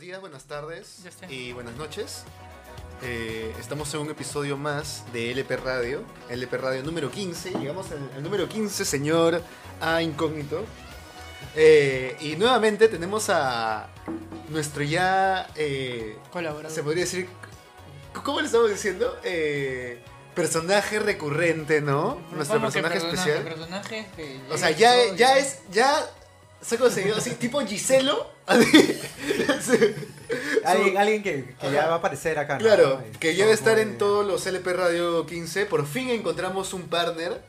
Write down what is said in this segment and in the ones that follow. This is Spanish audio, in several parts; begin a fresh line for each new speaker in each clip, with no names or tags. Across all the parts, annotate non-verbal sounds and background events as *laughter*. días, buenas tardes
Ya está.
y buenas noches. Eh, estamos en un episodio más de LP Radio, LP Radio número 15. Llegamos al, al número 15, señor A Incógnito. Eh, y nuevamente tenemos a nuestro ya, eh, se
Colaborador.
podría decir, c- ¿cómo le estamos diciendo? Eh, personaje recurrente, ¿no? Nuestro
Como que
personaje
persona-
especial.
personaje que
O
llega
sea,
y
ya,
todo,
ya
y-
es. Ya se ha conseguido así, tipo Giselo. *laughs* así.
*laughs*
Alguien, alguien que, que ya
Ajá.
va a aparecer acá. Ah, ¿no?
Claro,
Ahí.
que ya va a estar en
Muy-
todos los LP Radio 15. Por fin encontramos un partner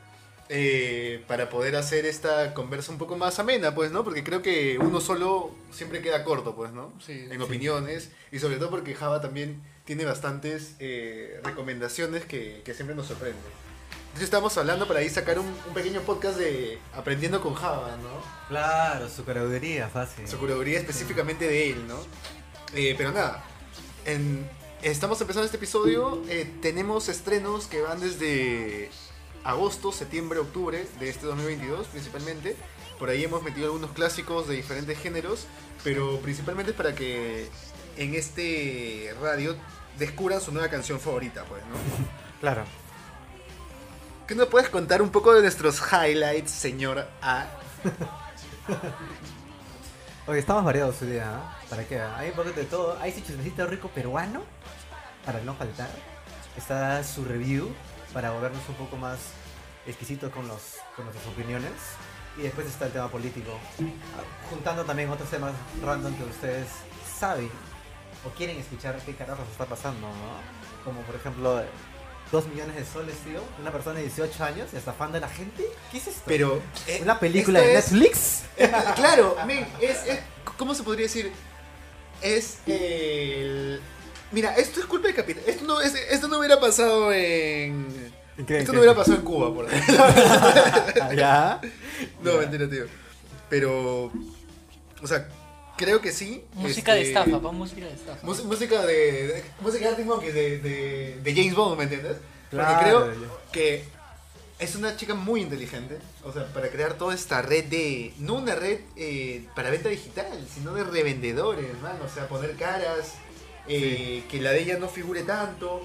eh, para poder hacer esta conversa un poco más amena, pues, ¿no? Porque creo que uno solo siempre queda corto, pues, ¿no?
Sí.
En opiniones. Y sobre todo porque Java también tiene bastantes eh, recomendaciones que, que siempre nos sorprenden. Entonces estábamos hablando para ahí sacar un, un pequeño podcast de Aprendiendo con Java, ¿no?
Claro, su curaduría, fácil.
su curaduría específicamente de él, ¿no? Eh, pero nada, en- estamos empezando este episodio, eh, tenemos estrenos que van desde agosto, septiembre, octubre de este 2022 principalmente. Por ahí hemos metido algunos clásicos de diferentes géneros, pero principalmente es para que en este radio descubran su nueva canción favorita, pues, ¿no?
Claro.
¿Qué nos puedes contar un poco de nuestros highlights, señor A?
Oye, estamos variados su día, ¿ah? ¿Para qué? ah? Hay un poco de todo. Hay su chismecito rico peruano, para no faltar. Está su review, para volvernos un poco más exquisitos con, los, con nuestras opiniones. Y después está el tema político, ah, juntando también otros temas random que ustedes saben o quieren escuchar qué carajos está pasando, ¿no? Como por ejemplo, dos millones de soles, tío. Una persona de 18 años y hasta fan de la gente. ¿Qué es esto?
Pero... eh,
¿Una película
esto
de
es-
Netflix?
claro, men, es, es- ¿Cómo se podría decir? Es el. Mira, esto es culpa de Capital. Esto no, es- esto no hubiera pasado en.
Increíble.
esto no hubiera pasado en Cuba, por
*laughs*
ejemplo.
Ah, ¿Ya?
No, mentira, tío. Pero. O sea, creo que sí.
Música de
este,
estafa, pa, música de estafa.
mus- música de, de- Música de Arctic Monkeys, de, de, de James Bond, ¿me entiendes? Porque
Claro,
creo
ya.
que es una chica muy inteligente, o sea, para crear toda esta red de, no una red eh, para venta digital, sino de revendedores, man, o sea, poner caras, eh, que la de ella no figure tanto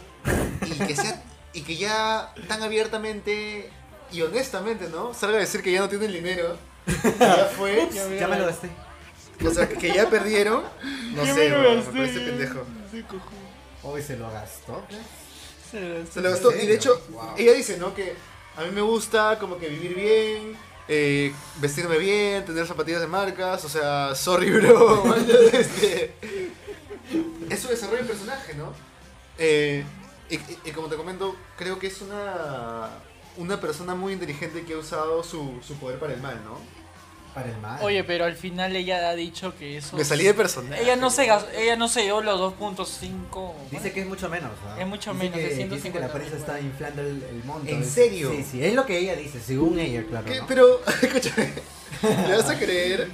y que sea y que ya tan abiertamente y honestamente, ¿no? Salga a decir que ya no tienen dinero. que Ya fue.
Ya veo
Ya me lo
la-
gasté.
O sea, que ya perdieron. No
Ya
sé,
me lo
weón, me
gasté,
parece pendejo.
sí, cojudo.
Hoy se lo gastó.
Se lo gasté.
Se lo gastó.
¿En
Y de
serio?
hecho,
Wow.
ella dice, ¿no? Que a mí me gusta como que vivir bien, eh, vestirme bien, tener zapatillas de marcas. O sea, sorry, *laughs* bro. man, este, es su desarrollo de personaje, ¿no? Eh, y, y- y como te comento, creo que es una, una persona muy inteligente que ha usado su, su poder para el mal, ¿no?
Para el mal.
Oye, pero al final ella ha dicho que eso.
Me salí de personaje.
Ella no se gas- ella no se dio los 2.5.
Dice que es mucho menos, ¿no?
Es mucho
Dice
menos, es
Que,
150
dice que la prensa está inflando el, el monto.
¿En
Es-
serio?
Sí, sí, es lo que ella dice, según ella, claro.
¿Qué?
¿no?
Pero, *laughs* escúchame, ¿le vas a creer?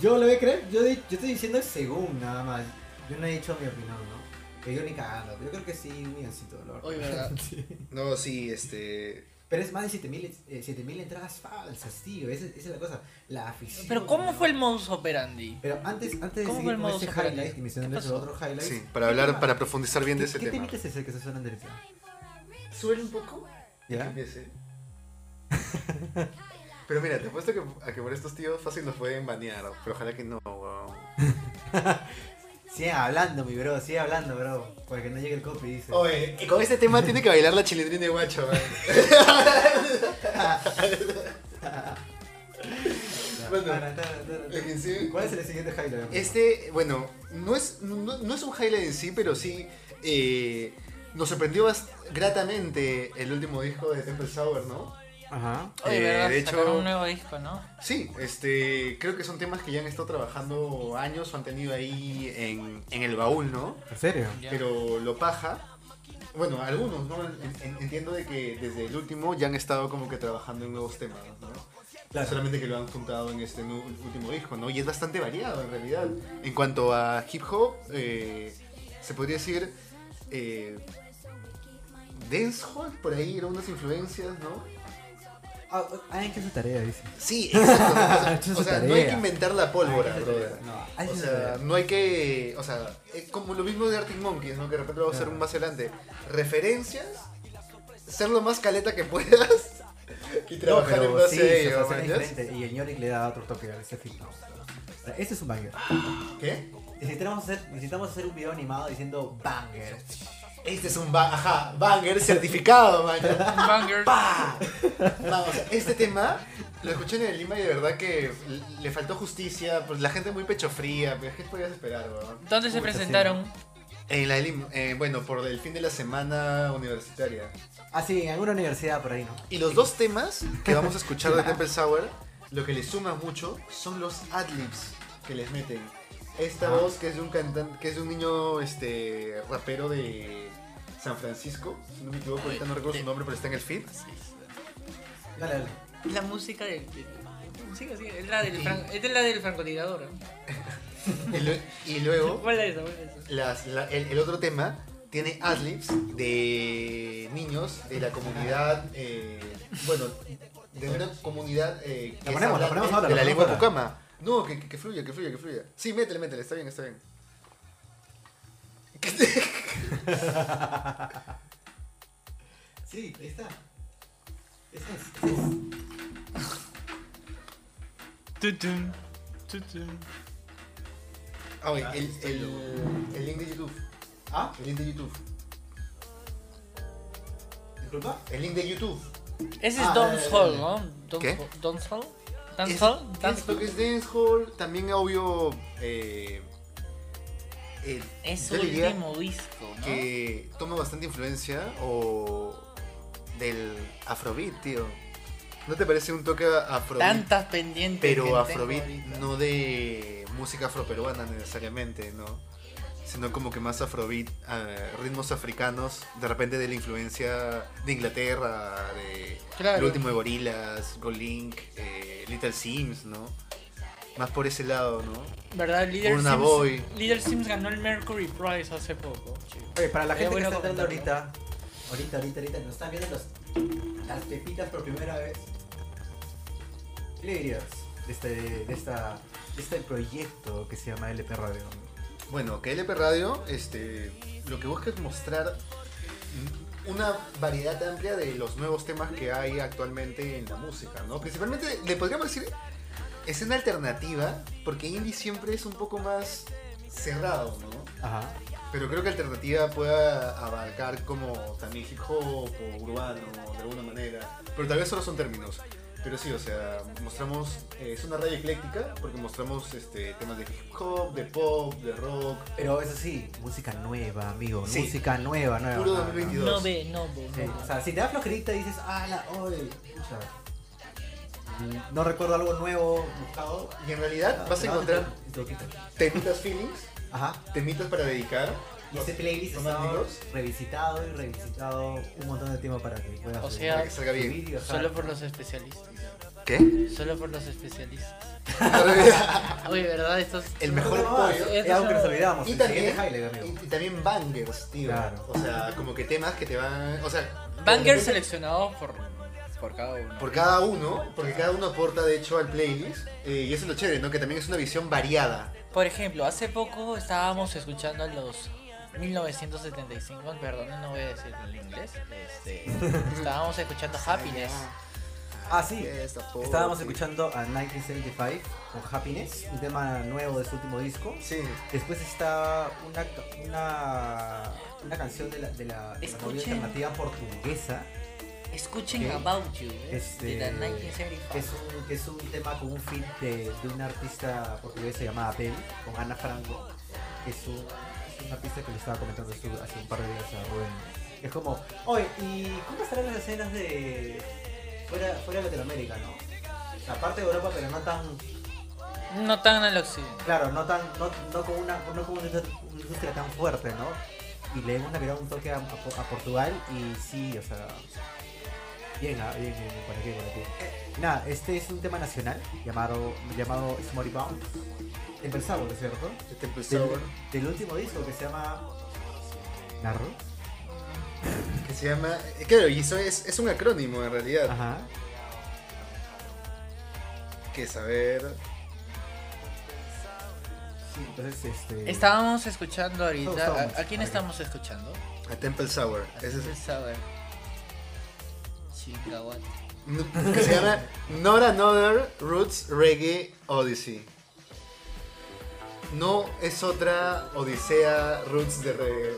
Yo lo voy a creer, yo, di- yo estoy diciendo según nada más. Yo no he dicho mi opinión, ¿no? Que yo ni cagando, yo creo que sí, un milloncito, la verdad.
Oye, ¿verdad?
*laughs* Sí.
No, sí, este...
Pero es más de 7000 eh, 7000 entradas falsas, tío. Esa, esa es la cosa. La afición.
Pero ¿cómo
¿no?
fue el modus operandi?
Pero antes, antes de
¿Cómo fue
seguir
el
con
modus
este
operandi?
highlight y mencionarles
¿Qué
el
pasó?
otro highlight.
Sí, para hablar,
¿qué
para profundizar bien de
¿Qué,
ese
¿qué
tema.
temita es ese que se suena en derecha?
Sube un poco.
¿Ya?
Empiece. *laughs* Pero mira, te apuesto que, a que por estos tíos fácil nos pueden banear, pero ojalá que no, weón.
Sigue hablando, mi bro, sigue hablando, bro. Para que no llegue el copy, dice.
Oye, y con este tema tiene que bailar la chilindrina de guacho, weón. bueno.
Tara, tara, tara,
Es que
tara.
sí,
¿Cuál es el siguiente highlight? amigo?
Este, bueno, no es, no, no es un highlight en sí, pero sí eh, nos sorprendió bast- gratamente el último disco de Temple Sour, ¿no?
Ajá.
Oye,
Eh,
¿verdad?
de hecho-
Sacaron un nuevo disco, ¿no?
Sí, este, creo que son temas que ya han estado trabajando años o han tenido ahí en, en el baúl, ¿no?
¿En serio?
Ya.
pero lo paja. Bueno, algunos, ¿no? En- en- Entiendo de que desde el último ya han estado como que trabajando en nuevos temas, ¿no?
Claro.
Solamente que lo han juntado en este nu- último disco, ¿no? Y es bastante variado en realidad. En cuanto a hip hop, eh, se podría decir eh, dancehall, por ahí, eran unas influencias, ¿no?
ah, han hecho su tarea, dice.
*laughs* Sí, exacto.
Hecho
o
su
sea, no hay que
tarea.
inventar la pólvora,
Ah, hecho su
brother.
tarea. No, ha hecho
o
su
sea,
tarea.
no hay que. O sea, es como lo mismo de Arctic Monkeys, ¿no? Que de repente lo vamos a hacer un más adelante. Referencias, ser lo más caleta que puedas *laughs* y trabajar en base a
o sea,
ello,
será
¿mañas?
diferente. Y el Yorick le da otro toque a ese film. No, o sea, este es un banger.
¿Qué?
Necesitamos hacer, necesitamos hacer un video animado diciendo banger.
Este es un ba- ajá, banger certificado, man. *laughs*
Banger.
¡Pah! Vamos, este tema lo escuché en el Lima y de verdad que l- le faltó justicia. Pues la gente muy pecho fría, pero ¿qué podías esperar, weón?
¿Dónde se
Pucha, sí.
presentaron?
En la Elim, eh, bueno, por el fin de la semana universitaria.
Ah, sí, en alguna universidad por ahí, ¿no?
Y los dos temas que vamos a escuchar de Temple Sour, lo que les suma mucho son los adlibs que les meten. Esta
Ah.
voz que es de un cantante, que es de un niño este rapero de San Francisco, si no me equivoco, ahorita no recuerdo su nombre, pero está en el feed.
Dale, dale.
La música del. del- Sí, sí, es la del, fran- es de la del francotirador. ¿no?
Y, lue- y luego
¿Cuál es esa? ¿Cuál es esa?
las- la- el, el otro tema tiene adlibs de niños de la comunidad, eh, bueno, de una comunidad eh, que
La ponemos, la
hablante
ponemos ahora,
de
la
la
ponemos
lengua
ahora.
pucama. No, que, que, que fluya, que fluya, que fluya. Sí, métele, métele, está bien, está bien.
Sí, ahí está. Ese es.
Tutum, tutum.
Ah, oye, el, el, el link de YouTube.
¿Ah?
El link de YouTube.
¿Disculpa?
El link de YouTube.
Ese
Ah,
es Don's
eh,
Hall, ¿no? Don's
¿Qué?
Hall- Don's Hall.
Es-
Dance Hall. Dance
Esto que es dancehall, también obvio. Eh, eh,
Es su
yo diría
último disco, ¿no?
Que toma bastante influencia o del afrobeat, tío. ¿No te parece un toque afrobeat?
Tantas pendientes. que
pero
tengo
afrobeat
ahorita.
no de música afroperuana necesariamente, ¿no? Sino como que más afrobeat, eh, ritmos africanos, de repente de la influencia de Inglaterra, de
Claro.
el último de Gorilas, Golink, eh, Little Sims, ¿no? Más por ese lado, ¿no?
¿Verdad? Leader
Burna
Sims,
Boy.
Leader Sims ganó el Mercury Prize hace poco.
Oye, para la
Qué
gente que
bueno
está
comentarlo.
entrando ahorita, ahorita, ahorita, ahorita, nos están viendo los- las pepitas por primera vez. ¿Qué le dirías de este, de esta, de este proyecto que se llama LP Radio?
Bueno, que LP Radio este, lo que busca es mostrar mm, una variedad amplia de los nuevos temas que hay actualmente en la música, ¿no? Principalmente, le podríamos decir escena alternativa, porque indie siempre es un poco más cerrado, ¿no?
Ajá.
Pero creo que alternativa pueda abarcar como también hip hop o urbano, de alguna manera. Pero tal vez solo son términos. Pero sí, o sea, mostramos, eh, es una radio ecléctica porque mostramos este, temas de hip hop, de pop, de rock,
Pero eso sí, música nueva, amigo.
Sí.
Música nueva, nueva.
Puro
nueva,
2022.
No ve, no ve.
nueva. Sí, O sea, si te da flojerita y dices, ah, la hoy. pucha, No recuerdo algo nuevo buscado.
Y en
Ah,
realidad vas a encontrar
en tu boquita.
temitas feelings,
Ajá.
temitas para dedicar.
Y ese Este playlist está
románticos.
revisitado y revisitado un montón de tiempo para que puedas
O
subir-
sea, Para
que salga bien.
subir y bajar.
Solo por los especialistas.
*laughs* ¿Qué?
Solo por los especialistas. Ah, Oye, ¿verdad? Estos.
El mejor
No, no,
pollo.
Es algo que nos olvidamos.
Y
el
también,
siguiente highlight, amigo.
y, y también bangers, tío.
Claro.
O sea, como que temas que te van. O sea.
Banger
por-
seleccionados por, por cada uno.
Por cada uno, porque cada uno aporta de hecho al playlist. eh, y eso es lo chévere, ¿no? Que también es una visión variada.
Por ejemplo, hace poco estábamos escuchando a los 1975, perdón, no voy a decir el inglés.
*laughs*
Este, estábamos escuchando Happiness.
Ah, sí.
Fiesta, pop,
Estábamos
sí.
escuchando a 1975 con Happiness, un tema nuevo de su último disco.
Sí.
Después está una, ca- una, una canción de la, de la, de la movida
Escuchen.
alternativa portuguesa.
Escuchen
Ok.
About You, eh,
Este,
de la
que es,
1975.
un, que es un tema con un feat de, de una artista portuguesa llamada Bel, con Ana Franco, que es, un- es una artista que le estaba comentando hace, hace un par de días a Rubén. Es como, oye, ¿y cómo estarán las escenas de fuera, fuera de Latinoamérica, no? O sea, Aparte de Europa, pero no tan,
No tan al occidente.
claro, no tan, no, no con una, no con una industria- una industria tan fuerte, ¿no? Y le hemos mirado un toque a, a- a Portugal y sí, o sea, bien, ah, bien, bien, bien, por aquí, por aquí. Nada, este es un tema nacional llamado, llamado Smory Bound. Empezamos, ¿no es cierto?
Este
Del,
empezó, bueno,
del último disco que se llama. Narro.
Que se llama. eh, Claro, y eso es, es un acrónimo en realidad.
Ajá.
que saber.
Entonces, este.
Estábamos escuchando
Todos
ahorita.
estábamos.
¿A, a quién
Ok.
estamos escuchando?
A Temple Sour. Ese
Antes de
es-
saber. Chicago.
que se llama Not Another Roots Reggae Odyssey. No es otra Odisea Roots de reggae.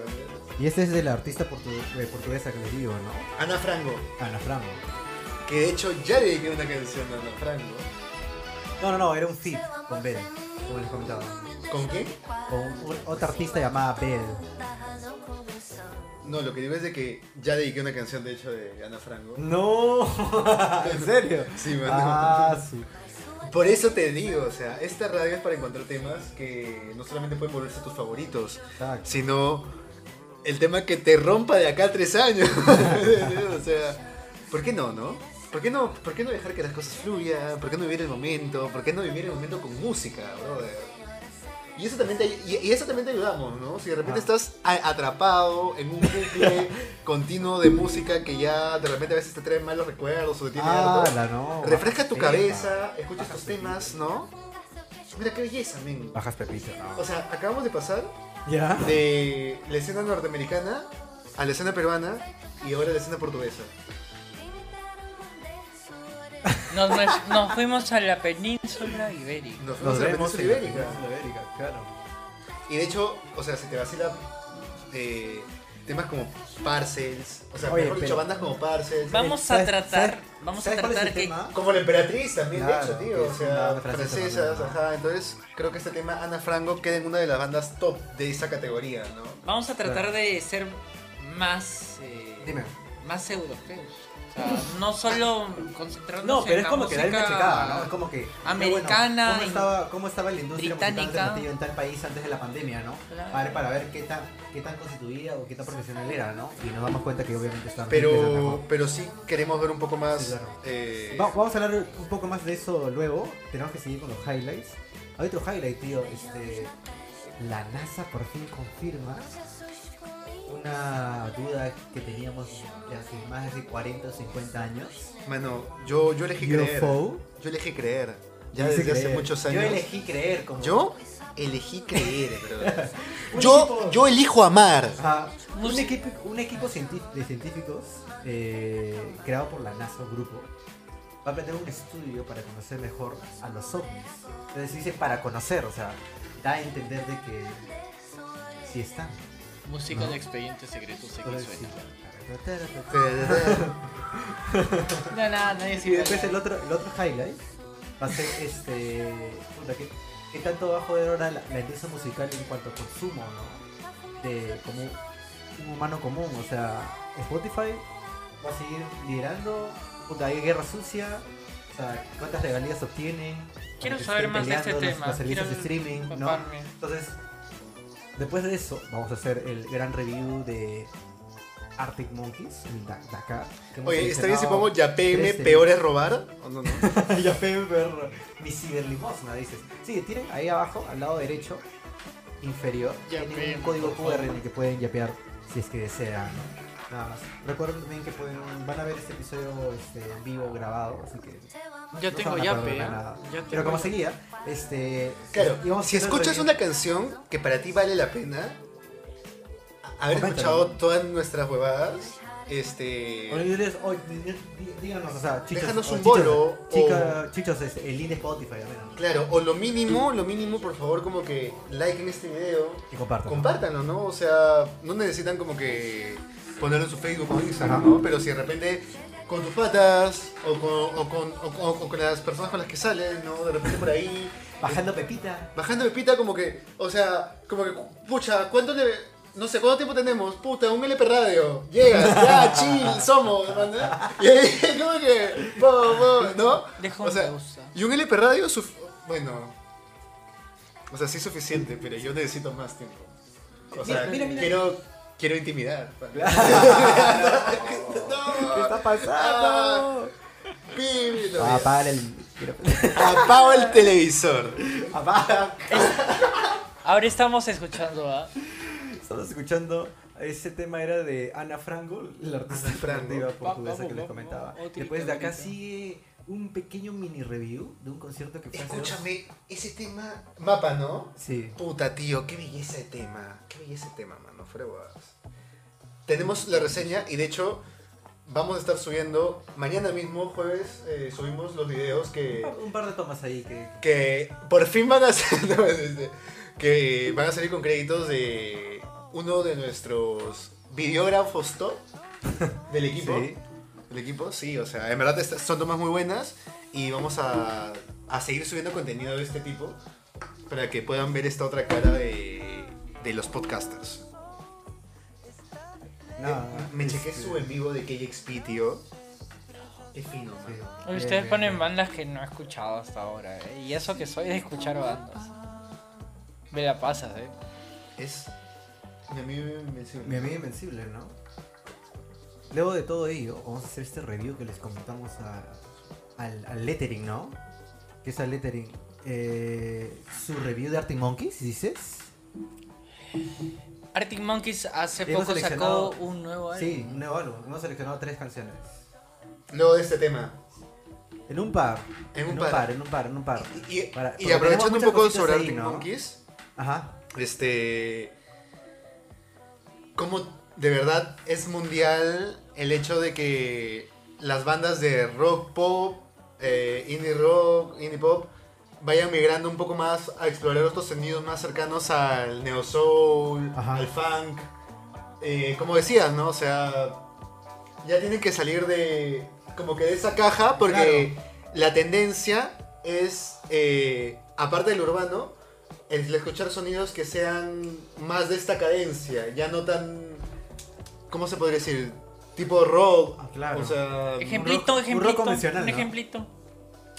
Y este es de la artista portu- eh, portuguesa que les digo, ¿no?
Ana Frango.
Ana Frango.
Que de hecho ya le dediqué una canción a Ana Frango.
No, no, no, era un feat con Bell, como les comentaba.
¿Con qué?
Con un- otra artista llamada Bell.
No, lo que digo es de que ya dediqué una canción de hecho de Ana Frango.
¡No! *laughs* ¿En serio?
Sí, mano.
Ah, su-
Por eso te digo, o sea, esta radio es para encontrar temas que no solamente pueden volverse tus favoritos,
Exacto.
sino el tema que te rompa de acá a tres años. *laughs* o sea, ¿por qué no, no? ¿Por qué no, por qué no dejar que las cosas fluyan? ¿Por qué no vivir el momento? ¿Por qué no vivir el momento con música, brother? Y eso también te, y, y eso también te ayudamos, ¿no? Si de repente
Ah.
estás a- atrapado en un
*laughs*
bucle continuo de música que ya de repente a veces te trae malos recuerdos o te tiene
Ah,
harto.
la no.
Refresca tu
Pepa.
cabeza, escucha estos temas, ¿no? Mira qué belleza, men.
Bajas Pepito.
O sea, acabamos de pasar
¿Ya?
de la escena norteamericana a la escena peruana y ahora la escena portuguesa.
Nos,
*laughs*
nos- nos fuimos a la península ibérica.
Nos fuimos
Nos
a la
vemos
península
en la
ibérica.
península ibérica, claro.
Y de hecho, o sea, se te vacila eh, temas como parcels, o sea,
Oye,
mejor dicho,
pero-
bandas como parcels.
Vamos a
¿Sabes-
tratar,
sabes-
vamos a
¿sabes cuál es
tratar
el
que
tema?
Como la emperatriz también,
Claro,
de hecho,
que
tío.
es
O
una
sea,
banda francesa
francesas,
también, ¿no?
ajá. Entonces, creo que este tema Ana Frango queda en una de las bandas top de esa categoría, ¿no?
vamos a tratar
Claro.
de ser más eh,
Dime.
más europeos. O sea, no solo concentrarnos
No, pero
en
es
la
como que darle una
música-
checada, ¿no? Es como que.
americana,
bueno, ¿cómo,
in-
estaba, ¿Cómo estaba la industria musical
británica.
alternativa en tal país antes de la pandemia, no?
Claro.
Para, para ver qué tan, qué tan constituida o qué tan profesional era, ¿no? Y nos damos cuenta que obviamente está
Pero, pero sí queremos ver un poco más.
Sí, claro.
eh,
Va- vamos a hablar un poco más de eso luego. Tenemos que seguir con los highlights. Hay otro highlight, tío. Este, la NASA por fin confirma una duda que teníamos de hace más de 40 o 50 años.
Mano, yo, yo elegí creer.
UFO.
Yo elegí creer. Ya
Dice
desde hace
creer.
muchos años.
Yo elegí creer como.
Yo elegí creer, brother. *laughs*
Un
yo,
equipo-
yo elijo amar.
Ah, un
Mus-
equipo, un equipo científ- de científicos eh, creado por la NASA, un grupo, va a plantear un estudio para conocer mejor a los ovnis. Entonces dice para conocer, o sea, da a entender de que sí están.
música
No.
de expedientes secretos X
Entonces, sí.
No, nada, nadie
Y
se
después el otro, el otro highlight va a ser este. puta, ¿qué, qué tanto va a joder ahora la, la industria musical en cuanto a consumo, ¿no? De como un humano común, o sea, Spotify va a seguir liderando, puta, hay guerra sucia, o sea, cuántas regalías obtienen.
Quiero
que se
saber
estén
más de este
peleando los,
tema.
Los servicios
Quiero
de streaming, ¿no?
empaparme.
Entonces, después de eso, vamos a hacer el gran review de Arctic Monkeys, el Da- Dakar. que hemos
*laughs* Oye, ¿está bien si
seleccionado
pongo ya PM,
trece.
peor es robar? ¿O no, no?
*laughs* ya fue perro. Mi ciberlimosna, dices. Sí, tienen ahí abajo, al lado derecho, inferior,
Yapeen,
tienen un código
por favor.
QR en el que pueden yapear si es que desean, ¿no? Nada más. Recuerden también que pueden, van a ver este episodio este, en vivo grabado, así que.
Yo
no se
tengo
van a
ya,
perder
pe, ¿eh?
nada.
Ya tengo
Pero como
ya.
seguía, este.
*laughs* Claro,
íbamos
si
haciendo el
escuchas
review.
una canción que para ti vale la pena, haber
Coméntalo.
escuchado todas nuestras huevadas, este.
O diles, o di- di- díganos, o sea, chicos.
Déjanos
o
un
chichos,
bolo,
chica- Chichos, es el link de Spotify, al menos.
Claro, o lo mínimo, lo mínimo, por favor, como que like en este video,
Y compartan.
compártanlo, ¿no? O sea, no necesitan como que ponerlo en su Facebook o Instagram, ¿no? Pero si de repente con tus patas o con, o con, o con- o con las personas con las que sales, ¿no? De repente por ahí, eh,
Bajando Pepita.
bajando de pita como que, o sea, como que, pucha, ¿cuánto le... No sé, ¿cuánto tiempo tenemos? Puta, un LP radio. Llegas, ya, chill, somos, ¿no? Y ahí, *laughs* como que, po, po, ¿no?
Deja
O
un
sea,
me gusta.
y un LP radio, suf- bueno. O sea, sí es suficiente, pero yo necesito más tiempo. O sea,
Mira, mira, mira.
quiero. Quiero intimidad.
*laughs* ¿Qué
no,
está
Ah.
pasando?
pim, no,
Ah, para el. quiero-
Apago el televisor.
*laughs* Apaga.
Ahora estamos escuchando ¿ah? a
Estamos escuchando. Ese tema era de Ana Frango, la artista
Ana Frango.
alternativa portuguesa
Vamos,
que les
vamos,
comentaba.
vamos,
Después de acá
típica,
sigue un pequeño mini review de un concierto que fue hace dos-
Escúchame, ese tema. Mapa, ¿no?
Sí.
Puta, tío, qué belleza de tema. Qué belleza de tema, mano. Fuera de huevadas. Tenemos la reseña y de hecho. Vamos a estar subiendo mañana mismo, jueves, eh, subimos los videos
Un
que,
par- Un par de tomas ahí que.
Eh, que por fin van a *laughs* ser, no, es este, que van a salir con créditos de uno de nuestros videógrafos top del equipo.
Sí.
El equipo, sí, o sea, en verdad esta- son tomas muy buenas y vamos a, a seguir subiendo contenido de este tipo para que puedan ver esta otra cara de, de los podcasters.
No,
Eh, me chequé
este,
su en vivo de KXP, tío. Qué fino, mano.
sí.
Oye,
Bien,
Ustedes
bien,
ponen
bien.
bandas que no he escuchado hasta ahora, ¿eh? Y eso que soy de escuchar bandas. Me la pasas, ¿eh?
Es mi amigo invencible.
Mi amigo invencible, ¿no? Luego de todo ello, vamos a hacer este review que les comentamos a- al, al lettering, ¿no? Que es al lettering. Eh, su review de Arctic Monkeys, dices.
Arctic Monkeys hace
Hemos
poco sacó
seleccionado-
un nuevo álbum.
Sí, un nuevo álbum. Hemos seleccionado tres canciones.
Luego de este tema.
En un par.
En un par.
En un par, en un par.
Y, y-
Para-
y
porque
aprovechando
tenemos
un
muchas
poco
cositas
sobre
ahí,
Arctic
¿no?
Monkeys,
Ajá.
este. ¿Cómo de verdad es mundial el hecho de que las bandas de rock pop, eh, indie rock, indie pop, vayan migrando un poco más a explorar otros sonidos más cercanos al neo soul,
Ajá.
al funk? Eh, como decías, ¿no? O sea, ya tienen que salir de como que de esa caja porque la tendencia es eh, aparte del urbano el escuchar sonidos que sean más de esta cadencia ya no tan cómo se podría decir tipo rock
Ah, claro.
o sea
Ejemplito,
Un rock- un
ejemplito.
rock convencional,
un
¿no?
ejemplito.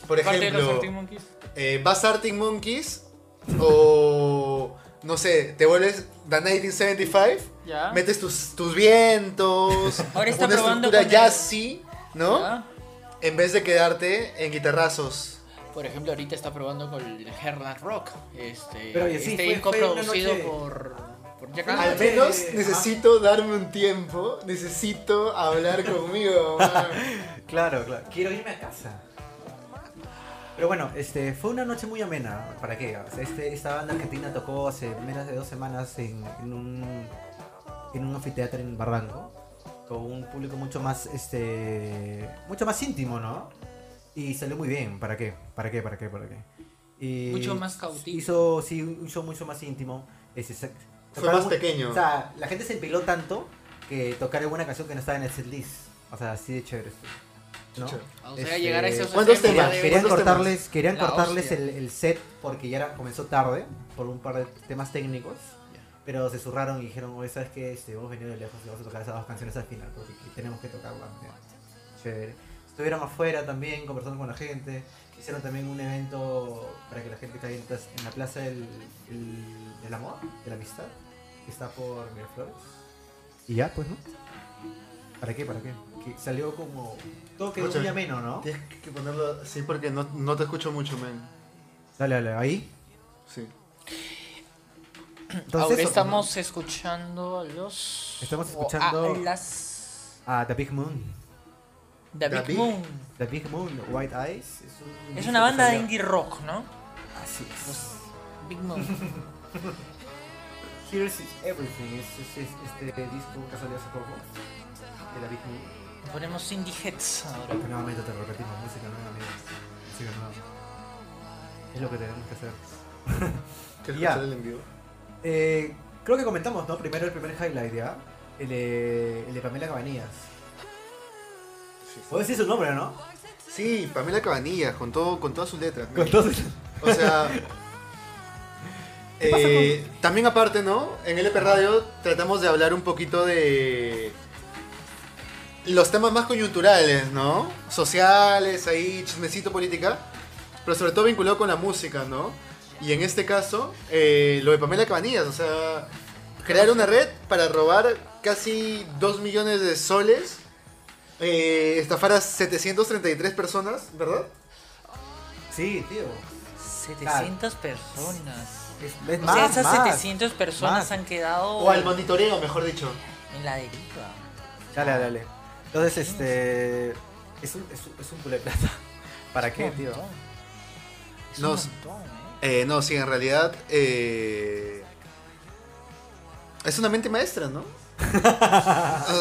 por
Parte de los
ejemplo
Arctic Monkeys.
eh, vas a Arctic Monkeys o no sé te vuelves The 1975
Ya.
metes tus, tus vientos
Ah. *laughs* Ahora está
una
probando
estructura
con Ah.
jazzy ¿no?
Ya.
En vez de quedarte en guitarrazos.
Por ejemplo, ahorita está probando con el Hernat Rock. Este,
Pero, oye, sí,
este
fue-
disco
fue una
producido
noche-
por, por Jack
Fue una
Antonoff.
Al
noche-
menos
eh,
necesito darme un tiempo, necesito hablar conmigo. man.
Claro, claro. Quiero irme a casa. Pero bueno, este, fue una noche muy amena. ¿Para qué? O sea, este, esta banda argentina tocó hace menos de dos semanas en, en un, en un anfiteatro en Barranco. Con un público mucho más, este, mucho más íntimo, ¿no? Y salió muy bien. ¿Para qué? ¿Para qué? ¿Para qué? ¿Para qué? Y
Mucho más cautivo.
Hizo, sí, un show mucho más íntimo. Este, sac-
Fue
tocaron
más
mu-
pequeño.
O sea, la gente se empiló tanto que tocar alguna canción que no estaba en el setlist. O sea, así de chévere esto. ¿no?
Chévere.
O sea,
Este,
llegar a esos
¿cuántos
extremos
temas?
Querían,
de-
Quería-
querían
¿Cuántos
cortarles, querían
La
cortarles
hostia.
el, el set porque ya era- comenzó tarde por un par de temas técnicos.
Ya.
Pero se zurraron y dijeron, oye, ¿sabes qué? Este, hemos venido de lejos y vamos a tocar esas dos canciones al final porque aquí tenemos que tocarlas. ya". Chévere. Estuvieron afuera también conversando con la gente. Hicieron también un evento para que la gente caiga en plaza- en la plaza del, el- del amor, de la amistad, que está por Miraflores. Y ya, pues, ¿no? ¿Para qué? ¿Para qué? Que salió como... Todo quedó
Mucho-
muy ameno, ¿no?
Tienes que ponerlo así porque no, no te escucho mucho, man.
Dale, dale, ahí.
Sí.
Entonces,
Ahora
eso,
estamos escuchando a los.
Estamos
o
escuchando-
A las.
¿no? Ah, The Big Moon.
The
The
Big
Big-
Moon.
The Big Moon, White Eyes. Es, un
Es
disco
una banda
que
de
salió-
indie rock, ¿no?
Así es.
Big Moon.
*laughs* Here's is Everything. Es, es- es este disco que salió hace poco. De la Big Moon.
Ponemos indie heads ahora.
Que nuevamente te repetimos. Música nueva, amigos. Música nueva. Es lo que tenemos que hacer.
¿Quieres
Ya.
escuchar el en vivo?
Eh, creo que comentamos, ¿no? Primero el primer highlight, ¿ya? El de, el de Pamela Cabanillas.
Sí.
Puedes decir su nombre, ¿no?
Sí, Pamela Cabanillas, con, todo, con todas sus letras. man.
Con todos.
O sea. eh, también aparte, ¿no? En LP Radio tratamos de hablar un poquito de los temas más coyunturales, ¿no? Sociales, ahí, chismecito política, pero sobre todo vinculado con la música, ¿no? Y en este caso, eh, lo de Pamela Cabanillas, o sea, crear una red para robar casi 2 millones de soles, eh, estafar a 733 personas, ¿verdad?
Sí, tío.
700 personas.
Es,
o
es
sea,
más,
esas
más.
700 personas
más.
han quedado
O al monitoreo, mejor dicho.
en la deriva.
Dale, dale. Entonces, este. Es un, es un, es un culo de plata. *laughs* ¿Para qué,
un
tío?
montón. Es
Nos-
un montón, ¿eh?
Eh, no, sí, en realidad. eh, es una mente maestra, ¿no? O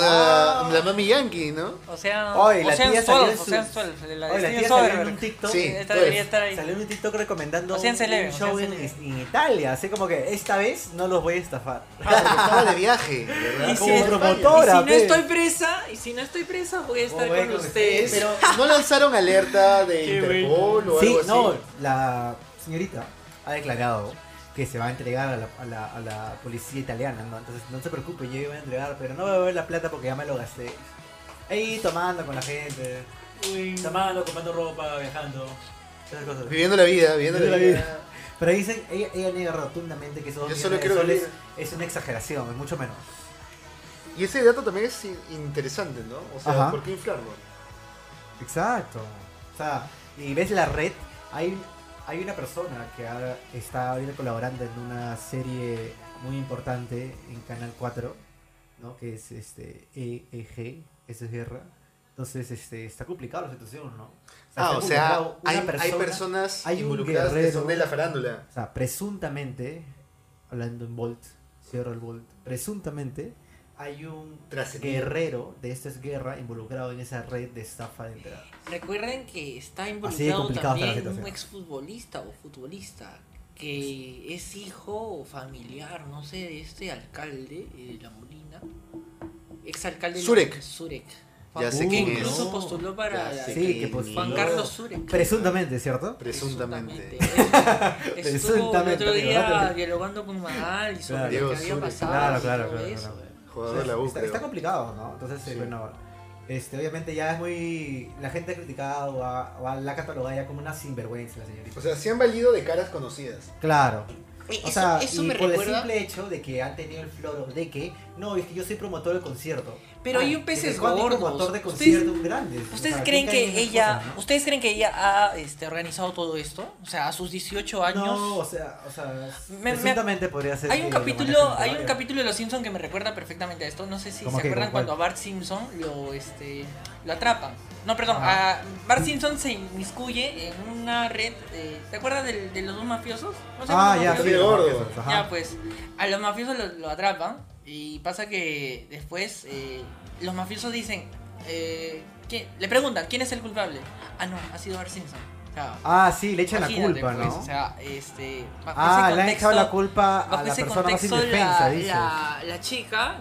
sea, la mami Yankee, ¿no?
O sea,
Oye,
o
la
sea,
tía
en Soul,
salió en
o
su-
sea, en Soul, la de
Oye, la
Steven
tía salió en
Soderbergh.
un TikTok.
Sí.
Esta
pues,
debería estar ahí.
Salió en un TikTok recomendando
O sea, en
un-
Celebre,
un
o sea, en
show en,
Celebre.
en Italia, así como que esta vez no los voy a estafar.
Ah, porque estaba de *laughs* viaje, ¿verdad?
Y
Como
si-
promotor.
Ahora,
y si no
ve.
estoy presa, y si no estoy presa, voy a estar
Voy
con
con
ustedes.
ustedes.
Pero no lanzaron alerta de
Qué
Interpol o
Sí,
algo así.
no, la señorita ha declarado que se va a entregar a la, a la- a la policía italiana, ¿no? Entonces no se preocupe, yo iba a entregar, pero no voy a ver la plata porque ya me lo gasté. Ahí tomando con la gente, tomando, comprando ropa, viajando, esas cosas.
Viviendo la vida, viviendo la
Viviendo la
vida.
Pero dicen, ella, ella niega rotundamente que esos dos
Yo solo
millones de
quiero
soles
vivir.
es una exageración, es mucho menos.
Y ese dato también es in- interesante, ¿no? O sea,
Ajá.
¿por qué inflarlo?
Exacto. O sea, y ves la red, hay, hay una persona que ahora está ahorita colaborando en una serie muy importante en Canal 4, ¿no? Que es este EEG, eso es guerra. Entonces, este, está complicada la situación, ¿no?
Ah, o
se ha
sea,
publicado una
hay, hay
persona-
personas
hay un
involucradas que
guerrero.
son de la farándula.
O sea, presuntamente, hablando en Volt, cierro el Volt, presuntamente hay un
Tras el-
guerrero de esta es guerra involucrado en esa red de estafa de entrada.
Recuerden que está
Así de
involucrado
complicado está la
también un
situación.
exfutbolista o futbolista que es hijo o familiar, no sé, de este alcalde eh, de La Molina. Exalcalde de La-
Zurek.
Zurek.
Ya sé
que
quién es.
incluso
no.
postuló para
Ya
la-
sé
Sí,
quién
que
es.
postuló.
Juan Carlos Zurek.
Presuntamente, ¿cierto?
Presuntamente.
Presuntamente. Estuvo el
Presuntamente,
otro día
claro.
dialogando con Magal y sobre
Claro.
lo
Diego
que había
Zurek.
pasado.
Claro,
y
claro,
todo
claro.
eso.
claro.
Jugador de la U,
está,
creo.
está complicado, ¿no? Entonces, eh,
Sí.
bueno, este, obviamente ya es muy... La gente ha criticado o ha- o ha- la ha catalogado ya como una sinvergüenza la señorita.
O sea, se han valido de caras conocidas.
claro.
E,
Eh,
O
eso-
sea,
eso
y
me
por el
recuerda-
simple hecho de que han tenido el floro de que, no, es que yo soy promotor del concierto.
Pero hay un
peces
peces
promotor
gordos.
de
Ustedes-
conciertos grandes. O
¿Ustedes
sea,
creen
¿quién cae en
que
esas
ella,
cosas, no?
ustedes creen que ella ha este, organizado todo esto? O sea, a sus 18 años.
No, o sea, o sea,
Me- me-
presuntamente podría ser
hay un
que lo
capítulo,
manejen
hay un
varios.
capítulo de Los Simpsons que me recuerda perfectamente a esto. No sé si se
¿Cómo qué?
acuerdan
¿Cómo
cuando a
cuál?
Bart Simpson lo, este, lo atrapan. No, perdón,
Ajá.
a Bart Simpson se inmiscuye en una red. eh, ¿Te acuerdas del- de, los dos mafiosos? No sé
Ah,
cómo
ya,
se
Capítulo
sí,
llama.
gordo.
gordos, ajá.
Ya, pues, a los mafiosos lo, lo atrapan y pasa que después eh, los mafiosos dicen, eh, ¿quién- le preguntan, ¿quién es el culpable? Ah, no, ha sido Bart Simpson. O sea,
Ah, sí, le echan la
imagínate,
culpa,
pues,
¿no?
O sea, este, bajo
ah,
ese
le han
contexto,
echado la culpa a
bajo
la
ese
persona más
contexto
indefensa,
la,
dices.
la, la chica,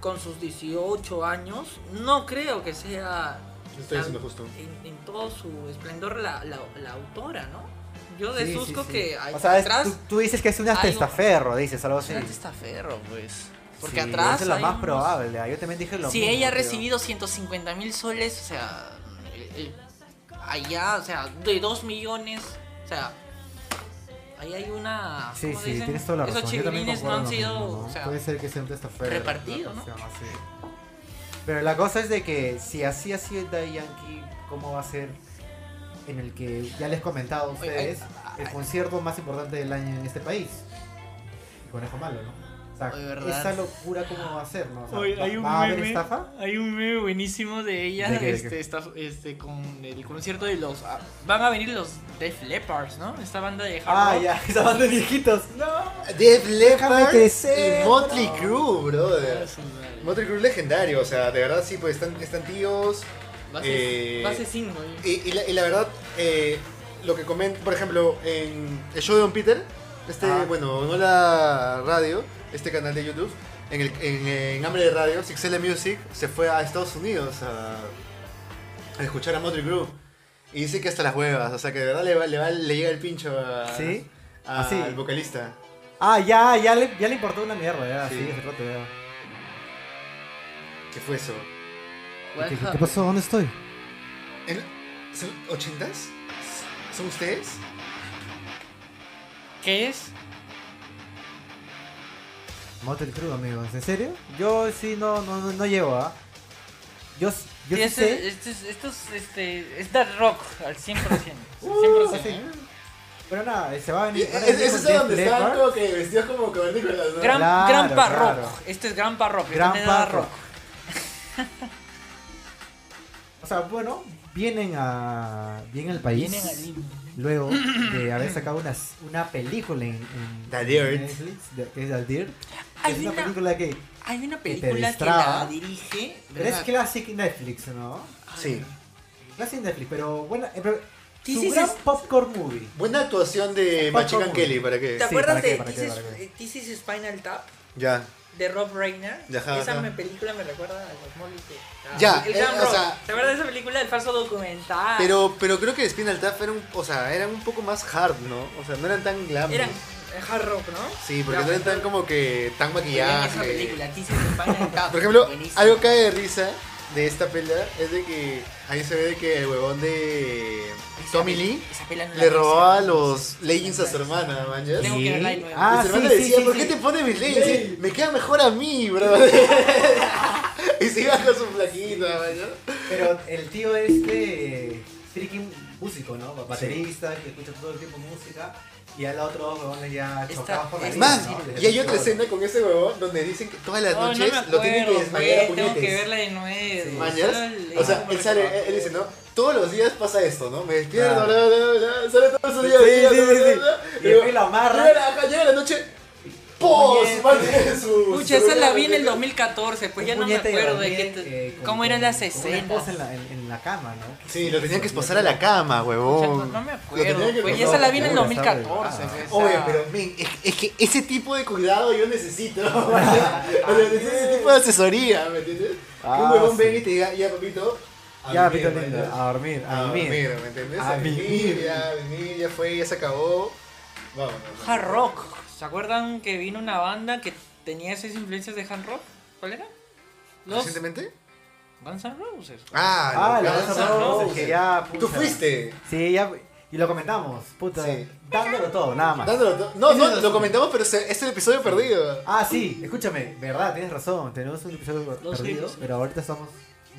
con sus 18 años, no creo que sea
Estoy diciendo justo.
en, en todo su esplendor la, la, la autora, ¿no? Yo
Sí, sí,
deduzco
sí.
que hay
O sea, es-
atrás...
tú, tú dices que es una
hay un-
testaferro, dices, algo así.
Antes está ferro, pues. Porque
Sí,
atrás.
eso es lo
hay
más
unos-
probable. ah, Yo también dije lo
si
mismo.
ella ha
creo.
recibido 150 mil soles, o sea. el- el- allá, o sea, de 2 millones, o sea. Ahí hay una.
Sí,
¿cómo
sí,
dicen?
tienes toda la razón.
Esos
yo también
chiquilines no han
concuerdo
sido.
lo mismo, ¿no?
o sea,
Puede ser que sea un testaferro.
repartido,
la cuestión, así. Pero la cosa es de que si así ha sido Daddy Yankee, ¿cómo va a ser en el que ya les he comentado
Oye,
a ustedes
ay,
el concierto más importante del año en este país? El conejo malo, ¿no? O sea,
Oye, ¿verdad?
esa locura, ¿cómo va a ser? ¿no? O sea,
Oye,
¿va-
hay un
¿Va a haber
meme,
estafa?
Hay un meme buenísimo de ella
¿De qué, de
este,
qué?
está- este, con el concierto de los. ah, van a venir los Def Leppards, ¿no? Esta banda de hard
Ah,
rock.
ya, *laughs* esa banda de viejitos. No.
Def
Ah, Déjame
Leppard
crecer,
y Motley
bro.
Crue, brother.
Su madre.
Motley Crue legendario, o sea, de verdad sí, pues están, están tíos.
Base-
Eh,
Base 5.
Y, y la, y la verdad, eh, lo que comenta, por ejemplo, en el show de Don Peter, este,
Ah.
bueno, no la radio, este canal de YouTube, en, el, en, en Hambre de Radio, Sixela Music, se fue a Estados Unidos a, a escuchar a Motley Crue. Y dice que hasta las huevas, o sea que de verdad le, va- le, va- le llega el pincho a,
¿Sí?
a-
Así.
al Ah, vocalista.
Ah, ya, ya le, ya le importó una mierda, ya,
Sí.
sí, ese rato, ya.
¿Qué fue eso?
¿Qué, qué pasó? ¿Dónde estoy?
¿En- ¿Son ochentas? ¿Son ustedes?
¿Qué es?
Motel Crue, amigos, ¿en serio? Yo sí no, no, no, no llevo, ¿ah? Yo, s- yo
Sí,
sí
este,
sé.
este es- esto es, este, es dark rock al 100%.
Uh,
al 100%
así.
¿eh?
Pero nada, eh, se va a
Y-
venir.
es-
van a
Eh, ¿Es
venir
ese
con
es donde
Def
estaban
Leppard.
como que vestidos como cavernícolas, ¿no?
Gran,
Claro,
gran pa
claro.
rock. Este es gran pa rock.
Gran
este es
Papa.
dark rock.
*laughs* O sea, bueno, vienen a vienen al país
Vienen al limbo.
luego
*clears throat*
de haber sacado una, una película en, en-
The
en
Dirt.
Netflix, de- que es The Dirt.
Hay
es una,
una-
película que
Hay una
te
película que
destraba.
la dirige.
pero es
¿verdad?
classic Netflix, ¿no?
Sí.
Classic Netflix, pero bueno, eh, pero
Sí,
su
sí, sí,
gran
sí.
popcorn movie.
Buena actuación de
Paco
Machican
Moore.
Kelly, ¿para qué?
¿Te
Sí,
acuerdas
¿para qué,
de
para qué,
This is-
para qué?
eh, This is Spinal Tap?
Ya.
de Rob Reiner.
Ajá,
esa
ajá.
me- película me recuerda a los molis de- ah,
Ya,
el
eh,
Gran
o
Rock.
sea-
¿Te acuerdas de esa película del falso documental?
Pero, pero creo que Spinal Tap eran, un- o sea, eran un poco más hard, ¿no? O sea, no eran tan glam.
Eran eh, hard rock, ¿no?
Sí, porque
Ya,
no eran tan
pero-
como que tan
Vean esa
maquillaje.
película, This is
*laughs*
Spinal Tap.
Por ejemplo,
Buenísimo.
algo que de risa de esta pelea es de que ahí se ve de que el huevón de
Esa
Tommy
pe-
Lee
esa pela no la
le robaba
conocía.
los leggings a su hermana, man. ¿ya?
Tengo
Y
que verla de
Sí.
nuevo.
su
Ah, sí,
hermana le
sí,
decía,
sí,
¿por
sí.
qué te pones mis leggings? Y
Sí.
dice, Me queda mejor a mí, bro. *laughs* y se iba con su flaquita, man. ¿ya?
Pero el tío este, eh, freaking músico, ¿no? Baterista, que escucha todo el tiempo música. Y al otro, huevones ya
Esta-
chocados por la
es-
vida,
Man,
¿no? Les-
y hay otra
todo.
escena con ese huevón donde dicen que todas las
Oh, no
noches
me
lo tienen que
acuerdo,
desmayar a
pues, Tengo que
puñetes.
verla de nuevo.
Sí.
¿Mañas?
Solo le-
O sea,
no me
él sale,
recuerdo.
él, él dice, ¿no? Todos los días pasa esto, ¿no? Me despierto,
Claro.
bla, bla, bla, sale todos los días.
Sí,
bla,
sí,
bla,
sí,
bla,
sí.
bla.
Y después lo amarra.
Llega la, llega la noche, ¡pum!
Puñete.
Su madre, su-
Pucha,
su-
esa la vi en el 2014, pues ya no me
puñete de
acuerdo de qué.
Gabriel, eh, con-
¿Cómo eran
con-
las
con una
escenas?
esposa en la, en, en la cama, ¿no?
Sí, lo tenían que esposar a la cama,
Pucha,
huevón.
no, no me
Lo
acuerdo.
tenían que
Pues
esposar
esa
a
la vi en el
seguro, está
2014.
revelada.
pues, o sea,
Obvio, pero men, es, es que ese tipo de cuidado yo necesito. *laughs* o sea, necesito ese tipo de asesoría, ¿me entiendes? que un
Ah,
huevón
sí.
venga y te diga, ya papito. a
Ya,
dormir,
pito
¿me
lindo, Ah,
entiendes?
a dormir, a
A dormir,
dormir.
¿me entiendes?
A
A dormir,
vivir.
ya, a vivir, ya fue, ya se acabó. Vámonos.
Hard rock. ¿Se acuerdan que vino una banda que tenía esas influencias de hard rock? ¿Cuál era? Los
¿Recientemente?
Guns N' Roses.
Ah,
Ah,
los
la
Guns
vas
N'
a
Roses.
que ya.
Tú
pucha.
fuiste.
Sí, ya. Y lo comentamos, puta.
Sí.
Dándolo todo, nada más.
Dándolo to- No,
Tienes
no,
razón.
lo comentamos, pero se- es el episodio perdido.
Ah, sí, escúchame, verdad, tienes razón, tenemos un episodio
Dos
perdido,
libros.
pero ahorita estamos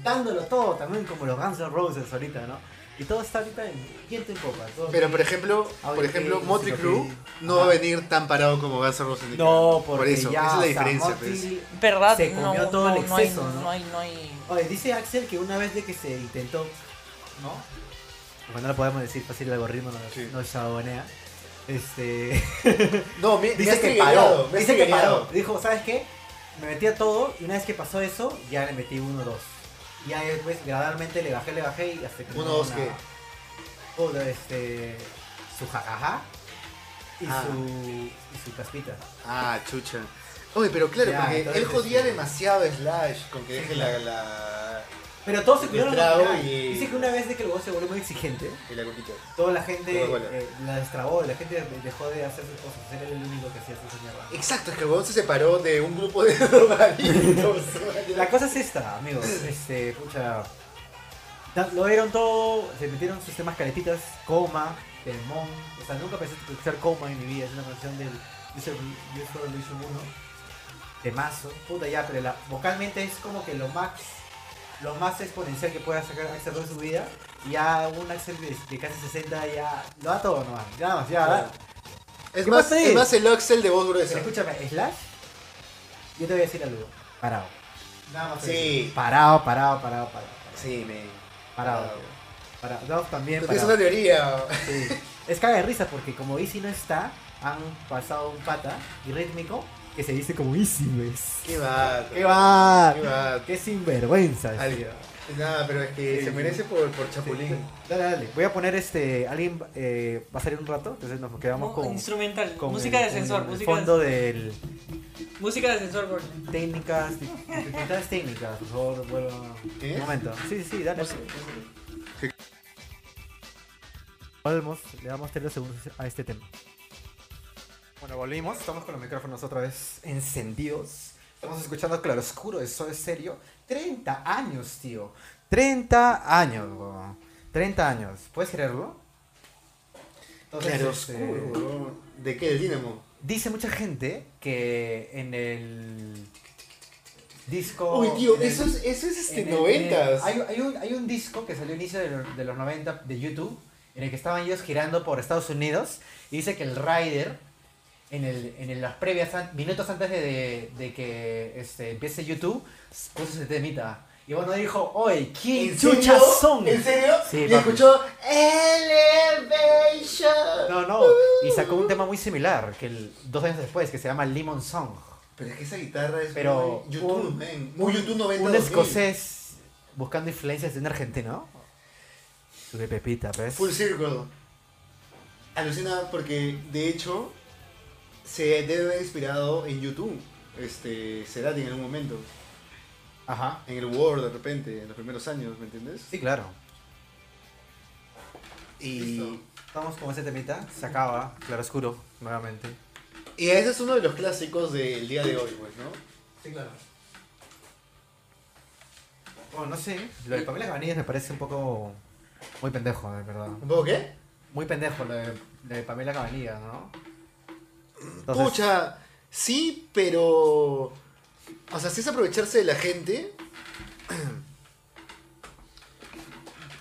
dándolo todo también como los Guns N' Roses ahorita, ¿no? Y todo está ahorita en viento en popa. todo
Pero
bien.
por ejemplo,
Audio
por ejemplo,
King,
Motley Crue
Enciclopedia.
no va a
Ajá.
venir tan parado como Guns N' Roses.
No, porque
por eso, esa
ya,
es la
o sea,
diferencia.
Motley-
pues.
¿Verdad?
Se
no,
comió todo
no,
el
no hay-
exceso, ¿no?
no hay, no hay.
Oye, dice Axel que una vez de que se intentó, ¿no? Bueno, no lo podemos decir fácil el algoritmo, nos,
Sí.
nos chabonea. Este.
No, este me, me has
Dice que
triggerado,
paró,
me has
dice que
triggerado.
paró. Dijo, ¿sabes qué? Me metí a todo y una vez que pasó eso, ya le metí uno, dos. Y ya después gradualmente le bajé, le bajé y hasta que...
Uno,
no,
dos,
nada.
¿qué?
Todo este... Su jajaja y,
Ah.
su, y su caspita.
Ah, chucha. Oye, pero claro,
Ya,
porque
entonces,
él jodía
sí.
demasiado a Slash con que deje la, la,
Pero todos se cuidaron.
Letrado
al final.
y-
Dice que una vez de que el juego se volvió muy exigente,
y la coquita.
toda la gente
Coca-Cola.
eh, la destrabó, la gente dejó de hacer sus cosas. Él era el único que hacía sus mierdas.
Exacto, es que el huevón se separó de un grupo de *laughs* drogadictos.
La cosa es esta, amigos. Este, pucha. da- Lo dieron todo, se metieron sus temas caletitas, coma, temón. O sea, nunca pensé escuchar coma en mi vida. Es una canción del User User Revolution 1. Temazo, puta ya, pero la- vocalmente es como que lo más lo más exponencial que pueda sacar Axel Rose de su vida. Y ya un Axel de, de casi 60 ya lo da todo nomás. Ya nada más, ya.
Claro.
da-
Es
¿Qué
más,
pasa ahí?
es más el Axel de voz
Pero
gruesa.
escúchame, Slash, yo te voy a decir algo. Parado. Nada más. te voy a
Sí.
decir. Parado, parado, parado, parado. parado.
Sí, me.
Parado. Parado. Dos también
Tú tienes una
parado.
teoría.
Sí. Es caga de risa porque como Easy no está, han pasado un pata y rítmico que se dice como Easy, ¿ves?
Qué va.
¡Qué va!
Qué va.
¡Qué sinvergüenza!
Alguien. Nada, pero es que
Sí,
se
sí.
merece por, por
Sí.
Chapulín.
Dale, dale. Voy a poner este. Alguien eh, va a salir un rato, entonces nos quedamos
Mu-
con.
instrumental,
con
música
el-
de
con
sensor,
el
música,
fondo
de,
del.
música de sensor, Gordon.
Técnicas, dificultades técnicas, por favor, bueno,
¿Qué?
un momento. Sí, sí, sí, dale.
¿Qué?
Volvemos, le damos 30 segundos a este tema. Bueno, volvimos, estamos con los micrófonos otra vez encendidos. Estamos escuchando Claroscuro de Soy Serio. 30 años, tío. 30 años, weón. 30 años, ¿puedes creerlo? Entonces,
Claro,
este,
oscuro. ¿De qué? ¿Del Dínamo?
Dice mucha gente que en el disco.
Uy, tío,
en el-
eso es, eso es este,
en el-
noventas.
en el- hay, hay un, hay un disco que salió a inicio de, los- de los 90 de YouTube en el que estaban ellos girando por Estados Unidos y dice que el Rider, en, el, en el- las previas, an- minutos antes de, de- de que este, empiece YouTube, puso ese temita. Y bueno, dijo, oye, ¿quién
¿En serio?
chuchas son?
¿En serio?
Sí,
y
papi.
escuchó Elevation.
No, no, y sacó un tema muy similar, que el, dos años después, que se llama Lemon Song.
Pero es que esa guitarra es
Pero
muy YouTube,
un-
man. Muy YouTube 90
Un
2000.
escocés buscando influencias de un argentino. Sube Pepita, ¿ves?
Full Circle. Alucina porque de hecho se debe haber inspirado en YouTube. Este, Cerati en algún momento.
Ajá.
En el Word de repente, en los primeros años, ¿me entiendes?
Sí, claro.
Y,
Estamos con ese temita. Se acaba, claro oscuro, nuevamente.
y ese es uno de los clásicos del día de hoy, pues, ¿no?
Sí, claro. Bueno, no sé. Lo de
Y-
Pamela Cabanillas me parece un poco. Muy pendejo, de verdad.
¿Un poco qué?
Muy pendejo lo de, lo de Pamela Cabanillas, ¿no? Entonces,
Pucha, sí, pero. O sea, sí es aprovecharse de la gente. *clears throat*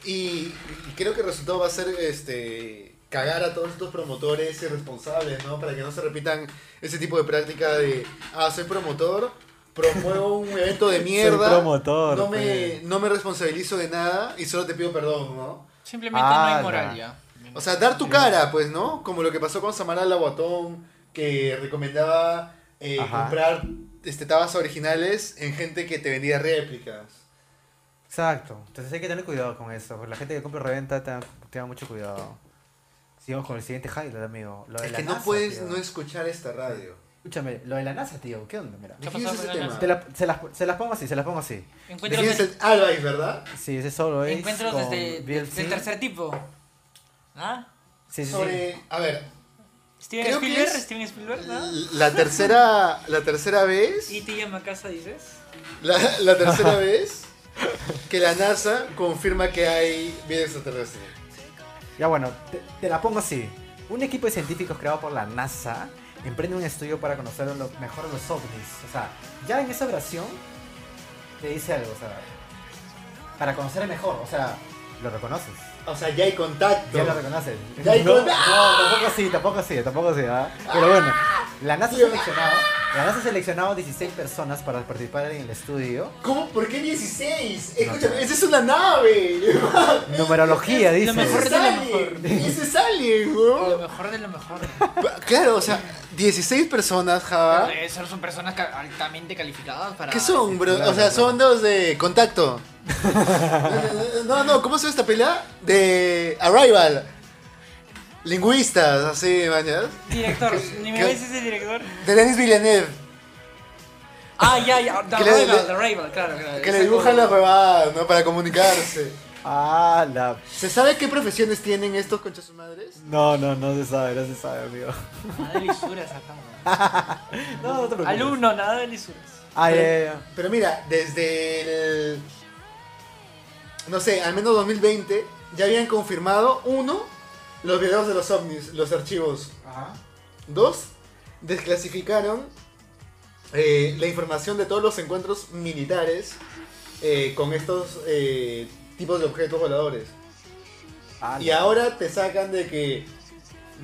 Y creo que el resultado va a ser este cagar a todos estos promotores irresponsables, ¿no? Para que no se repitan ese tipo de práctica de, ah, soy promotor, promuevo un evento de mierda,
promotor, pues.
no, me,
pe.
no me responsabilizo de nada y solo te pido perdón, ¿no?
Simplemente no
Ala.
hay moral ya.
O sea, dar tu cara, pues, ¿no? Como lo que pasó con Samara Laguatón, que recomendaba eh,
Ajá.
comprar este, tabas originales en gente que te vendía réplicas.
Exacto. Entonces hay que tener cuidado con eso. porque La gente que compra y reventa tenga, tenga mucho cuidado. Sigamos con el siguiente highlight, amigo. Lo de
es
la
que no
NASA,
puedes
tío.
no escuchar esta radio.
Escúchame, lo de la NASA, tío. ¿Qué onda? Mira.
¿Qué ha
Dijimos
pasado
ese
con la
tema.
Te la- se, las, se las pongo así, se las pongo así.
Encuentros,
Dijimos
de-
el Albaix, ¿verdad?
Sí, ese solo es.
encuentros
con
desde del
BLC.
tercer tipo. ¿Ah?
Sí, sí, sí.
Sobre, a ver,
Steven
Creo que
Spielberg,
es-
Steven Spielberg, ¿no?
la tercera, la tercera vez,
Y te llama a casa, dices.
la, la tercera vez que la NASA confirma que hay vida extraterrestre.
Ya bueno, te, te la pongo así. Un equipo de científicos creado por la NASA emprende un estudio para conocer lo- mejor a los ovnis. O sea, ya en esa oración te dice algo, o sea, para conocer mejor, o sea, lo reconoces.
O sea, ya hay contacto.
Ya lo reconoces.
Ya hay
no,
con-
no, tampoco así, tampoco así, tampoco así, ¿ah? Pero bueno, la NASA ha seleccionado, la NASA ha seleccionado 16 personas para participar en el estudio.
¿Cómo? ¿Por qué 16? Escúchame,
sé.
esa es una nave.
Numerología, dice.
Lo mejor
Ese
de lo
es
mejor.
Alien, Ese es Alien, weón.
Lo mejor de lo mejor.
Claro, o sea, 16 personas, Java.
Esas son personas ca- altamente calificadas para.
¿Qué son, bro?
claro,
O sea,
claro.
son dos de contacto. No, no, ¿cómo se llama esta pelea? De Arrival. Lingüistas, así, mañas.
Director, ni me
¿Qué?
ves ese director.
De Denis Villeneuve,
Ah, ya, ya. The
Que le-
Rival,
le-
The Rival, claro, claro.
que
Esa
le dibujan
cosa.
la huevada, ¿no? Para comunicarse.
Ah, la...
¿Se sabe qué profesiones tienen estos conchas sus madres?
No, no, no se sabe, no se sabe, amigo. *laughs*
Nada de lisuras acá,
No, no te preocupes.
Alumno, nada de lisuras.
Ah, ya, ya, ya.
Pero mira, desde el. No sé, al menos 2020, ya habían confirmado: uno, los videos de los ovnis, los archivos. Dos, desclasificaron eh, la información de todos los encuentros militares eh, con estos eh, tipos de objetos voladores.
Ah,
Y ahora te sacan de que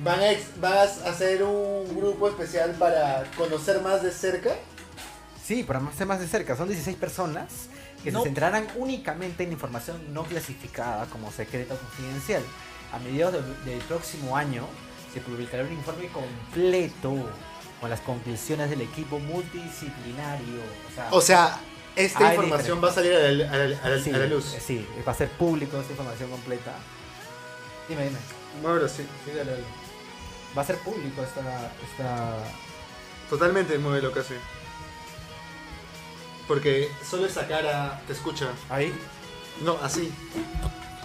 van a ex- vas a hacer un grupo especial para conocer más de cerca.
Sí, para más temas de cerca, son 16 personas que
No.
se centrarán únicamente en información no clasificada como secreta o confidencial. A mediados del, del próximo año se publicará un informe completo con las conclusiones del equipo multidisciplinario. O sea,
O sea, esta
Hay
información va a salir a la, a la- a la-
sí,
a la luz.
eh, Sí, va a ser público esa información completa. Dime, dime.
Mauro, sí, sí, dale, dale.
Va a ser público esta, esta...
Totalmente mueve lo que hace. Porque solo esa cara te escucha.
Ahí.
No, así.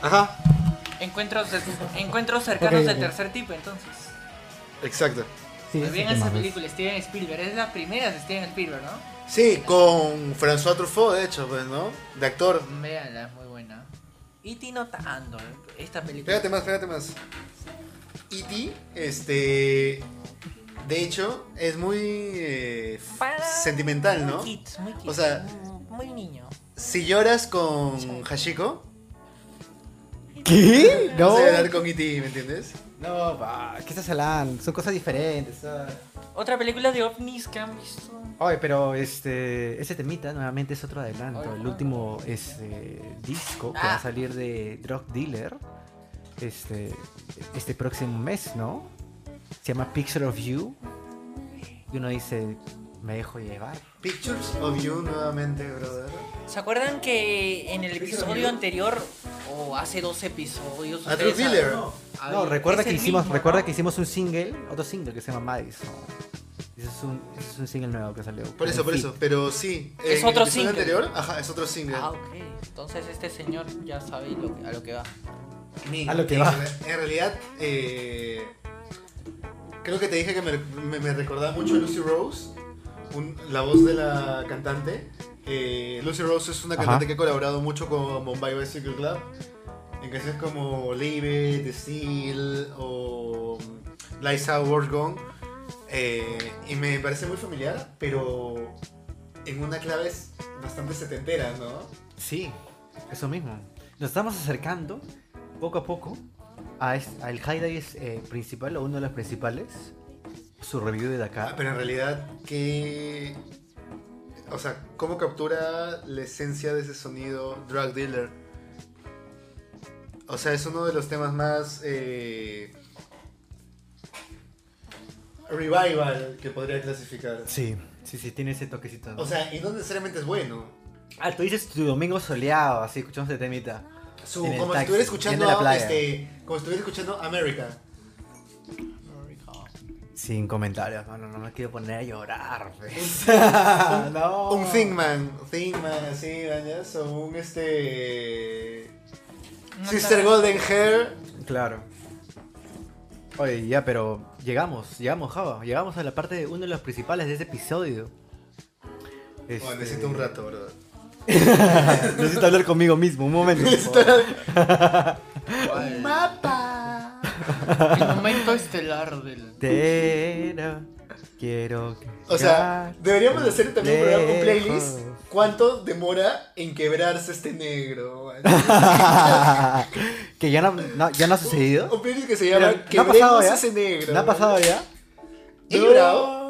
Ajá,
Encuentros, de- encuentros cercanos
Ok,
del
ok.
tercer tipo, entonces.
exacto.
Sí,
Muy
sí,
bien
¿qué
esa
más ves?
película, Steven Spielberg. Es la primera de Steven Spielberg, ¿no?
Sí, con François Truffaut, de hecho, pues, ¿no? De actor.
Veanla, es muy buena. Y Tino Tando, esta película.
Pégate más, pégate más. E.T., este. De hecho, es muy. eh,
Para-
sentimental, ¿no?
Muy kids, muy kids.
O sea-
muy niño.
Si lloras con Hashiko,
¿Qué? No.
vas a llorar con E.T., ¿me E entiendes?
No, pa, ¿qué estás hablando? Son cosas diferentes. ah.
Otra película de ovnis que han visto.
Oye, pero este, ese temita nuevamente es otro adelanto.
Oye,
el
bueno.
último este, disco que va
Ah.
a salir de Drug Dealer este, este próximo mes, ¿no? Se llama Picture of You. Y uno dice, me dejo llevar.
Pictures of You nuevamente, brother.
¿Se acuerdan que en el
¿Qué se
episodio
cambió?
anterior o hace dos episodios?
A Drew
ustedes
Miller.
saben- A
No,
ver,
recuerda
es
que
el
hicimos,
mismo,
recuerda
¿no?
que hicimos un single, otro single que se llama Madison. Ese es un, ese es un single nuevo que salió.
Por eso, por
Sí.
eso. Pero sí.
Es
en el
otro
episodio
single.
anterior, ajá, es otro single.
Ah, ok. Entonces este señor ya sabe lo que- a lo que va.
Mi-
A lo que
en,
va.
En realidad, eh, creo que te dije que me, me- me recordaba mucho a Lucy Rose, un- la voz de la cantante. Eh, Lucy Rose es una
Ajá.
cantante que ha colaborado mucho con Bombay Bicycle Club en canciones como Leave It, The Seal o mm, Liza World Gone. Eh, y me parece muy familiar, pero en una clave es bastante setentera, ¿no?
Sí, eso mismo. Nos estamos acercando poco a poco a es- al highlight eh, principal o uno de los principales. Su review de
Ah,
Dakar.
pero en realidad, ¿qué. O sea, ¿cómo captura la esencia de ese sonido drug dealer? O sea, es uno de los temas más. eh, revival que podría clasificar.
Sí, sí, sí, tiene ese toquecito. ¿no?
O sea, y no necesariamente es bueno.
ah, tú dices tu domingo soleado, así escuchamos de temita.
Su-
En el
como si
taxi,
estuviera escuchando
yendo a la
a-
playa.
este, Como si estuviera escuchando America.
Sin comentarios, mano, no me quiero poner a llorar. pues. *laughs* no.
Un Thing Man. Thing Man, así, ¿vayas? O un este.
No
Sister
está-
Golden Hair.
Claro. Oye, ya, pero llegamos, llegamos, Java. Llegamos a la parte de uno de los principales de este episodio.
Oh,
Este-
necesito un rato, bro.
*laughs* Necesito hablar conmigo mismo, un momento. por favor.
mapa.
El momento estelar del.
Entero, quiero que
O sea, deberíamos de hacer también un, programa, un playlist. ¿Cuánto demora en quebrarse este
*laughs*
negro?
*laughs* que ya no, no- ya no ha sucedido.
Un playlist que se
Pero,
llama
¿no ha pasado
Quebremos
ya?
ese negro.
¿No ha pasado ya?
¿He llorado?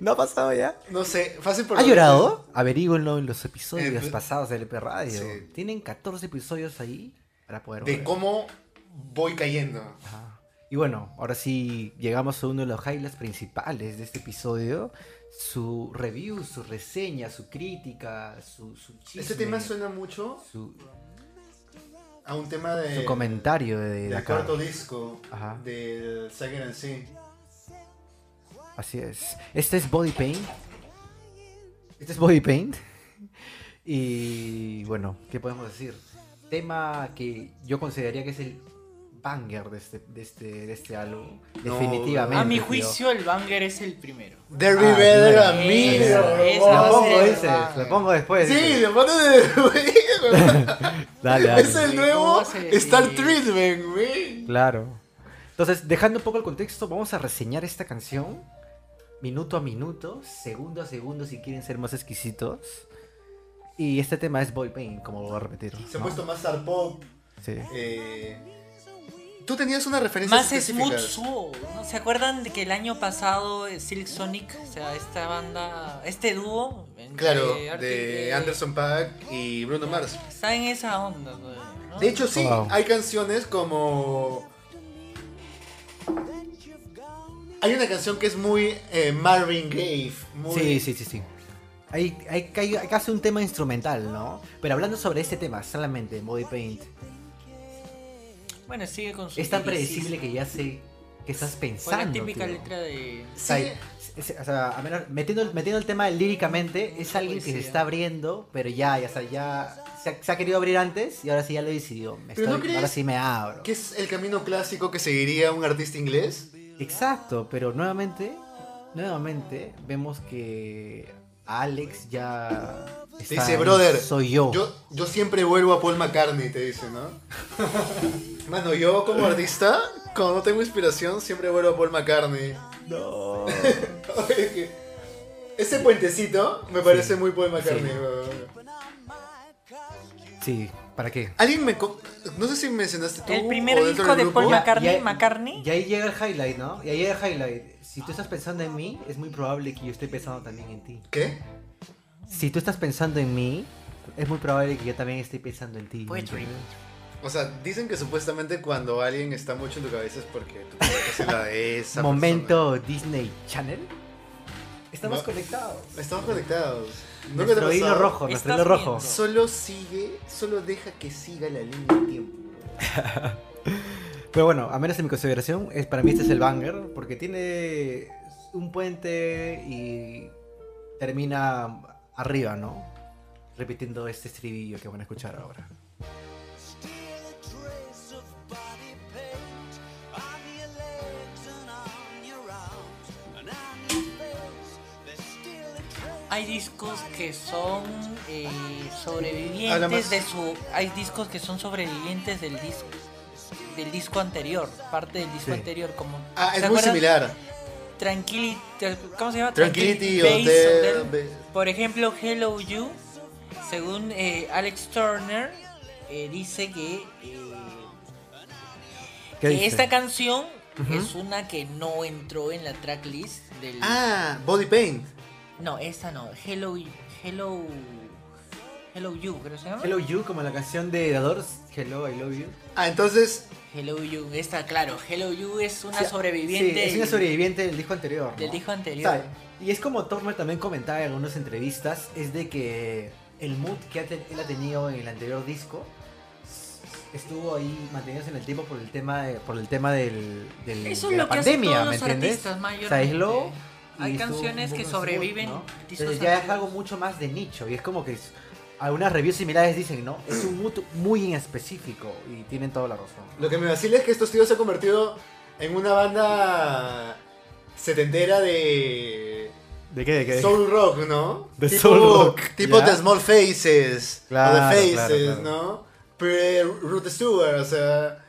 ¿No ha pasado ya?
No sé, fácil por
¿Ha
lo-
llorado? Averíguenlo en los
Eh,
episodios
pues-
pasados del EP Radio.
Sí.
Tienen 14 episodios ahí para poder
De
ver.
cómo voy cayendo.
Ajá. Y bueno, ahora sí llegamos a uno de los highlights principales de este episodio. Su review, su reseña, su crítica, su, su chisme.
Este tema suena mucho
Su,
a un tema de.
su comentario de,
Del
de acá.
cuarto disco
Ajá. Ah,
del Sagan and Sea.
Así es. Este es Body Paint. Este es Body Paint. Y bueno, ¿qué podemos decir? Tema que yo consideraría que es el banger de este, de este, de este álbum.
No,
Definitivamente.
A mi
tío.
juicio, el banger es el primero.
Derby
Ah,
Better
claro.
Amigo.
Eso, eso
Oh.
va
Lo
a
pongo,
ser el
dices.
banger.
Lo pongo después.
Sí,
dices.
lo mando *laughs* de.
Dale, dale.
Es el
Sí,
nuevo
¿cómo se-
Star
sí.
Treatment, güey.
Claro. Entonces, dejando un poco el contexto, vamos a reseñar esta canción minuto a minuto, segundo a segundo, si quieren ser más exquisitos. Y este tema es Boy Pain, como lo voy a repetir.
Se ha
¿no?
puesto más al pop.
Sí.
eh, Tú tenías una referencia
Más
específica.
smooth soul. ¿no? ¿Se acuerdan de que el año pasado eh, Silk Sonic, o sea, esta banda, este dúo? entre
Claro,
Arctic,
de
eh,
Anderson Paak y Bruno Mars.
Está en esa onda, güey, ¿no?
De hecho, sí,
Wow.
hay canciones como. Hay una canción que es muy eh, Marvin Gaye. Muy...
Sí, sí, sí, sí. Hay, hay, hay- hay casi un tema instrumental, ¿no? Pero hablando sobre este tema, solamente Body Paint,
bueno, sigue con su.
es tan predecible
liricismo.
que ya sé que estás
Fue
pensando.
la típica
tío.
letra de.
O sea,
Sí.
es- es- o sea, a menos- metiendo, metiendo el tema
Mm,
líricamente, es
Mucha
alguien que se
poesía.
está abriendo, pero ya, ya, o sea, ya se, ha, se ha querido abrir antes y ahora sí ya lo decidió. Me
Pero ¿no
estoy-
crees
ahora sí me abro.
Que es el camino clásico que seguiría un artista inglés.
Exacto, pero nuevamente, nuevamente vemos que Alex ya está
dice,
en
"Brother,
soy yo.
Yo, yo siempre vuelvo a Paul McCartney, te dice, ¿no? *laughs* Mano, yo como artista, cuando no tengo inspiración, siempre vuelvo a Paul McCartney. *laughs*
No.
Oye, que Ese puentecito me parece muy Paul McCartney.
*laughs* Sí, ¿Para qué?
Alguien me. co- No sé si mencionaste tú.
El primer
o dentro
disco
del
de Paul
grupo.
McCartney,
Y ahí-
McCartney.
Y ahí llega el highlight, ¿no? Y ahí llega el highlight. Si tú estás pensando en mí, es muy probable que yo esté pensando también en ti.
¿Qué?
Si tú estás pensando en mí, es muy probable que yo también esté pensando en ti. ¿me
Poetry.
entiendes?
O sea, dicen que supuestamente cuando alguien está mucho en tu cabeza es porque tu cabeza es la de esa
Momento Disney Channel. Estamos
No.
conectados.
persona. Estamos conectados. ¿No que te ha
Nuestro hilo
pasado?
rojo, nuestro hilo
Estás
rojo.
viendo.
Solo sigue, solo deja que siga la línea de tiempo.
Pero bueno, a menos en mi consideración, es, para mí este es el banger, porque tiene un puente y termina arriba, ¿no? Repitiendo este estribillo que van a escuchar ahora.
Hay discos que son eh, sobrevivientes
Habla más.
de su. Hay discos que son sobrevivientes del disco del disco anterior, parte del disco
Sí.
anterior, como
Ah,
¿se
es muy
acuerdan? Este
similar.
Tranquility, ¿cómo se llama?
Tranquility,
Base
Hotel.
Hotel.
Be-
Por ejemplo, Hello You, según eh, Alex Turner, eh, dice que, eh, que
¿Qué dice?
esta canción es una que no entró en la tracklist del.
Ah, Body Paint.
No, esta no. Hello, Hello, Hello You, creo que se llama.
Hello You, como la canción de The Doors, Hello, I Love You.
Ah, entonces.
Hello You, esta, claro. Hello You es una
Sí,
sobreviviente.
Sí, es
del-
una sobreviviente del disco anterior. ¿no?
Del disco
O
anterior.
sea, y es como Turner también comentaba en algunas entrevistas, es de que el mood que ha ten- él ha tenido en el anterior disco estuvo ahí manteniéndose en el tiempo por el tema de, por el tema del, del-
Eso
de
es
la
lo que hacen
pandemia,
todos
¿me
los
entiendes?
artistas
O sea, es lo-
mayormente.
y
Hay
estuvo un
canciones
poco
que
en su mood,
sobreviven.
¿no?
discos
Entonces ya es
anteriores.
algo mucho más de nicho y es como que es- algunas reviews similares dicen, no, es un mood muy en específico y tienen toda la razón.
Lo que me vacila es que estos tíos se han convertido en una banda setentera de.
¿De qué? ¿De
Soul rock, ¿no?
*laughs* De soul rock,
Tipo
¿ya?
The Small Faces.
Claro,
o The
claro,
Faces,
claro.
¿no? Pero eh, Ruth Stewart, o
*laughs*
sea.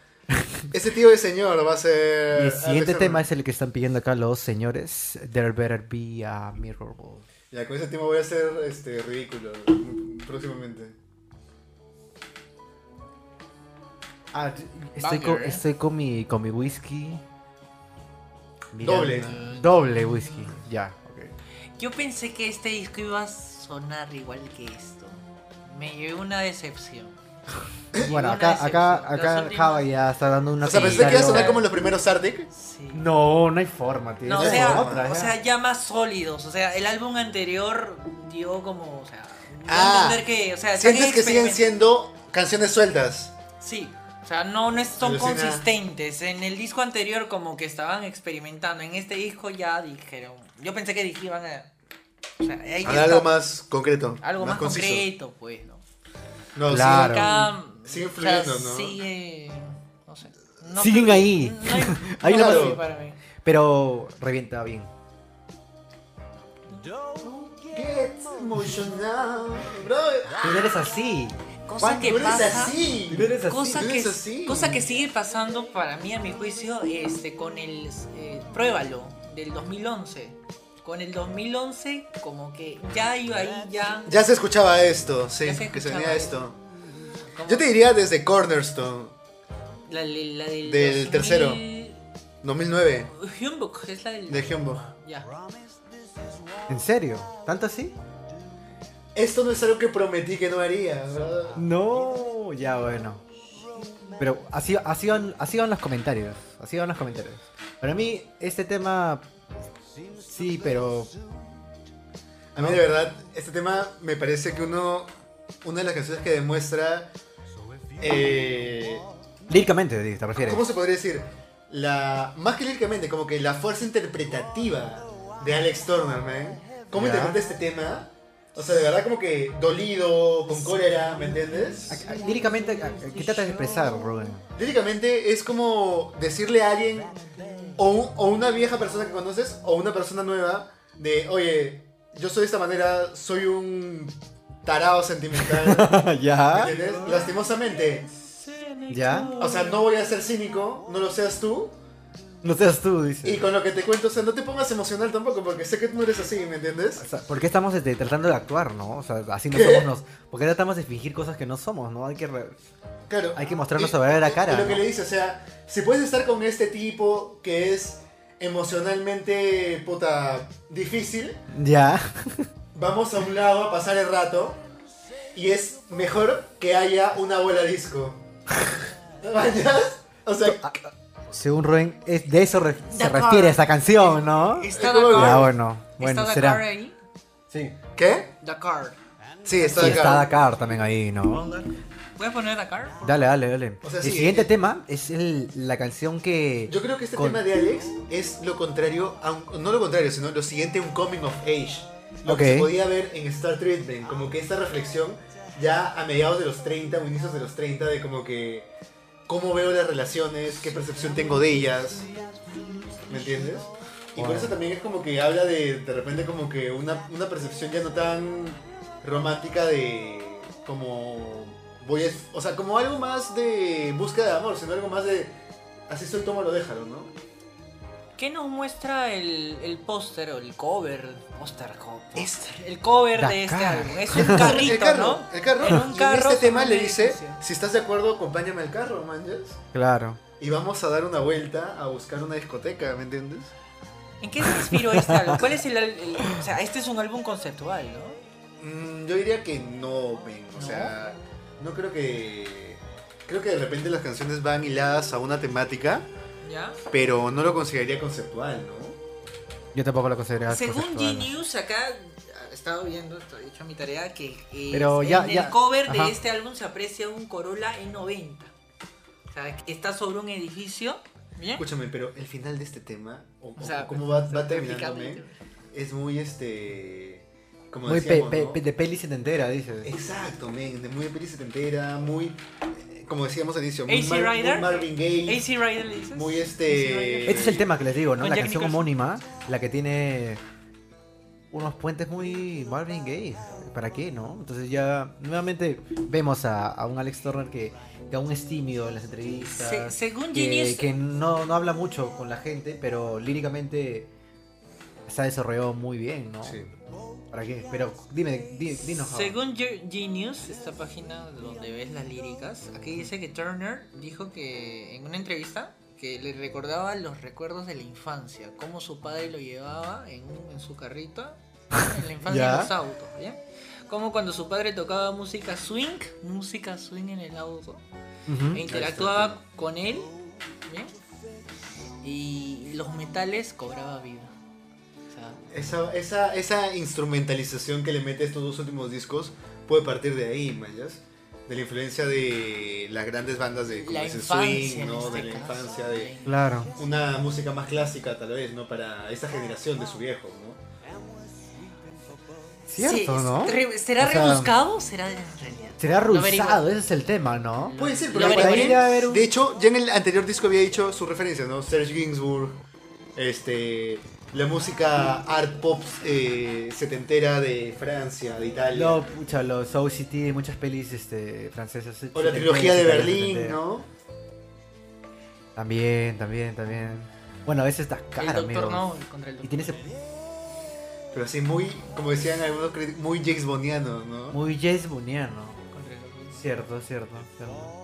Ese tío de señor va a ser.
Y el siguiente
Alex
tema
Turner.
es el que están pidiendo acá los señores. There better be a mirror ball.
Ya, con ese tema voy a ser este, ridículo próximamente.
Ah, estoy, con,
Banger, ¿eh?
estoy con mi con mi whisky.
Doble.
Doble whisky. Ya.
Yo pensé que este disco iba a sonar igual que esto. Me llevé una decepción.
Bueno,
Una
acá
decepción.
acá
Las
acá
últimas-
Java ya está dando una
o sea, pensé que iba a
comentario-
sonar como en los primeros Arctic.
Sí.
No, no hay forma, tío.
No, o
Eso,
sea,
otra,
o sea, ya más sólidos. O sea, el álbum anterior dio como, o sea, no
Ah,
entender que, o sea, están
Sientes que siguen
experiment-
siendo canciones sueltas.
Sí. O sea, no, no es- son
Alucina.
consistentes. En el disco anterior como que estaban experimentando. En este disco ya dijeron. Yo pensé que dijeron. eh, O sea, hay que
Habrá algo
estar-
más concreto.
algo más
conciso.
concreto, pues, ¿no?
No,
Claro.
sí.
Acá,
Sigue
o sea,
fluyendo, ¿no?
Sigue. No sé. No
Siguen
fluye.
ahí.
No hay-
*laughs* Ahí
no
nomás.
fluye para mí.
Pero revienta bien.
Get emotional, bro.
Tú no eres así.
Cosa que
Tú eres
pasa.
así.
Tú no eres así.
Cosa
no
que,
es así.
cosa que sigue pasando para mí, a mi juicio, este, con el eh, Pruébalo del 2011. Con el 2011, como que ya iba ahí, ya.
Ya se escuchaba esto, sí,
Ya se
que se
escuchaba
venía
esto.
esto.
como
Yo te diría desde Cornerstone,
La, la- la del,
Del tercero.
2000
2009,
Hyunbok, es la del.
de Hyunbo.
Ya.
¿En serio? ¿Tanto así?
Esto no es algo que prometí que no haría, ¿verdad?
No, ya bueno. Pero así, así, van, así van los comentarios. Así van los comentarios. Para mí, este tema. Sí, pero.
A mí de verdad, este tema me parece que uno, una de las canciones que demuestra, eh,
Líricamente, digo, te refieres.
¿cómo se podría decir? La, más que líricamente, como que la fuerza interpretativa de Alex Turner, man. ¿Cómo
Ya.
interpreta este tema? O sea, de verdad como que dolido, con cólera, ¿me entiendes?
A- a- Líricamente, a- a- ¿qué tratas de expresar, Rubén?
Líricamente es como decirle a alguien, o, un- o una vieja persona que conoces, o una persona nueva, de, oye, yo soy de esta manera, soy un tarado sentimental.
*laughs* *laughs* ¿Ya?
¿Entiendes? Lastimosamente.
¿Ya?
O sea, no voy a ser cínico, no lo seas tú.
No seas tú, dice.
Y con lo que te cuento, o sea, no te pongas emocional tampoco, porque sé que tú no eres así, ¿me entiendes?
O sea, ¿Por qué estamos este, tratando de actuar, no? O sea, así no
¿Qué?
somos nos. ¿Por qué tratamos de fingir cosas que no somos, no? Hay que. re-
Claro.
Hay que mostrar
Y-
nuestra verdadera
y- y
cara,
lo
¿no?
que le dice, o sea, si puedes estar con este tipo que es emocionalmente, puta, difícil,
Ya.
vamos a un lado a pasar el rato y es mejor que haya una bola disco. *laughs* ¿Me bañas? O sea,
Según Rubén, es de eso re- se
Dakar.
refiere esta canción, ¿no?
Está
Es como-
Dakar.
Ya, bueno. Bueno,
¿Está Dakar
será.
ahí?
Sí.
¿qué?
Dakar.
Sí, está
Sí,
acá.
está Dakar también ahí, ¿no?
¿Puedes poner Dakar?
Dale, dale, dale.
O sea,
el
sí,
siguiente
eh,
tema es el- la canción que.
Yo creo que este
Con-
tema de Alex es lo contrario, a un- no lo contrario, sino lo siguiente a un coming of age. Lo que
Ok.
se podía ver en Star Treatment, como que esta reflexión ya a mediados de los 30 o inicios de los 30 de como que cómo veo las relaciones, qué percepción tengo de ellas. ¿Me entiendes? Y por
Wow.
eso también es como que habla de de repente como que una, una percepción ya no tan romántica de como voy a, o sea, como algo más de búsqueda de amor, sino algo más de así soy, tómalo, déjalo, ¿no?
¿Qué nos muestra el, el póster o el cover? Póster, co-
Este.
El cover
Dakar.
de este álbum.
*laughs*
Es un carrito,
Ah, el carro,
¿no?
el carro.
En un
Y en
carro
este tema
con
le
una
dice,
iglesia.
si estás de acuerdo, acompáñame al carro, manches.
Claro.
Y vamos a dar una vuelta a buscar una discoteca, ¿me entiendes?
¿En qué se inspiró este álbum? ¿Cuál es el, al- el- O sea, este es un álbum conceptual, ¿no?
Mm, yo diría que no, men. O
¿No?
sea, no creo que... Creo que de repente las canciones van hiladas a una temática,
¿Ya?
pero no lo consideraría conceptual,
¿Eh?
¿no?
Yo tampoco lo considero
Según
conceptual.
Genius, acá he estado viendo, he hecho mi tarea, que eh,
Pero ya-
en
ya,
el cover
ajá.
de este álbum se aprecia un Corolla en 90. O sea, que está sobre un edificio. Bien.
Escúchame, pero el final de este tema, o, o
O sea,
cómo va, va terminando,
prácticamente.
men, es muy este... Como
Muy pe-
decíamos,
pe-
¿no?
pe- de peli se te entera, dices.
Este,
Exacto, men, de muy de Piri setentera, muy, eh, como decíamos al inicio, muy,
AC
Mar- muy
Rider.
Marvin Gaye,
AC Rider le dices.
¿eh? muy
AC Rider.
este...
Este es el tema que les digo, ¿no?
Con
La
Jack
canción
Nicholson.
homónima, la que tiene unos puentes muy Marvin Gaye. ¿Para qué, no? Entonces ya nuevamente vemos a, a un Alex Turner que, que aún es tímido en las entrevistas.
Se- según
que,
Genius,
que no, no habla mucho con la gente, pero líricamente se ha desarrollado muy bien, ¿no?
Sí.
¿Para qué? Pero dime, di- dinos. Jao.
Según Ge- Genius, esta página donde ves las líricas, aquí dice que Turner dijo que en una entrevista que le recordaba los recuerdos de la infancia, cómo su padre lo llevaba en, un- en su carrito, en
*laughs*
la infancia
Ya.
en los autos, ¿ya? Como cuando su padre tocaba música swing, música swing en el auto, e
Mm,
Ujú.
interactuaba con él, ¿bien? Y los metales cobraba vida. O sea,
Esa, esa, esa instrumentalización que le mete a estos dos últimos discos puede partir de ahí, mayas. De la influencia de las grandes bandas de como
La
dicen,
infancia,
swing,
en
¿no?
este
de la
caso.
infancia, de
Claro.
una música más clásica tal vez, ¿no? Para esta generación de su viejo, ¿no?
Cierto,
Sí,
¿no?
re- ¿Será
O sea-
rebuscado o será en realidad?
Será
Lo averiguo.
rusado, ese es el tema, ¿no?
Puede ser,
Lo
pero
averiguaré.
también-
Debería haber un-
de hecho, ya en el anterior disco había dicho sus referencias, ¿no? Serge Gainsbourg, este, la música art pop eh, setentera de Francia, de Italia,
No, pucha, los Soul City, muchas pelis este, francesas.
o la
setenta,
trilogía de
setenta,
Berlín,
setenta.
¿no?
También, también, también. Bueno, a veces da
El
cara,
doctor
amigo.
no, contra el
Y
doctor.
tiene ese
Pero así muy, como decían algunos críticos, muy James Bondiano, ¿no?
muy James Boniano.
Contra el doctor.
Cierto, cierto. cierto.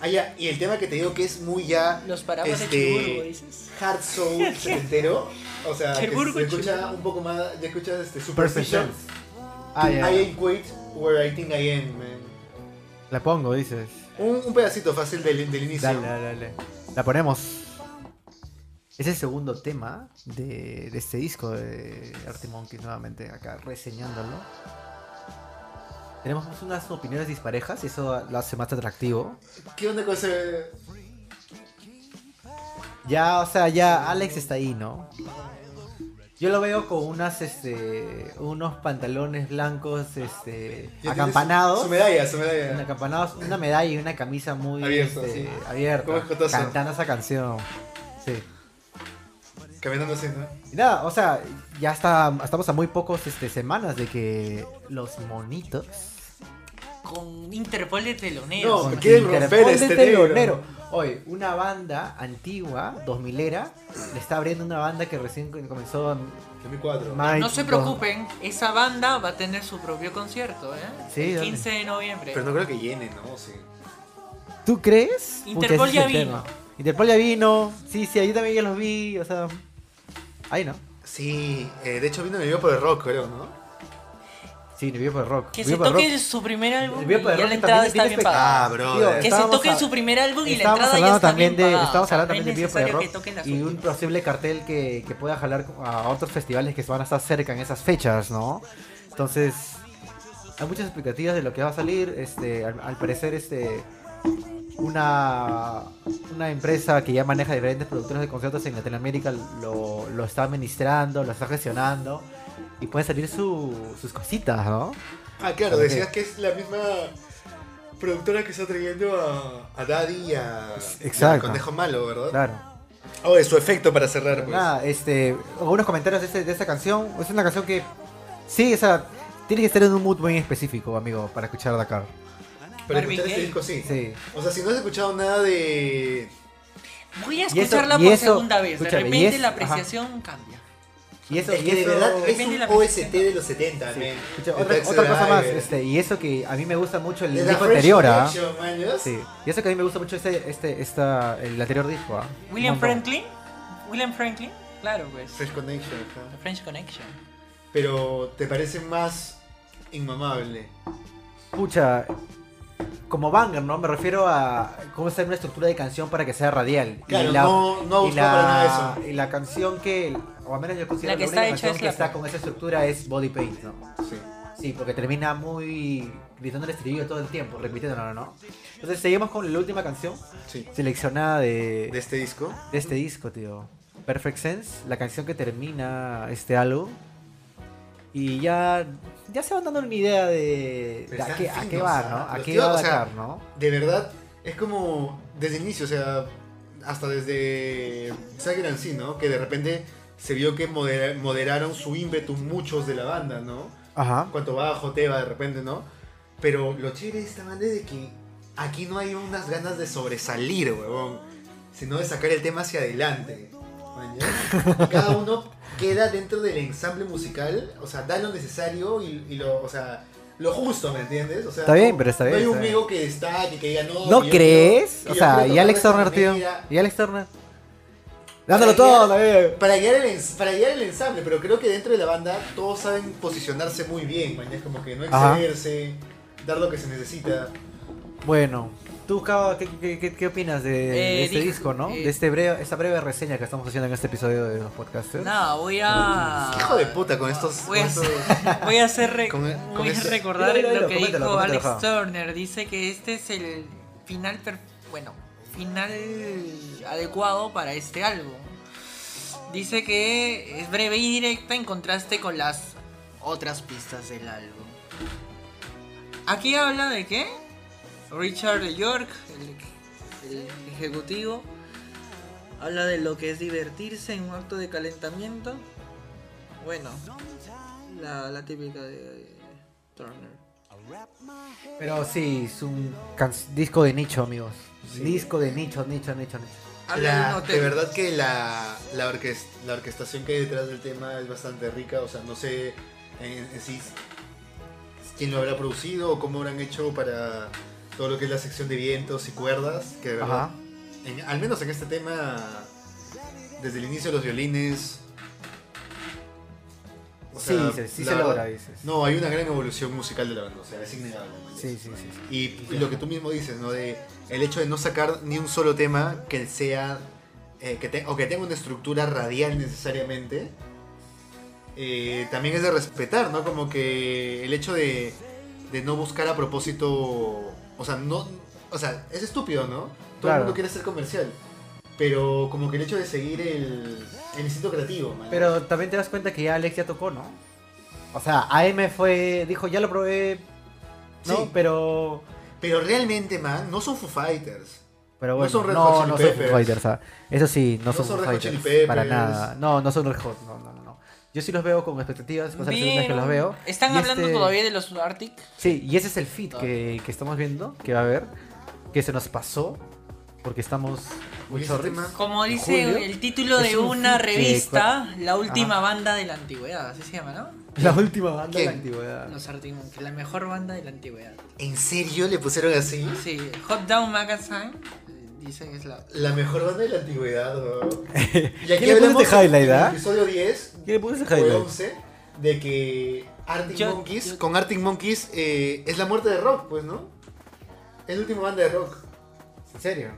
Ah, ya, y el tema que te digo que es muy ya
Los paraguas
Este-
de Chiburgo, dices.
hard
*laughs*
soul setentero, o sea, que
Cherburgo,
se escucha
Cherburgo.
un poco más, ya escuchas este, Superstition,
Perfections. Ah, ya.
I ain't quit where I think I am, man.
La pongo, dices.
Un, un pedacito fácil del, del inicio.
Dale, dale, dale. La ponemos. Es el segundo tema de, de este disco de Artie Monkeys nuevamente acá reseñándolo. Tenemos unas opiniones disparejas y eso lo hace más atractivo.
¿Qué onda con ese...? eh,
Ya, o sea, ya Alex está ahí, ¿no? Yo lo veo con unas, este, unos pantalones blancos, este,
Ya
acampanados,
tiene Su, su medalla, su
un
medalla.
acampanados, una medalla y una camisa muy
Abierto,
este,
sí.
abierta,
Como escotazo.
cantando esa canción. Sí.
Caminando así, ¿no?
Y nada, o sea, ya está, estamos a muy pocos, este, semanas de que los monitos
con Interpol de teloneros.
No,
Con
quieren
Interpol
romper
de
este negro.
telonero. Oye, una banda antigua, 2000era, le está abriendo una banda que recién comenzó en
2004.
Mike,
No se
con-
preocupen, esa banda va a tener su propio concierto, ¿eh?
Sí,
el
dale.
15 de noviembre.
Pero no creo que llene, ¿no? Sí.
¿Tú crees?
Interpol
ese es
ya
el
vino.
tema. Interpol ya vino. Sí, sí, ahí también ya los vi. O sea, ahí no.
Sí, eh, de hecho vino el video por el rock, creo, ¿no?
Sí, me vio por el rock.
Que
Me
se
vio por el
toque
rock.
su primer álbum
El
y
video
ya
por el rock
la
también
entrada está
tiene
bien
espect-
Ah,
pagada.
bro.
Tío,
Que se
estábamos
toque
a-
su primer álbum y la
Estábamos
entrada ya
hablando
está
también
bien
de,
pagada.
estábamos hablando
No es
también de Vivo por el
necesario
rock
que toquen las
y un
últimas.
posible cartel que, que pueda jalar a otros festivales que se van a estar cerca en esas fechas, ¿no? Entonces, hay muchas expectativas de lo que va a salir. Este, al, al parecer, este, una, una empresa que ya maneja diferentes productores de conciertos en Latinoamérica lo, lo está administrando, lo está gestionando y pueden salir su, sus cositas, ¿no?
Ah, claro,
Ok.
decías que es la misma productora que está trayendo a, a Daddy y a, y al
Exacto.
Conejo Malo, ¿verdad?
Claro.
Oh, es su efecto para cerrar, pues.
Nada, este, algunos comentarios de, este- de esta canción. Es una canción que, sí, o sea, tienes que estar en un mood muy específico, amigo, para escuchar Dakar.
Para
Marvin
escuchar este
Gaye.
disco, sí.
Sí.
O sea, si no has escuchado nada de...
Voy a
eso-
escucharla
y
por
eso-
segunda vez. De
escúchame, y
repente
es-
la
ajá.
apreciación cambia.
Y eso,
Es
y
que de
eso-
verdad es
Depende de
un
la
OST de los 70,
sí.
men.
Escucha,
El
otra,
Taxi
otra cosa más,
Driver.
este, y eso que a mí me gusta mucho el
De la
disco
Fresh
anterior, ¿ah?
Connection, man, ¿no?
Sí. Y eso que a mí me gusta mucho este, este, esta, el anterior disco, ¿ah?
William
Un montón.
Franklin. William Franklin. Claro, pues.
Fresh Connection, ajá.
The French Connection.
Pero te parece más inmamable.
Pucha, como banger, ¿no? Me refiero a cómo hacer una estructura de canción para que sea radial.
Claro,
y la,
no, no ha
y
gustado para nada
la,
eso.
y la canción que, o al menos yo considero
La
la,
que
única
está hecha
canción
es
que
la-
está con esa estructura es Body Paint, ¿no?
Sí.
Sí, porque termina muy gritando el estribillo todo el tiempo, repitiéndolo, ¿no? Entonces seguimos con la última canción
Sí.
seleccionada de,
De este disco.
de este disco, tío. Perfect Sense, la canción que termina este álbum. Y ya, ya se van dando una idea de, de
Están
a, qué, a qué
finos,
va,
¿ah?
¿no? A
Los
qué
tíos,
va a
o sea,
dar, ¿no?
De verdad, es como desde el inicio, o sea, hasta desde Sagran sí, ¿no? Que de repente se vio que modera- moderaron su ímpetu muchos de la banda, ¿no?
Ajá.
Cuanto bajo, te va de repente, ¿no? Pero lo chévere de esta banda es de que aquí no hay unas ganas de sobresalir, huevón, sino de sacar el tema hacia adelante. ¿mañas? Cada uno queda dentro del ensamble musical, o sea, da lo necesario y, y lo, o sea, lo justo, ¿me entiendes? O sea,
Está
no-
bien, pero está bien,
No hay
está
un
bien.
amigo que está, que, que diga no.
¿No
que yo
crees?
quiero- que
o
yo
sea,
quiero
y Alex
tocar de
Turner,
esta
tío.
manera.
Y Alex Turner. Dándolo todo, también.
Para guiar, el, ens- para guiar el ensamble, pero creo que dentro de la banda todos saben posicionarse muy bien, man, es como que no
Ajá.
excederse, dar lo que se necesita.
Bueno, tú, Cava, ¿qué, qué, qué, qué opinas de, de
Eh,
este
di-
disco, no?
eh.
de este breve, esta breve reseña que estamos haciendo en este episodio de los podcasts.
Nada, voy a.
Qué hijo de puta con estos-
Voy a,
con estos-
voy a hacer. re-
con- con
voy a
estos-
recordar
Dilo, dilo,
lo
dilo,
que
coméntalo,
dijo
coméntalo,
Alex
ja.
Turner. Dice que este es el final. per- bueno, final adecuado para este álbum. Dice que es breve y directa en contraste con las otras pistas del álbum. Aquí habla de qué? Richard de York, el, el ejecutivo, habla de lo que es divertirse en un acto de calentamiento. Bueno, la, la típica de, de Turner.
Pero sí, es un can- disco de nicho, amigos. Disco de nicho, nicho, nicho, nicho.
Habla de
La,
un
de
hotel.
verdad que la, la, orques- la orquestación que hay detrás del tema es bastante rica, o sea, no sé en, en sí quién lo habrá producido o cómo habrán hecho para todo lo que es la sección de vientos y cuerdas, que de verdad,
Ajá.
en- al menos en este tema, desde el inicio de los violines... o
Sí,
sea,
se- sí
la
se
verdad-
logra, dices.
No, hay una gran evolución musical de la banda, o sea, es innegable.
Sí, sí, sí. sí.
Y lo que tú mismo dices, ¿no? De el hecho de no sacar ni un solo tema que sea. eh, que te- o que tenga una estructura radial necesariamente. eh, también es de respetar, ¿no? Como que el hecho de, de no buscar a propósito. O sea, no. O sea, es estúpido, ¿no? Todo
Claro.
el mundo quiere ser comercial. Pero como que el hecho de seguir el, el instinto creativo, man.
Pero también te das cuenta que ya Alex ya tocó, ¿no? O sea, AM fue, dijo, ya lo probé, ¿no?
Sí.
Pero,
Pero realmente, man, no son Foo Fighters.
pero
No
bueno,
son Red
no,
Hot Chili
no son Foo
Peppers.
Fighters, ah. Eso sí, no, son Foo
Red Hot Chili
Fighters, para
Peppers.
nada. No, no son Red Hot, no, no, no, no. Yo sí los veo con expectativas, o sea, la segunda vez que
Vieron.
los veo.
Están
Y
hablando
este-
todavía de los Arctic.
Sí, y ese es el feed que, que estamos viendo, que va a haber, que se nos pasó, porque estamos muy
ese
chorris.
tema-
Como
¿En
dice
julio?
el título
Es
de
un
una
fin-
revista, la última
Ajá.
banda de la antigüedad, así se llama, ¿no?
La última banda de la
¿Quién?
antigüedad.
Los Arctic Monkeys, la mejor banda de la antigüedad.
¿En serio le pusieron así?
Sí, Hot Down Magazine, eh, dicen es la...
La mejor banda de la antigüedad,
*laughs*
weón. Y
¿Qué le pones de
hablamos en-
highlight,
en el
ah?
episodio 10
¿Qué le pones de
o el
highlight?
11 de que Arctic
Yo-
Monkeys,
yo-
con Arctic Monkeys, eh, es la muerte de rock, pues, ¿no? Es la última banda de rock. ¿En serio?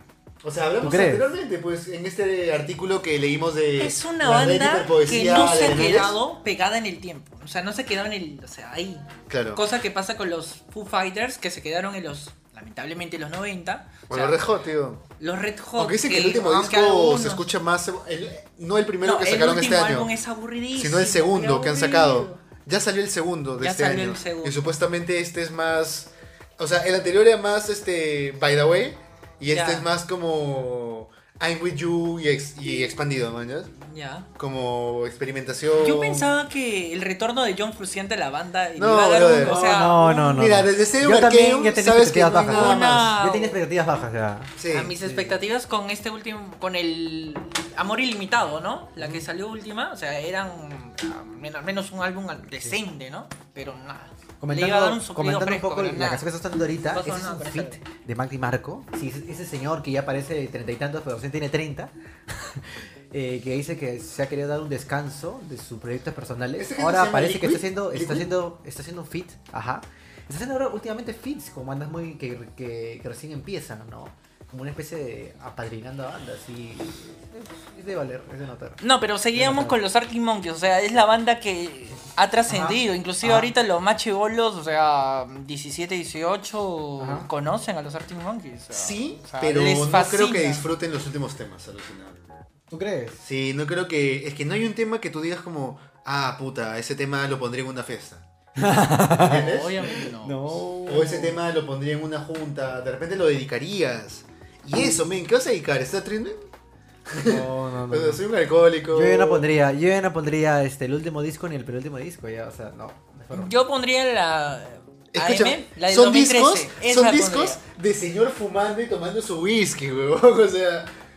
O sea, hablamos
¿Tú crees?
anteriormente, pues, en este artículo que leímos de.
Es una
la red
banda que
hiperpoesía
no
de
se ha
Lunes.
quedado pegada en el tiempo, o sea, no se ha quedado en el... o sea, ahí.
Claro.
Cosa que pasa con los Foo Fighters que se quedaron en los, lamentablemente, en los 90. O
Bueno,
sea,
Red Hot, tío.
los Red Hot.
Aunque dicen que el último
aunque
disco
algunos-
se escucha más. el- no el primero
No,
que sacaron
el
este
último
año.
álbum es aburridísimo.
sino el segundo que han sacado.
aburrido.
Ya salió el segundo de
Ya
este
salió
año.
el segundo.
Y supuestamente este es más. O sea, el anterior era más este. By the way. Y este
Ya.
es más como. I'm with you y, ex- y expandido, ¿no? ¿Ya?
Ya.
Como experimentación.
Yo pensaba que el retorno de John Frusciante a la banda le
No,
iba a dar un-
brother.
o sea,
no, no, no.
Mira,
no.
desde Stereo
Yo también
Arcadium
ya tenía
sabes que
expectativas
no hay
bajas.
nada
más.
Yo tenía expectativas bajas ya.
Sí,
a mis
sí.
expectativas con este último, con el Amor Ilimitado, ¿no? La que salió última, o sea, eran ah, men- al menos un álbum al- decente, ¿no? Pero nada. le iba a dar un
Comentando,
soplido
comentando un
fresco,
poco la
pero
canción
nada.
que está dando ahorita,
No
ese
pasó
es
nada,
un
pero
feat de Magdi Marco. Sí, ese, ese señor que ya parece de treinta y tantos, pero recién tiene treinta. *laughs* eh, que dice que se ha querido dar un descanso de sus proyectos personales.
¿Ese gente se
Ahora
llama
parece que
Liquid?
está haciendo, está
¿Liquid?
haciendo, está haciendo un feat, ajá. Está haciendo ahora últimamente feats con bandas muy que, que, que recién empiezan, ¿no? Como una especie de apadrinando a bandas y es de valer, es de notar.
No, pero seguíamos
Ajá.
con los Arctic Monkeys, o sea, es la banda que ha trascendido, inclusive
Ajá.
ahorita los más chibolos, o sea, 17, 18
Ajá.
conocen a los Arctic Monkeys. o sea,
Sí,
o sea,
pero
les
no creo
fascina.
que disfruten los últimos temas, alucinado.
¿Tú crees?
Sí, no creo que. Es que no hay un tema que tú digas como. Ah, puta, ese tema lo pondría en una fiesta. ¿Entiendes?
No, obviamente no.
No.
O
Oh.
ese tema lo pondría en una junta, de repente lo dedicarías. Y eso, men, ¿qué vas a dedicar? ¿Estás triste?
No, no, no.
*laughs* O sea, soy un alcohólico.
Yo ya no pondría, yo ya no pondría este, el último disco ni el penúltimo disco, ya, o sea, no. de forma.
Yo pondría la
Escucha,
AM, la de
son
2013.
discos,
esa
son
la
discos
pondría.
de señor fumando y tomando su whisky, weón. *laughs*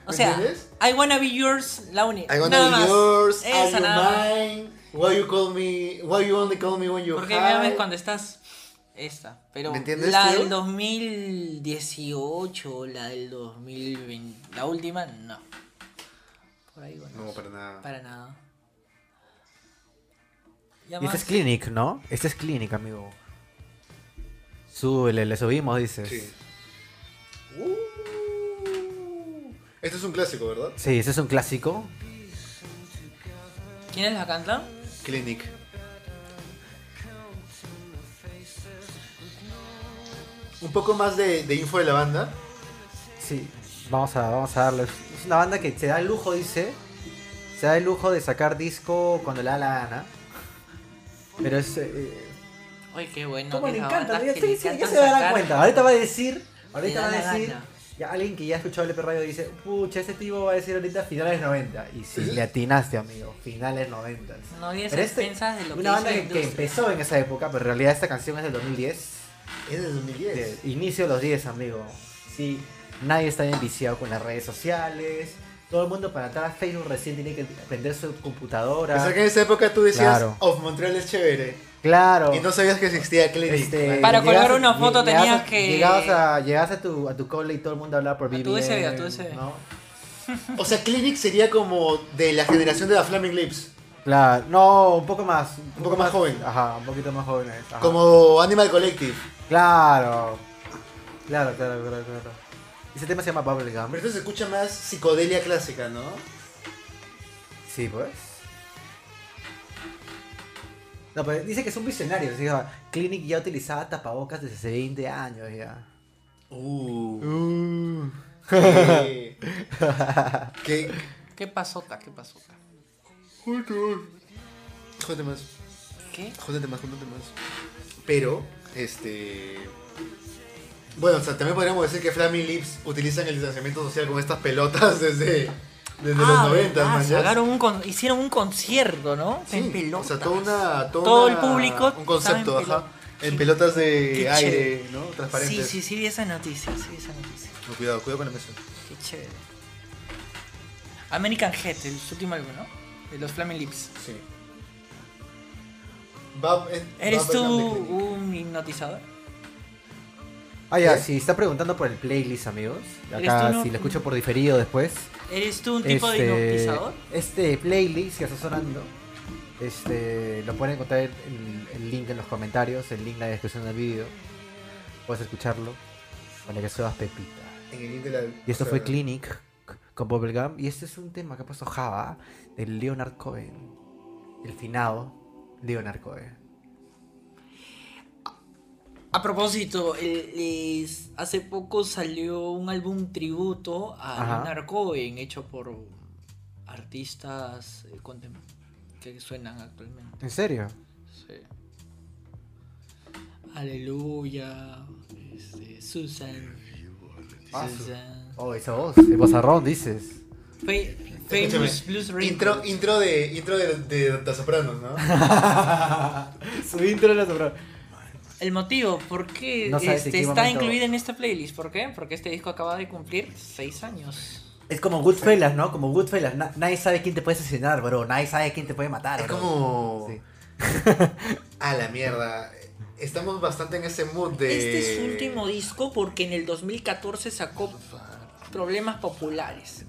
O sea,
O
¿me
sea,
entiendes?
I Wanna Be Yours, la única.
I
nada
wanna be
más.
yours, are
Esa
you
nada más.
mine? Why you call me, why you only call me when you're
Porque me
high?
ames cuando estás. Esta. Pero
¿eh? ¿Me entiendes,
la
tío?
del 2018, la del 2020. La última, no. Por ahí, bueno.
No, para nada.
Para nada. Ya
Y este
más.
es Clinic, ¿no? Este es Clinic, amigo. Súbele, le subimos, dices.
Sí.
Sí.
Uh. Este es un clásico, ¿verdad?
ese es un clásico.
¿Quiénes la cantan?
Clinic. Un poco más de, de info de la banda.
Sí, vamos a, vamos a darle. Es una banda que se da el lujo, dice. Se da el lujo de sacar disco cuando le da la gana. Pero es. eh,
Oye, qué bueno.
¿Cómo
que
le
esas
encanta?
bandas
Ya,
que
sí,
le
sí, ya
encantan
se darán
sacar-
cuenta. Ahorita va a decir.
da
Ahorita va a
la
decir.
gana.
Ya alguien que ya ha escuchado el perrayo dice, pucha, ese tipo va a decir ahorita finales 90. Y si
Sí.
le atinaste, amigo, finales 90.
No vi
Pero
esas
este-
pensas de lo que
Una
hizo
banda
la
que, que
industria.
empezó en esa época, pero en realidad esta canción es del 2010.
Es del 2010.
de- inicio de los 10, amigo. Sí, nadie está enviciado con las redes sociales. Todo el mundo para entrar a Facebook recién tiene que aprender su computadora.
Pensá que en esa época tú decías,
Claro.
Of Montreal es chévere.
Claro.
Y no sabías que existía Clinic.
Este,
Para colgar
llegabas a-
una foto
llegabas
tenías
a-
que-
Llegabas a, llegabas a tu, a tu cole y todo el mundo hablaba por
A
BBM.
tu USB, a tu USB.
¿no?
O sea, Clinic sería como de la generación de la Flaming Lips.
Claro, no, un poco más. Un
poco más joven.
Ajá, un poquito más joven. Ajá.
Como Animal Collective.
Claro. Claro, claro, claro, claro. Ese tema se llama Bubblegum.
Pero esto se escucha más psicodelia clásica, ¿no?
Sí, pues. No, pero dice que es un visionario. así que, ah, Clinic ya utilizaba tapabocas desde hace 20 años ya.
Uh. Eh.
Uh. *laughs*
que, que-
¿Qué pasota? ¿Qué pasota?
Jódete más.
¿Qué?
Jódete más, jódete más. Pero, este. Bueno, o sea, también podríamos decir que Flaming Lips utilizan el distanciamiento social con estas pelotas *laughs* desde. Desde los 90,
Ah, ¿verdad?
man, ya.
Sacaron un con- hicieron un concierto, ¿no?
Sí,
en pelota.
o sea, toda una, toda
Todo
una-
el público
Un concepto,
estaba en
ajá.
pelo-
En pelotas de
Qué
aire,
chévere.
¿no?
Sí,
Transparentes.
sí, sí, vi esa noticia, sí, vi esa noticia.
No, cuidado, cuidado con la mesa.
Qué chévere. American Head, el su último álbum, ¿no? De los Flaming Lips.
Sí. Va- eh,
¿Eres
va
tú
Bernard de Clinic.
un hipnotizador?
Ah, ya,
¿Eh?
si está preguntando por el playlist, amigos.
¿Eres
Acá,
tú, no?
si lo escucho por diferido después.
¿Eres tú un tipo de hipnotizador?
este playlist que está sonando, este, lo pueden encontrar el, el link en los comentarios, el link en la descripción del video. Puedes escucharlo con la que subas Pepita.
En el Inter al-
Y esto
o sea,
fue Clinic con Bubblegum. Y este es un tema que pasó Java de Leonard Cohen. El finado Leonard Cohen.
A propósito, eh, les- hace poco salió un álbum tributo a
Ajá.
Leonard Cohen hecho por artistas eh, contem- que suenan actualmente.
¿En serio?
Sí. Aleluya, este, Susan.
Ah, su-
Susan.
Oh, esa voz. El vozarrón, dices.
Fa-
Escúchame,
Famous Blues
Intro,
Records.
intro de, intro de, de, de Sopranos, ¿no?
*laughs* Su intro era sobrado.
El motivo, ¿por qué
No sabes en
este,
qué
está
momento-
incluido en esta playlist? ¿Por qué? Porque este disco acaba de cumplir 6 años.
Es como Goodfellas, ¿no? Como Goodfellas. Na- nadie sabe quién te puede asesinar, bro. Nadie sabe quién te puede matar,
Es
bro.
como.
Sí.
A la mierda. Estamos bastante en ese mood de.
Este es su último disco porque en el 2014 sacó problemas populares.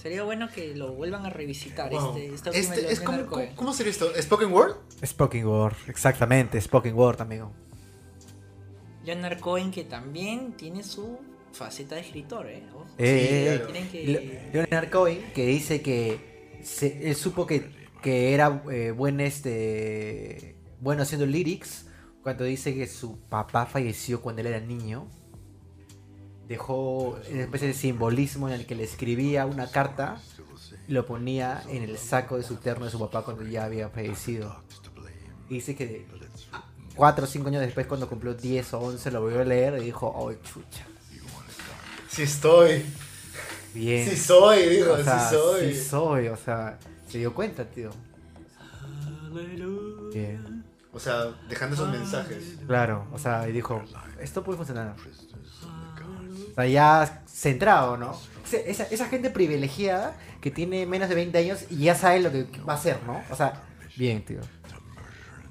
Sería bueno que lo vuelvan a revisitar.
Wow.
Este, esta última
Este,
de
es
Leonard
como,
Cohen.
¿cómo, cómo sería esto? ¿Spoken Word?
Spoken Word. Exactamente, Spoken Word, amigo.
Leonard Cohen que también tiene su faceta de escritor, ¿eh? Ojo.
Eh,
claro.
Tienen que-
eh, Le- Leonard Cohen, que dice que se- él supo que, que era eh, buen este bueno haciendo lyrics cuando dice que su papá falleció cuando él era niño. Dejó una especie de simbolismo en el que le escribía una carta y lo ponía en el saco de su terno de su papá cuando ya había fallecido. Y dice que cuatro o cinco años después, cuando cumplió 10 o 11, lo volvió a leer y dijo, ¡ay, chucha!
Sí, estoy.
Bien.
Sí, soy, digo.
Eh. O sea,
sí, soy.
sí soy, o sea, se dio cuenta, tío.
Aleluya.
Bien.
O sea, dejando esos mensajes.
Claro, o sea, y dijo, esto puede funcionar. O sea, ya centrado, ¿no? Ese- Esa, esa gente privilegiada que tiene menos de 20 años y ya sabe lo que va a hacer, ¿no? O sea, bien, tío.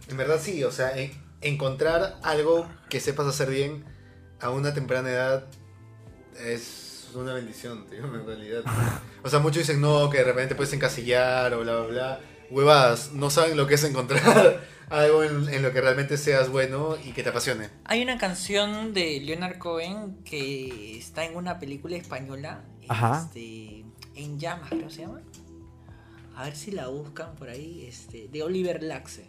En verdad, sí. O sea, en- encontrar algo que sepas hacer bien a una temprana edad es una bendición, tío, en realidad. O sea, muchos dicen, no, que de repente puedes encasillar o bla, bla, bla. Huevadas, no saben lo que es encontrar *laughs* algo en, en lo que realmente seas bueno y que te apasione.
Hay una canción de Leonard Cohen que está en una película española.
Ajá.
Este, en llamas, creo que se llama. A ver si la buscan por ahí. Este, de Oliver Laxe.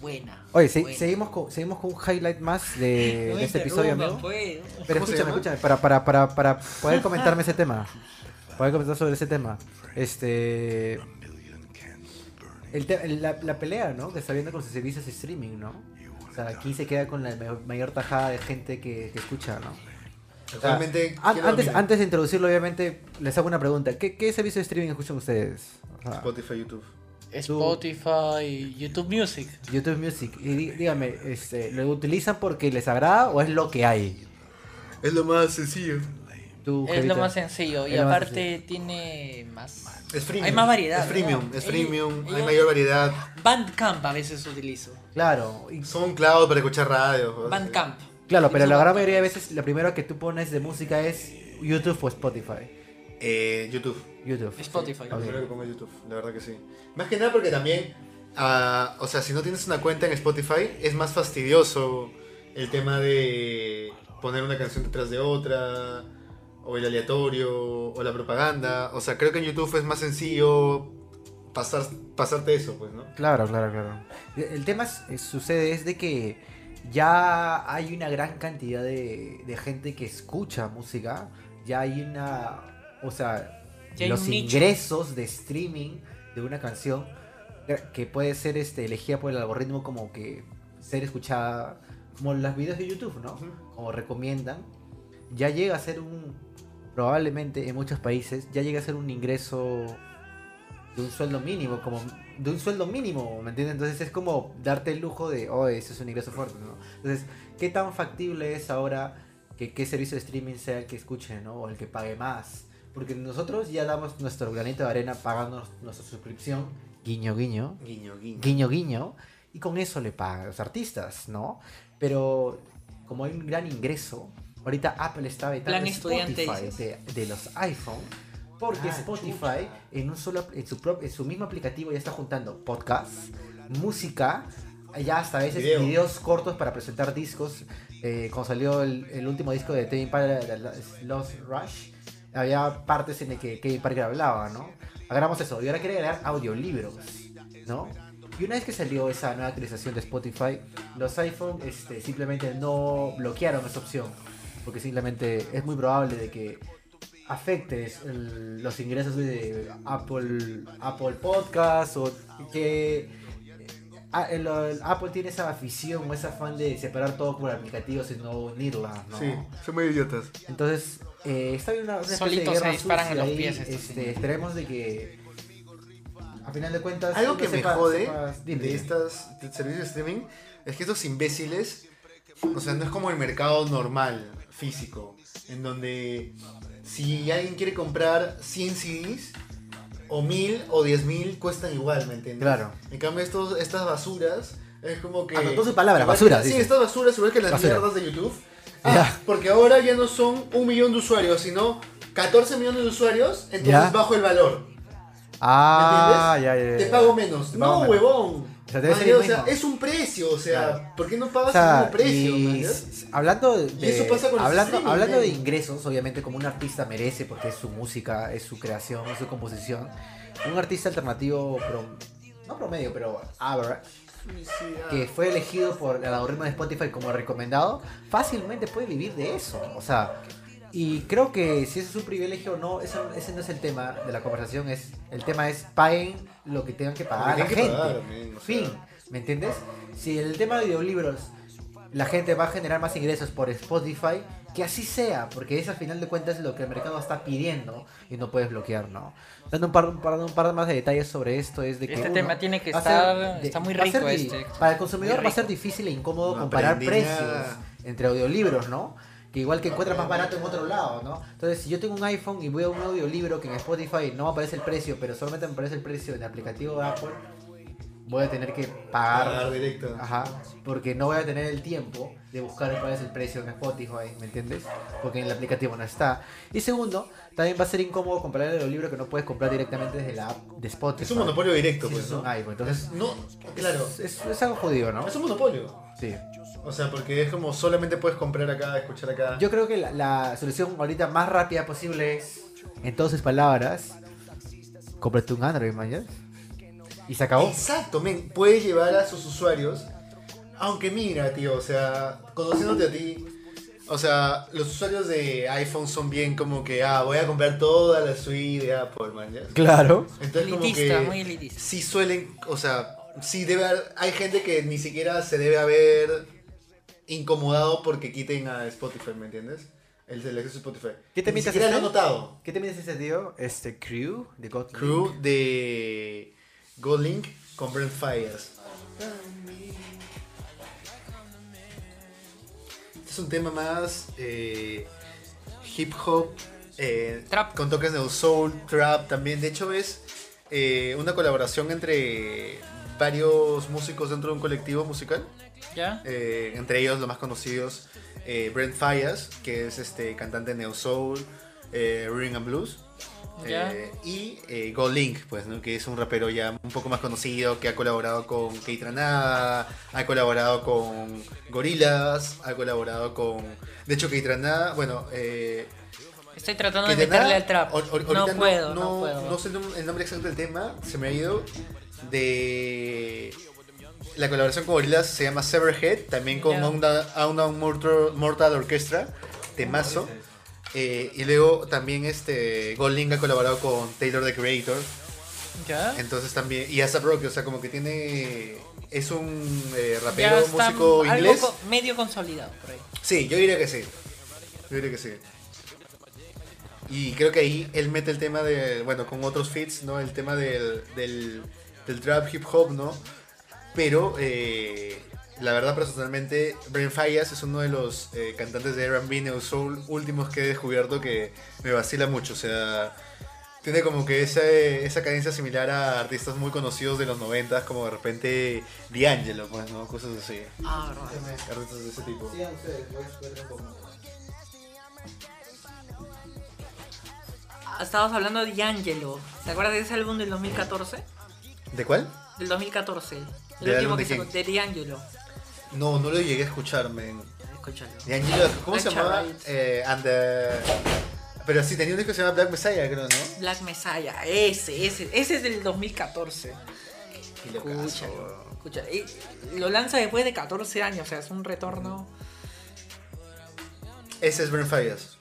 Buena.
Oye, se-
buena.
seguimos, con, seguimos con un highlight más de,
No
de este episodio,
interrumpan,
amigo.
pues.
Pero
¿Cómo se
escúchame,
llama?
escúchame, para, para, para, para poder comentarme ese tema. Poder comentar sobre ese tema. Este. el te- el- la, la pelea, ¿no? Que está viendo con sus servicios de streaming, ¿no? O sea, aquí se queda con la ma- mayor tajada de gente que, que escucha, ¿no? O sea,
Realmente,
an-
¿quién lo
antes,
domina?
antes de introducirlo, obviamente, les hago una pregunta. ¿Qué, qué servicio de streaming escuchan ustedes? O sea,
Spotify, YouTube.
Spotify, YouTube Music.
YouTube Music. Y dí- dígame, este, ¿lo utilizan porque les agrada o es lo que hay?
Es lo más sencillo.
Tú,
Es
Javita.
lo más sencillo. Y
Es lo más
aparte tiene más.
Es freemium.
Hay más variedad,
Es freemium,
¿verdad?
es freemium,
Ey,
hay
ey.
mayor variedad.
Bandcamp a veces utilizo.
Claro. y-
SoundCloud para escuchar radio. joder.
Bandcamp.
Claro, pero la
Utilizo
gran
Bandcamp.
mayoría de veces lo primero que tú pones de música es YouTube o Spotify.
Eh, YouTube.
YouTube.
Spotify.
Yo
Ok.
creo que pongo YouTube, la verdad que sí. Más que nada porque también, ah, o sea, si no tienes una cuenta en Spotify, es más fastidioso el tema de poner una canción detrás de otra, o el aleatorio, o la propaganda. O sea, creo que en YouTube es más sencillo pasar, pasarte eso, pues, ¿no?
Claro, claro, claro. El tema es- eh, sucede es de que ya hay una gran cantidad de, de gente que escucha música, ya hay una, o sea,
Ya hay
los
un nicho.
ingresos de streaming de una canción gra- que puede ser este, elegida por el algoritmo como que ser escuchada, como los videos de YouTube, ¿no?
Ujú.
Como recomiendan, ya llega a ser un, probablemente en muchos países ya llegue a ser un ingreso de un sueldo mínimo, como de un sueldo mínimo, ¿me entiendes? Entonces es como darte el lujo de, oh, ese es un ingreso fuerte, ¿no? Entonces, ¿qué tan factible es ahora que qué servicio de streaming sea el que escuche, ¿no? O el que pague más. Porque nosotros ya damos nuestro granito de arena pagando nos- nuestra suscripción, guiño, guiño,
Guiño, guiño.
guiño, guiño, y con eso le pagan a los artistas, ¿no? Pero como hay un gran ingreso, ahorita Apple está
Plan
vetando
estudiante,
Spotify de, de los iPhone, porque
Ah,
Spotify en, un solo, en, su prop- en su mismo aplicativo ya está juntando podcast, música, ya hasta a veces
Video.
videos cortos para presentar discos. Eh, cuando salió el, el último disco de Kevin Parker, Los Rush, había partes en las que Kevin Parker hablaba, ¿no? Agarramos eso, y ahora quiere agregar audiolibros, ¿no? Y una vez que salió esa nueva actualización de Spotify, los iPhone este, simplemente no bloquearon esa opción, porque simplemente es muy probable de que afectes el- los ingresos de Apple, Apple Podcast o que eh, a- el- el Apple tiene esa afición o ese afán de separar todo por aplicativos y no unirla, ¿no?
Sí, son muy idiotas.
Entonces, eh, está bien una, una especie
Solitos
de
se
guerra
disparan
sucia
en los
ahí,
pies estos
este,
señores.
esperemos de que a final de cuentas
Algo
no
que me
sepas-
jode
sepas- dime,
de
dime.
estos servicios de streaming es que estos imbéciles, o sea, no es como el mercado normal, físico, en donde si alguien quiere comprar 100 CDs, o 1000 o 10000 cuestan igual, ¿me entiendes?
Claro.
En ccambio, estos, estas basuras es como que.
Ah, con sus palabras,
igual-
basura,
Sí,
dice.
estas basuras, igual que las
Basura.
mierdas de YouTube.
Ya.
Ah, Porque ahora ya no son un millón de usuarios, sino 14 millones de usuarios, entonces
Ya.
bajo el valor.
Ah, ya, ya, ya,
Te
ya.
pago menos.
Te
no,
pago menos.
huevón.
O sea, debe
Maño,
ser el
o sea,
mismo.
es un precio, o sea,
Claro.
¿por qué no
O
pagas
sea,
el mismo precio?
y
maño?
s- hablando de,
Y eso pasa con los
hablando,
streaming,
hablando de
man.
ingresos, obviamente como un artista merece porque es su música, es su creación, es su composición. Un artista alternativo prom- no promedio, pero average
Ah.
que fue elegido por el algoritmo de Spotify como recomendado, fácilmente puede vivir de eso. O sea, y creo que si eso es un privilegio o no, eso- ese no es el tema de la conversación. Es, el tema es paguen lo que tengan que pagar a la
Tienen que
gente.
pagar, men, o sea.
fin, ¿me entiendes? Si el tema de audiolibros, la gente va a generar más ingresos por Spotify, que así sea, porque es al final de cuentas lo que el mercado está pidiendo y no puedes bloquear, ¿no? Dando un par, un par- un par más de detalles sobre esto es de que
Este
uno,
tema tiene que
va a ser
estar.
de-
está muy
va a ser
rico
di-
este.
Para el consumidor
Muy
va a ser
rico.
difícil e incómodo
No
comparar
aprendí
precios
nada.
entre audiolibros, ¿no? Que igual que encuentras más barato en otro lado, ¿no? Entonces, si yo tengo un iPhone y voy a un audiolibro que en Spotify no me aparece el precio, pero solamente me aparece el precio del aplicativo de Apple, voy a tener que
Pagar
pagar.
directo.
Ajá, porque no voy a tener el tiempo de buscar cuál es el precio en Spotify, ¿me entiendes? Porque en el aplicativo no está. Y segundo, también va a ser incómodo comprar el audiolibro que no puedes comprar directamente desde la app de Spotify.
Es un monopolio directo,
Sí,
pues,
es un
¿no?
iPhone, entonces
No, claro.
es, es- es algo jodido, ¿no?
Es un monopolio.
Sí.
O sea, porque es como solamente puedes comprar acá, escuchar acá.
Yo creo que la, la solución ahorita más rápida posible es, en todas sus palabras, cómprate un Android, man. Y se
*laughs*
acabó.
Exacto, men. Puedes llevar a sus usuarios. Aunque mira, tío, o sea, conociéndote a ti, o sea, los usuarios de iPhone son bien como que, ah, voy a comprar toda la suite de Apple, man. ¿ya?
Claro.
Entonces, como
Elitista,
que
muy elitista.
sí suelen, o sea, sí debe haber- hay gente que ni siquiera se debe haber incomodado porque quiten a Spotify, ¿me entiendes? El, el acceso a Spotify.
¿Qué te
ni
metes
siquiera lo
este?
he notado.
¿Qué te miras ese tío? Este Crew de God
Crew de Godlink con Brent Fires. Este es un tema más eh, hip hop, eh,
Trap.
con toques de soul, trap también. De hecho es eh, una colaboración entre varios músicos dentro de un colectivo musical.
¿Ya?
Eh, entre ellos los más conocidos eh, Brent Fayas, que es este cantante neo soul, eh, Rhythm and Blues,
Ya.
eh, y eh, Go Link, pues, ¿no? que es un rapero ya un poco más conocido, que ha colaborado con Kate Ranada, ha colaborado con Gorillaz, ha colaborado con... De hecho, Kate Ranada, bueno... eh,
Estoy tratando de
Kate Ranada,
meterle al trap.
ahor- ahor-
No
ahorita
puedo, no puedo.
no sé el nom- el nombre exacto del tema, se me ha ido, de... La colaboración con Gorillaz se llama Severhead, también con
Ya.
Onda Unknown Mortal, Mortal Orchestra, temazo. Eh, y luego también este Golding ha colaborado con Taylor the Creator,
¿Ya?
entonces también y ASAP Rocky, o sea, como que tiene es un eh,
Ya
rapero
está
músico
algo
inglés.
co- medio consolidado por ahí.
Sí, yo diría que sí. Yo diría que sí. Y creo que ahí él mete el tema de, bueno, con otros fits, ¿no? El tema del, del, del trap hip hop, ¿no? Pero eh, la verdad, personalmente, Brian Fayas es uno de los eh, cantantes de R&B Neo Soul últimos que he descubierto que me vacila mucho. O sea, tiene como que esa, esa cadencia similar a artistas muy conocidos de los 90 como de repente D'Angelo, pues, ¿no? Cosas así.
Ah,
Artistas de ese tipo.
Sigan ustedes, voy a esperar un poco.
verdad. Estabas hablando de D'Angelo. ¿Te acuerdas de ese álbum del 2014?
¿De cuál?
Del 2014. El
¿Del
último
álbum de
que sacó.
quién?
De D'Angelo.
No, no lo llegué a escuchar, men.
Escúchalo.
D'Angelo, ¿cómo se
Black
llamaba?
Chariot.
Eh, and the- Pero sí, tenía un disco que se llama Black Messiah, creo, ¿no?
Black Messiah. Ese, ese. Ese es del 2014.
Y lo caso,
Escúchalo.
weón.
Escúchalo. Y lo lanza después de 14 años. O sea, es un retorno.
Ese es Brent Fires.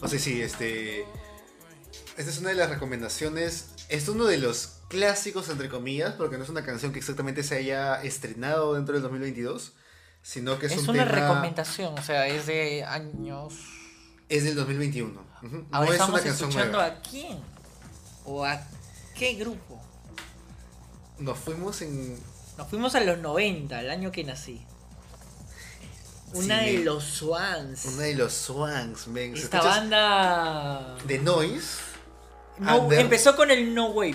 O sea, sí, este. Esta es una de las recomendaciones. Este es uno de los clásicos, entre comillas, porque no es una canción que exactamente se haya estrenado dentro del 2022, sino que es,
Es,
un
una
tema-
recomendación, o sea, es de años.
es del 2021. Ujú.
Ahora
no es
estamos
una canción
escuchando
nueva.
a quién o a qué grupo.
Nos fuimos en.
Nos fuimos a los 90, el año que nací. Una
Sí,
de
me-
los Swans.
Una de los Swans, men.
Esta banda.
De Noise.
No-
Under-
empezó con el No Wave.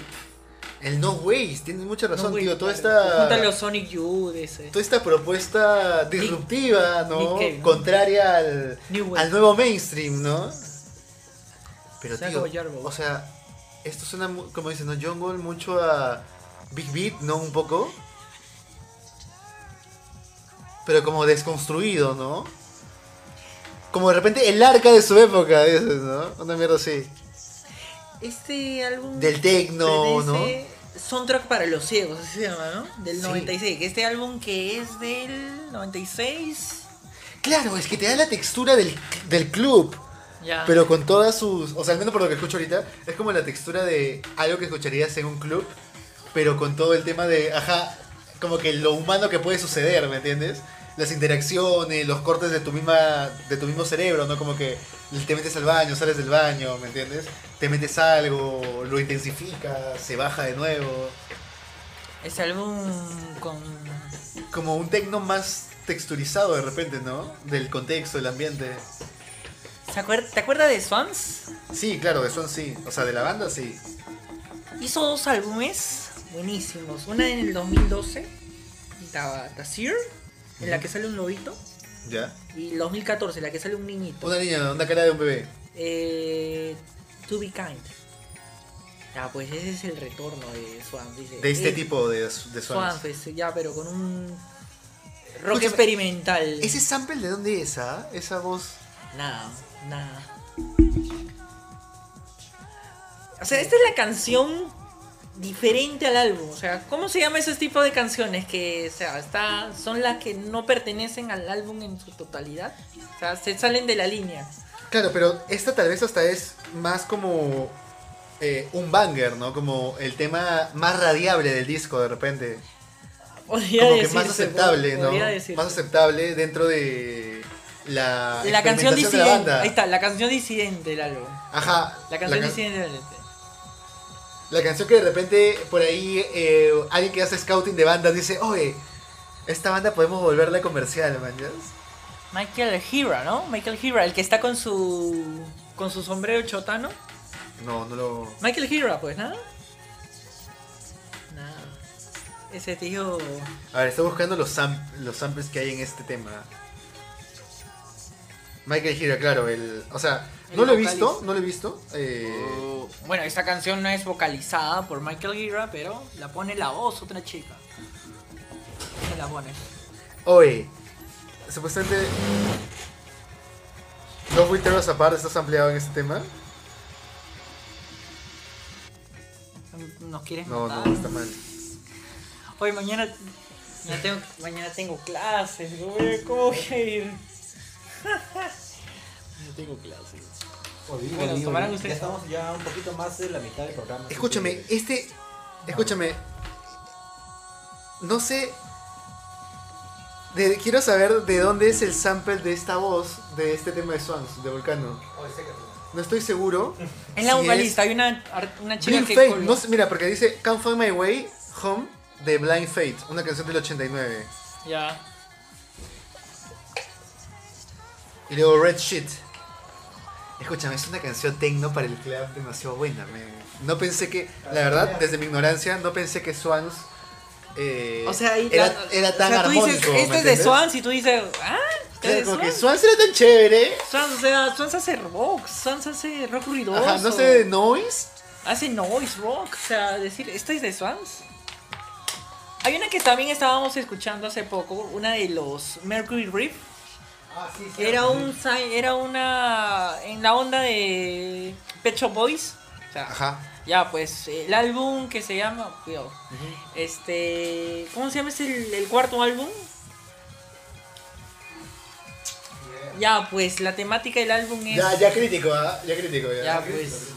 El No Ways. Tienes mucha razón,
No
tío.
Wave,
Toda
claro.
esta.
Junto a los Sonic Youth, ese.
Toda esta propuesta disruptiva, ¿no?
Nick Cave, ¿no?
Contraria al,
New Wave.
al nuevo mainstream, ¿no? Pero
Sea
tío,
como Jarbo.
o sea, esto suena, mu- como dicen, ¿no? Jungle mucho a Big Beat, ¿no? Un poco. Pero como desconstruido, ¿no? Como de repente el arca de su época, dices, ¿no? Una mierda así.
Este álbum.
Del techno, ¿no?
pertenece- Soundtrack para los ciegos, así se llama, ¿no? Del
Sí.
96. Este álbum que es del 96.
Claro, es que te da la textura del, del club.
Ya.
Pero con todas sus. O sea, al menos por lo que escucho ahorita, es como la textura de algo que escucharías en un club, pero con todo el tema de. Ajá, como que lo humano que puede suceder, ¿me entiendes? Las interacciones, los cortes de tu misma de tu mismo cerebro, ¿no? Como que te metes al baño, sales del baño, ¿me entiendes? Te metes algo, lo intensifica, se baja de nuevo.
Este álbum con.
Como un tecno más texturizado de repente, ¿no? Del contexto, del ambiente.
¿Se acuer- ¿Te acuerdas de Swans?
Sí, claro, de son sí. O sea, de la banda sí.
Hizo dos álbumes buenísimos. Una en el 2012, Ta- Tazir, en la que sale un lobito.
Ya.
Y el 2014, en la que sale un niñito.
Una niña, una cara de un bebé.
Eh, to Be Kind. Ya, pues ese es el retorno de Swans. dice.
De este
Eh,
tipo de, de swans.
Swans, pues, ya, pero con un rock
Escúchame,
experimental.
¿Ese sample de dónde es, ah? Esa voz.
Nada, nada. O sea, esta es la canción diferente al álbum. O sea, ¿cómo se llama ese tipo de canciones que, o sea, está, son las que no pertenecen al álbum en su totalidad? O sea, se salen de la línea.
Claro, pero esta tal vez hasta es más como eh, un banger, ¿no? Como el tema más radiable del disco de repente.
Podría
Como que
decirse,
más aceptable,
pod-
¿no?
podría decirse.
Más aceptable dentro de la,
La
experimentación
canción
de
disidente.
la banda.
Ahí está, la canción disidente del álbum.
Ajá.
La canción
can-
disidente del álbum.
La canción que de repente por ahí eh, alguien que hace scouting de bandas dice, oye, esta banda podemos volverla comercial, man. ¿ya?".
Michael Hira, ¿no? Michael Hira, el que está con su. con su sombrero chotano.
No, no lo...
Michael Hira, pues, nada. Nada. Ese tío.
A ver, estoy buscando los, sam- los samples que hay en este tema. Michael Gira, claro, el. O sea,
El
no lo he
vocalista.
visto, no lo he visto. eh,
Bueno, esta canción no es vocalizada por Michael Hira, pero la pone la voz otra chica. Se la pone.
oye, supuestamente. Dos Winters aparte está sampleado en este tema.
¿Nos quieres
No,
matar?
no, está mal.
Hoy mañana. Mañana tengo, mañana tengo clases, güey. ¿Cómo voy a ir? mañana tengo clases.
Bueno,
Oli,
tomarán
Oli.
ustedes.
Ya estamos ya un poquito más de la mitad del programa. así
Escúchame,
que-
este. Escúchame. No sé. de- quiero saber de dónde es el sample de esta voz de este tema de Swans, de Volcano.
Oye, sé que tú.
No estoy seguro.
Es la
si
vocalista, hay una, ar- una chica
Blind
que.
Fate,
col-
no sé- mira, porque dice Can't Find My Way Home de Blind Fate, una canción del 89.
Ya.
Y luego Red Shit. Escúchame, es una canción techno para el club demasiado buena. me- No pensé que, la verdad, desde mi ignorancia, no pensé que Swans eh,
O sea, ahí
era,
la-
era tan
o sea, tú
armónico.
dices,
¿me
este es de
entiendes?
Swans y tú dices, ah, este
Claro,
es de
como que
Swans.
Swans era tan chévere.
Swans, o sea, Swans hace rock, Swans hace rock ruidoso.
Ajá, no sé, de Noise.
Hace noise rock, o sea, decir, ¿esto es de Swans? Hay una que también estábamos escuchando hace poco, una de los Mercury Reef.
Ah, sí, sí.
Era un sign- era una en la onda de Pecho Boys. O sea,
Ajá.
ya pues el álbum que se llama, cuidado. Este, ¿cómo se llama es el, el cuarto álbum? Ya, pues la temática del álbum es
Ya, ya crítico, ¿ah? ya crítico. Ya.
ya, pues.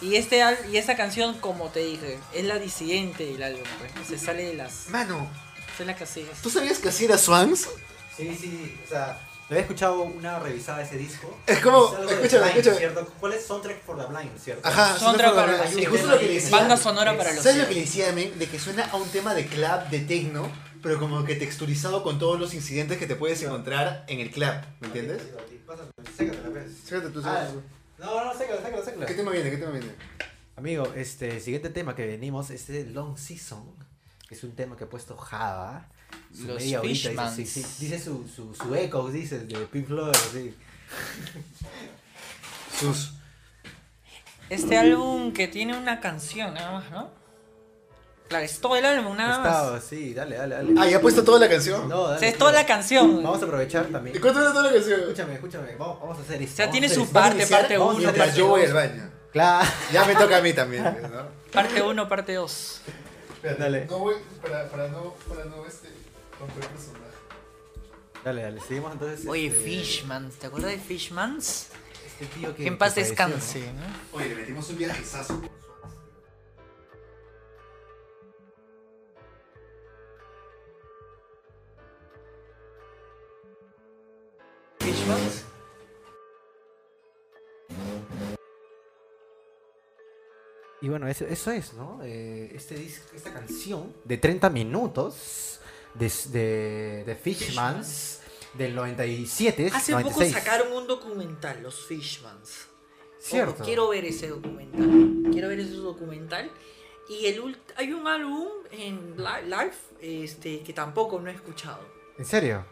Y este al- y esta canción, como te dije, es la disidente del álbum, pues. Se sale de las
Mano,
de las casillas.
¿tú sabías que así era Swans?
Sí, sí, o sea, lo había escuchado una revisada de ese disco.
Es como-
algo de
escúchame,
Blind,
escúchame.
¿cierto? ¿Cuál es Soundtrack for the Blind, cierto?
Ajá,
Son
Soundtrack
otra
for the
para
Blind.
sí,
Y justo lo que decía-
banda sonora para los
¿Sabes lo
cielos.
que le decía a men? De que suena a un tema de club, de techno, pero como que texturizado con todos los incidentes que te puedes encontrar en el club, ¿me entiendes?
Pásame, sécatela, pues.
Fíjate tú,
Ah,
¿sabes?
No, no, sácalo, sácalo, sácalo.
¿Qué tema viene? ¿Qué tema viene?
Amigo, este el siguiente tema que venimos es el Long Season. que Es un tema que ha puesto Java. Su
Los
media horita, dice,
Fishmans.
sí, sí, dice su, su, su eco, dice, de Pink Floyd, sí.
Sus.
Este álbum que tiene una canción nada más, ¿no? Claro, es todo el álbum nada más.
Estaba, sí, dale, dale, dale.
Ah, ¿ya ha puesto toda la canción?
No, dale,
O sea, es toda la canción.
Vamos a aprovechar también.
¿Y cuánto era toda la canción?
Escúchame, escúchame, vamos, vamos a hacer esto.
O sea, tiene
vamos a
su
hacer esto.
¿Vas a
parte,
iniciar?
parte
Vamos,
uno,
Mientras
parte
yo voy
dos.
al baño.
Claro.
Ya me toca a mí
*laughs*
también, ¿no?
Parte 1, parte 2.
Espérate,
Dale.
No voy para, para no, para no este, romper personaje.
Dale, dale, seguimos entonces.
Oye,
este,
Fishman, ¿te acuerdas de Fishman's?
Este tío que,
Que en paz
que falleció,
descanse. ¿no?
Oye, le metimos un viajezazo.
Fishman's.
Y bueno, eso, eso es, ¿no? Eh, este disco, esta canción de 30 minutos de, de, de Fishmans del 97.
Hace
96.
poco sacaron un documental, los Fishmans.
Cierto.
Oh, quiero ver ese documental. Quiero ver ese documental. Y el ult- hay un álbum en li- live este, que tampoco no he escuchado.
¿En serio?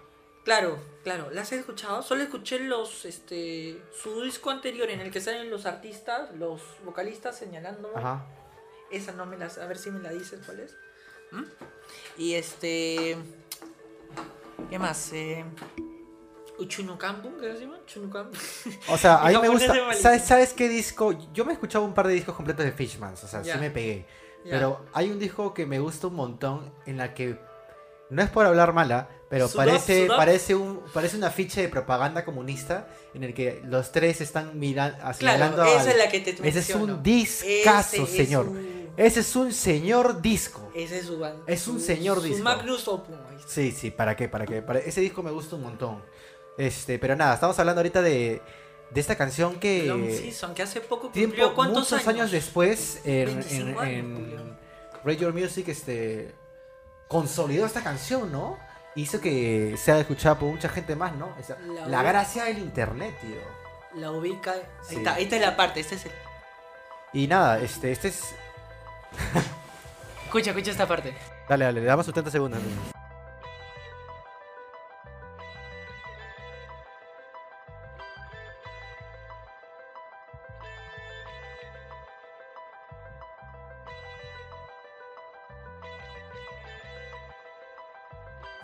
Claro, claro, las he escuchado. Solo escuché los, este, su disco anterior en el que salen los artistas, los vocalistas señalándome.
Ajá.
Esa no me las, a ver si me la dices cuál es. ¿Mm? Y este, ¿qué más? Eh, Uchunucampum, ¿qué se llama? Uchunucampum.
O sea,
Mi
a mí me
japonés es
gusta.
malísimo.
¿sabes, ¿Sabes qué disco? Yo me he escuchado un par de discos completos de Fishmans, o sea,
Ya.
sí me pegué.
Ya.
Pero hay un disco que me gusta un montón en la que. No es por hablar mala, pero
Sudap,
parece,
sudap.
parece un parece una ficha de propaganda comunista en el que los tres están mirando
Claro, esa es la que te
Ese es
menciono.
un
Ese
discazo,
es
señor.
su-
Ese es un señor disco.
ese es su ban-
Es un
su-
señor
su
disco.
Magnus Opus. ahí está.
Sí, sí, ¿para qué? ¿Para qué? Para- Ese disco me gusta un montón. Este, pero nada, estamos hablando ahorita de, de esta canción que
Long Season, que hace poco
tiempo,
cumplió cuántos
muchos años, después en, en-
25 años
en
cumplió.
Radio Your Music este, consolidó esta canción, ¿no? Hizo que sea escuchada por mucha gente más, ¿no? O sea,
La
la,
voz.
gracia del internet, tío.
La ubica. Ahí
Sí.
está, esta es la parte, este es el.
Y nada, este, este es
Escucha, escucha esta parte.
Dale, dale, le damos 70 segundos.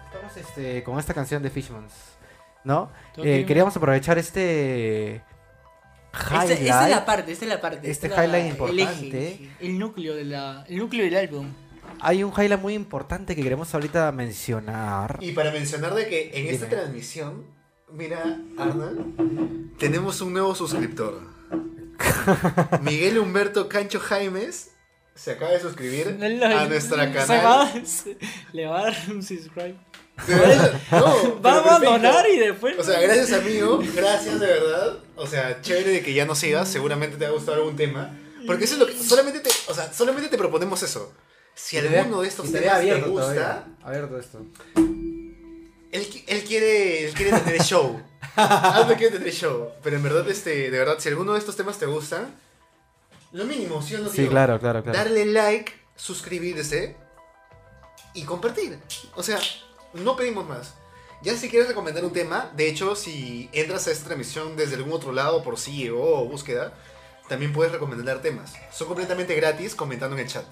Estamos este, con esta canción de Fishmans, ¿no? Eh, queríamos aprovechar este
Esta,
highlight,
esta es Este, la parte, esta es la parte.
Este
esta es la-
highlight importante.
El, eje, el núcleo, de la, el núcleo del álbum.
Hay un highlight muy importante que queremos ahorita mencionar.
Y para mencionar de que en esta
Dime. *laughs*
transmisión, mira, Arnold, tenemos un nuevo suscriptor. Miguel Humberto Cancho Jaimes se acaba de suscribir
No, no,
a nuestra
se
canal.
va- se- le va a dar un subscribe.
De verdad, no,
Va a
pero perfecto.
abandonar y después.
O sea, gracias amigo, gracias de verdad. O sea, chévere de que ya nos sigas, seguramente te va a gustar algún tema. Porque eso es lo que solamente te, o sea, solamente te proponemos eso. Si alguno de estos
Estaría
temas te
abierto
gusta,
todavía, Abierto esto.
Él, qui- él quiere, él quiere tener show. Hazme quiere tener show. Pero en verdad, este, de verdad, si alguno de estos temas te gusta, lo mínimo, ¿sí o no?
Sí,
tío?
claro, claro, claro.
Darle like, suscribirse y compartir. O sea, no pedimos más. Ya si quieres recomendar un tema, de hecho, si entras a esta transmisión desde algún otro lado por CEO o búsqueda, también puedes recomendar temas. Son completamente gratis comentando en el chat.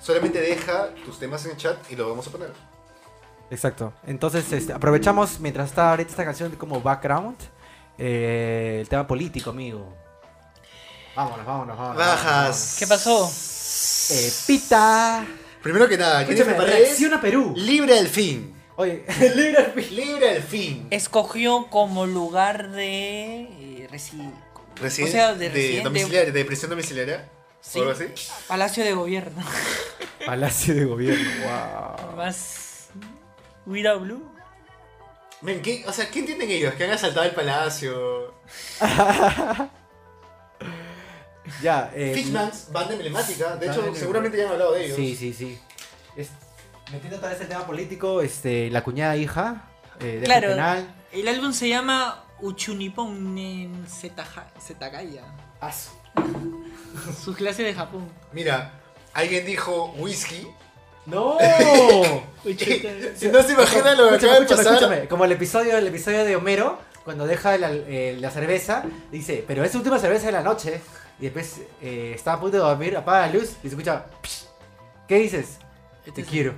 Solamente deja tus temas en el chat y lo vamos a poner.
Exacto. Entonces, este, aprovechamos mientras está ahorita esta canción como background. eh, el tema político, amigo. Vámonos, vámonos, vámonos.
Bajas.
¿Qué pasó?
vámonos. Eh, pita.
Primero que nada, Jennifer
Escúchame,
Paredes,
reacciona Perú.
libre al fin.
Oye, libre al fin.
Libre al fin.
Escogió como lugar de. eh, resi-
Reci-
o sea,
de,
de residente.
domiciliaria, de prisión domiciliaria.
Sí.
¿O algo así?
Palacio de Gobierno.
*laughs* Palacio de Gobierno, wow.
Más. Without Blue.
Men, ¿qué- o sea, ¿qué entienden ellos? Que han asaltado el palacio.
Ya, eh.
Fishmans, banda emblemática. De hecho,
Banda
seguramente ya han hablado de ellos.
Sí, sí, sí. Es- metiendo otra vez el tema político, este, la cuñada hija eh, de
Claro.
penal.
El álbum se llama Uchuniponnen Zetaja- Zetagaya.
Asu.
Sus clases de Japón.
Mira, alguien dijo whisky.
¡No!
Uchuniponnen.
Si no se imaginan lo que acaba de
Escúchame,
pasar.
escúchame. Como el episodio, el episodio de Homero, cuando deja la, eh, la cerveza, dice, pero es la última cerveza de la noche. Y después eh, está a punto de dormir, apaga la luz y se escucha. "Psh". ¿Qué dices? Te quiero.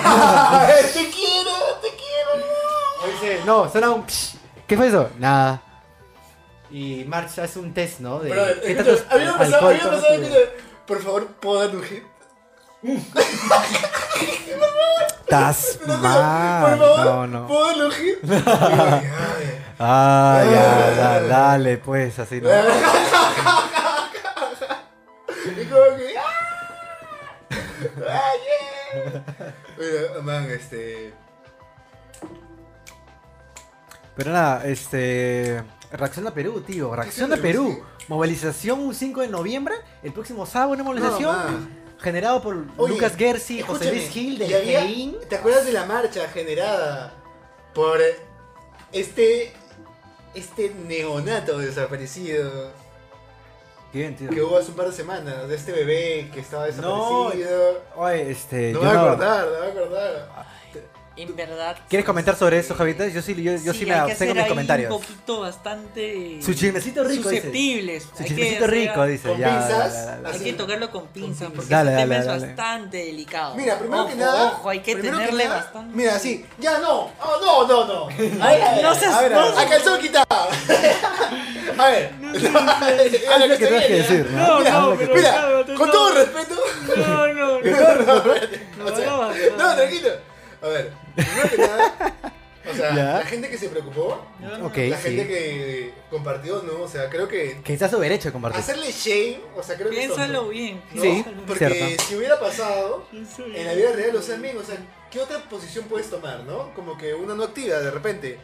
*laughs* Ay, te quiero, te quiero.
O dice, no, suena un. "Psh". ¿Qué fue eso? Nada. Y March hace un test, ¿no? De
Pero, eh,
qué
escucha,
tantos
a mí me pasaba, a mí me
alcohol
pasaba
tomas
que, por favor, ¿puedo dar un hit?
tú.
*laughs*
Estás
Por favor,
mal. No, no.
¿puedo darle un
*laughs*
hit? Y yo, ay.
Ah, ya, da- dale, pues, así no.
Y como que. ¡ah! ¡Ah, yeah! Mira, man, este.
Pero nada, este. Reacción a Perú, tío. Reacción a
siempre
Perú. Movilización un 5 de noviembre. El próximo sábado una
No,
movilización.
man.
generado por
Oye,
Lucas Gersi, José
escúchame,
Luis Gil,
y
del
había-
Gein.
¿Te acuerdas de la marcha generada por este. Este neonato desaparecido
¿Quién, tío?
que hubo hace un par de semanas? De este bebé que estaba desaparecido.
Oye, este.
No,
yo
me voy a
no-
acordar, no me voy a acordar.
En verdad.
¿Quieres comentar sobre eso, Javita? Yo sí, yo, yo sí, me
hay que
abstengo en
hacer
mis
ahí
comentarios.
Un poquito bastante.
Su chismecito rico, dice.
Susceptibles.
Su
Hay que
chismecito
hacer-
rico, dice.
Con
Ya,
pinzas,
dale, dale, dale.
Hay
Así.
que tocarlo con pinzas porque
Dale,
este
dale,
tema
dale.
es bastante delicado.
Mira, primero
ojo,
que nada.
Ojo, hay que
primero
tenerle
nada,
bastante.
Mira, sí. Ya no. Oh, no, no, no. A ver, a ver,
no seas-
a ver,
no
a ver.
seas-
A calzón quitado. A ver. *laughs* A
Haz
lo
lo que
se
tengas que
viene,
decir,
¿eh?
¿no?
Mira,
Haz lo que-
pero-
mira,
cálmate,
con
no.
todo respeto. *laughs*
*laughs* No, no, *laughs* no.
o sea,
no,
no,
no.
tranquilo. A ver, primero que nada. O sea,
Ya.
la gente que se preocupó,
Ok,
la gente
sí.
que compartió, ¿no? O sea, creo que
Que está su derecho de compartir.
hacerle shame, o sea, creo que es
Piénsalo
tonto,
bien.
¿no?
Sí,
Porque
cierto.
si hubiera pasado,
piénsalo
en
bien.
la vida real, o sea, amigo, o sea, ¿qué otra posición puedes tomar, no? Como que una no activa de repente.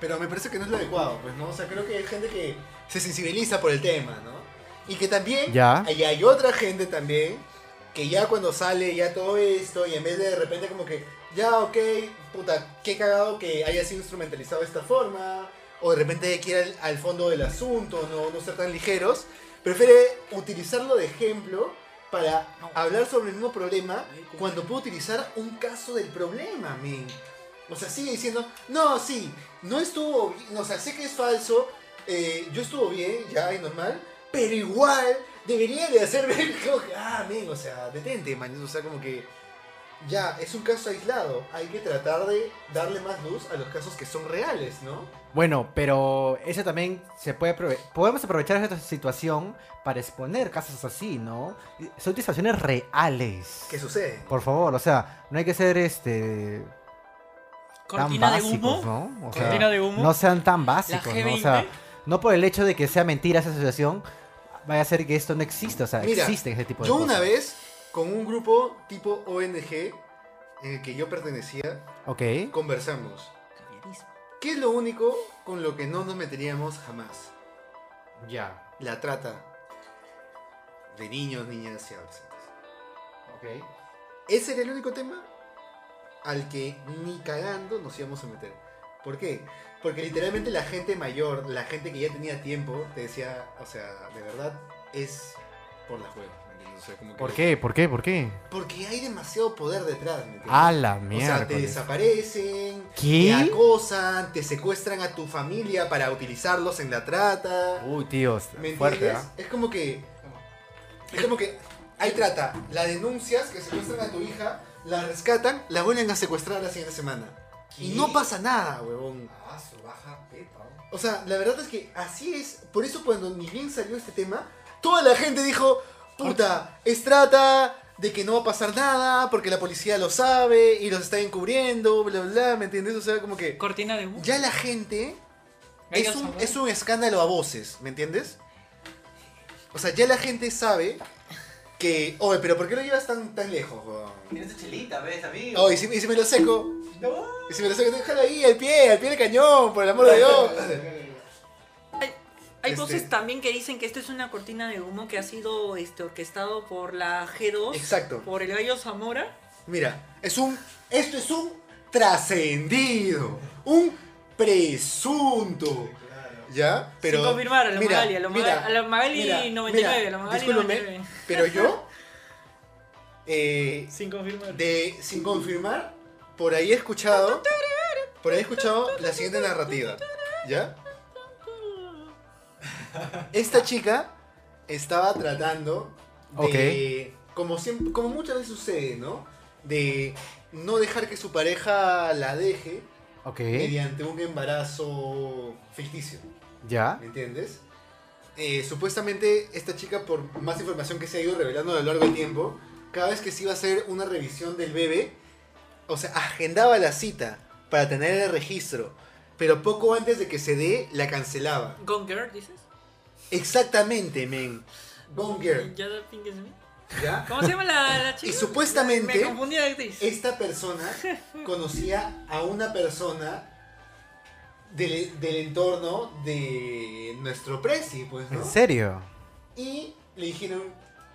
Pero me parece que no es lo adecuado, pues, ¿no? O sea, creo que hay gente que se sensibiliza por el tema, ¿no? Y que también,
Ya.
ahí hay otra gente también, que ya cuando sale ya todo esto, y en vez de de repente como que, ya, ok, puta, qué cagado que haya sido instrumentalizado de esta forma, o de repente quiera al, al fondo del asunto, no, no ser tan ligeros, prefiere utilizarlo de ejemplo para hablar sobre el mismo problema cuando puedo utilizar un caso del problema, men. O sea, sigue diciendo, no, sí, no estuvo bien, o sea, sé que es falso, eh, yo estuvo bien, ya, y normal, pero igual debería de hacer *laughs* ver, como que, ah, men, o sea, detente, man, o sea, como que ya, es un caso aislado, hay que tratar de darle más luz a los casos que son reales, ¿no?
Bueno, pero eso también se puede aprove- podemos aprovechar esta situación para exponer casos así, ¿no? Son situaciones reales.
¿Qué sucede?
Por favor, o sea, no hay que ser este tan
Cortina de
básicos,
humo.
¿no? O sea,
Cortina de humo.
no sean tan
La
básicos, ¿no? O
G20.
sea, no por el hecho de que sea mentira esa asociación, vaya a ser que esto no exista. O sea,
Mira,
existe ese tipo de
Yo
cosas.
una vez, con un grupo tipo ONG en el que yo pertenecía,
Ok.
conversamos. ¿Qué es lo único con lo que no nos meteríamos jamás?
Ya.
La trata de niños, niñas y adolescentes.
Ok.
Ese era el único tema al que ni cagando nos íbamos a meter. ¿Por qué? Porque literalmente la gente mayor, la gente que ya tenía tiempo, te decía, o sea, de verdad, es por la juega. ¿me entiendes? O sea, como que-
¿Por qué? ¿Por qué? ¿Por qué?
Porque hay demasiado poder detrás, ¿me entiendes?
Ah,
A la
O
mierda.
sea, te desaparecen, te
¿Qué?
acosan, te secuestran a tu familia para utilizarlos en la trata.
Uy, tíos.
¿Me
Fuerte,
entiendes?
¿ah?
Es como que. Es como que. Ahí trata. La denuncias que secuestran a tu hija, la rescatan, la vuelven a secuestrar la siguiente semana.
¿ah?
Y no pasa nada, huevón.
Ah, su baja pepa. ¿no?
O sea, la verdad es que así es. Por eso cuando ni bien salió este tema, toda la gente dijo, puta, es trata de que no va a pasar nada, porque la policía lo sabe y los está encubriendo, bla, bla, bla, ¿me entiendes? O sea, como que...
Cortina de humo.
Ya la gente
Gallos
es un,
Arrabal.
es un escándalo a voces, ¿me entiendes? O sea, ya la gente sabe que. Oye, pero ¿por qué lo llevas tan, tan lejos, weón?
Tienes tu chelita, ves, amigo.
Oh, y si, y si me lo seco.
No.
Y si me lo seco, déjalo ahí, al pie, al pie del cañón, por el amor de Dios.
Hay
Este-
voces también que dicen que esto es una cortina de humo que ha sido este, orquestado por la G2,
Exacto.
por el gallo Zamora.
Mira, es un. Esto es un trascendido. Un presunto. ¿Ya? Pero.
Sin confirmar, a la
mira,
Magali, a la Maga-
mira,
a la Magali
mira,
99,
mira,
a la Magali
discúlpame,
99.
Pero
*laughs*
yo. Eh,
Sin confirmar.
de sin confirmar, por ahí he escuchado, por ahí he escuchado la siguiente narrativa, ¿ya? Esta chica estaba tratando de, como siempre, como muchas veces sucede, ¿no? De no dejar que su pareja la deje
Ok.
mediante un embarazo ficticio.
Ya.
¿Me entiendes? Eh, supuestamente esta chica, por más información que se ha ido revelando a lo largo del tiempo, cada vez que se iba a hacer una revisión del bebé, o sea, agendaba la cita para tener el registro, pero poco antes de que se dé, la cancelaba.
Gone Girl, dices.
Exactamente, men. Gone girl,
Ya da pinches a mí.
¿ya?
¿Cómo se llama la, la chica?
Y supuestamente-
Me confundí de actriz.
Esta persona conocía a una persona del, del entorno de nuestro presi, pues, ¿no?
¿En serio?
Y le dijeron,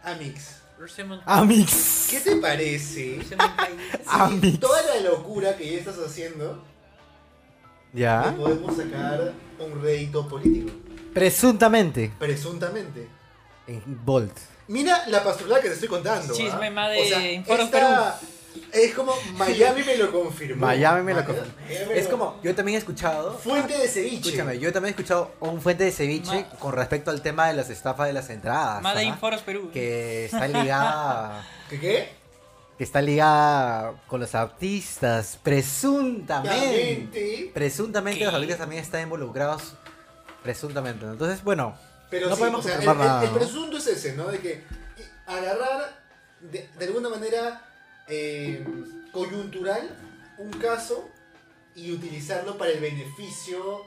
Amix,
Rosamund-
Ah.
Amix.
¿Qué te parece?
Rosamund Pike.
Amix.
Toda la locura que ya estás haciendo, le
Ya.
podemos sacar un rédito político,
Presuntamente.
presuntamente.
En Bolt.
Mira la pasturada que te estoy contando. ¿ah?
Chisme más de
O sea,
Inforo
esta- es como Miami me lo confirmó.
Miami me lo
Miami-
confirmó.
Miami me
Es
lo-
como, yo también he escuchado.
fuente de ceviche.
Escúchame, yo también he escuchado un fuente de ceviche con respecto al tema de las estafas de las entradas.
*laughs* Made in
¿ah?
Foros Perú.
Que está ligada.
¿Qué qué?
que está ligada con los artistas. Presuntamente.
Mente,
Presuntamente
¿Qué?
los artistas también están involucrados. Presuntamente. ¿no? Entonces, bueno.
Pero
No
sí,
podemos
o sea, el,
confirmar
el-
nada,
el
¿no?
presunto es ese, ¿no? De que agarrar de, de alguna manera eh, coyuntural un caso y utilizarlo para el beneficio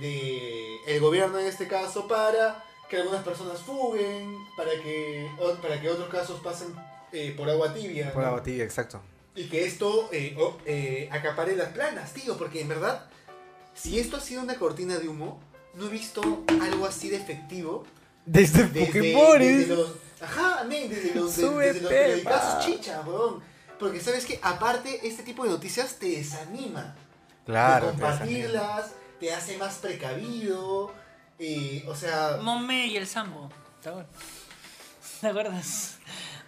de el gobierno en este caso para que algunas personas fuguen, para que, o- para que otros casos pasen eh, por agua tibia.
Por
¿no?
la tibia, exacto.
Y que esto eh, o- eh, acapare las planas, tío, porque en verdad, si esto ha sido una cortina de humo, no he visto algo así de efectivo
Desde,
desde,
Pokémon.
desde los. Ajá, men, desde los, de,
Sube
desde los
pepa.
periodicazos chicha, weón. Porque sabes que, aparte, este tipo de noticias te desanima.
Claro.
De compartirlas, te hace más precavido. eh, o sea,
Mome y el Sambo. ¿Te acuerdas? ¿Te acuerdas?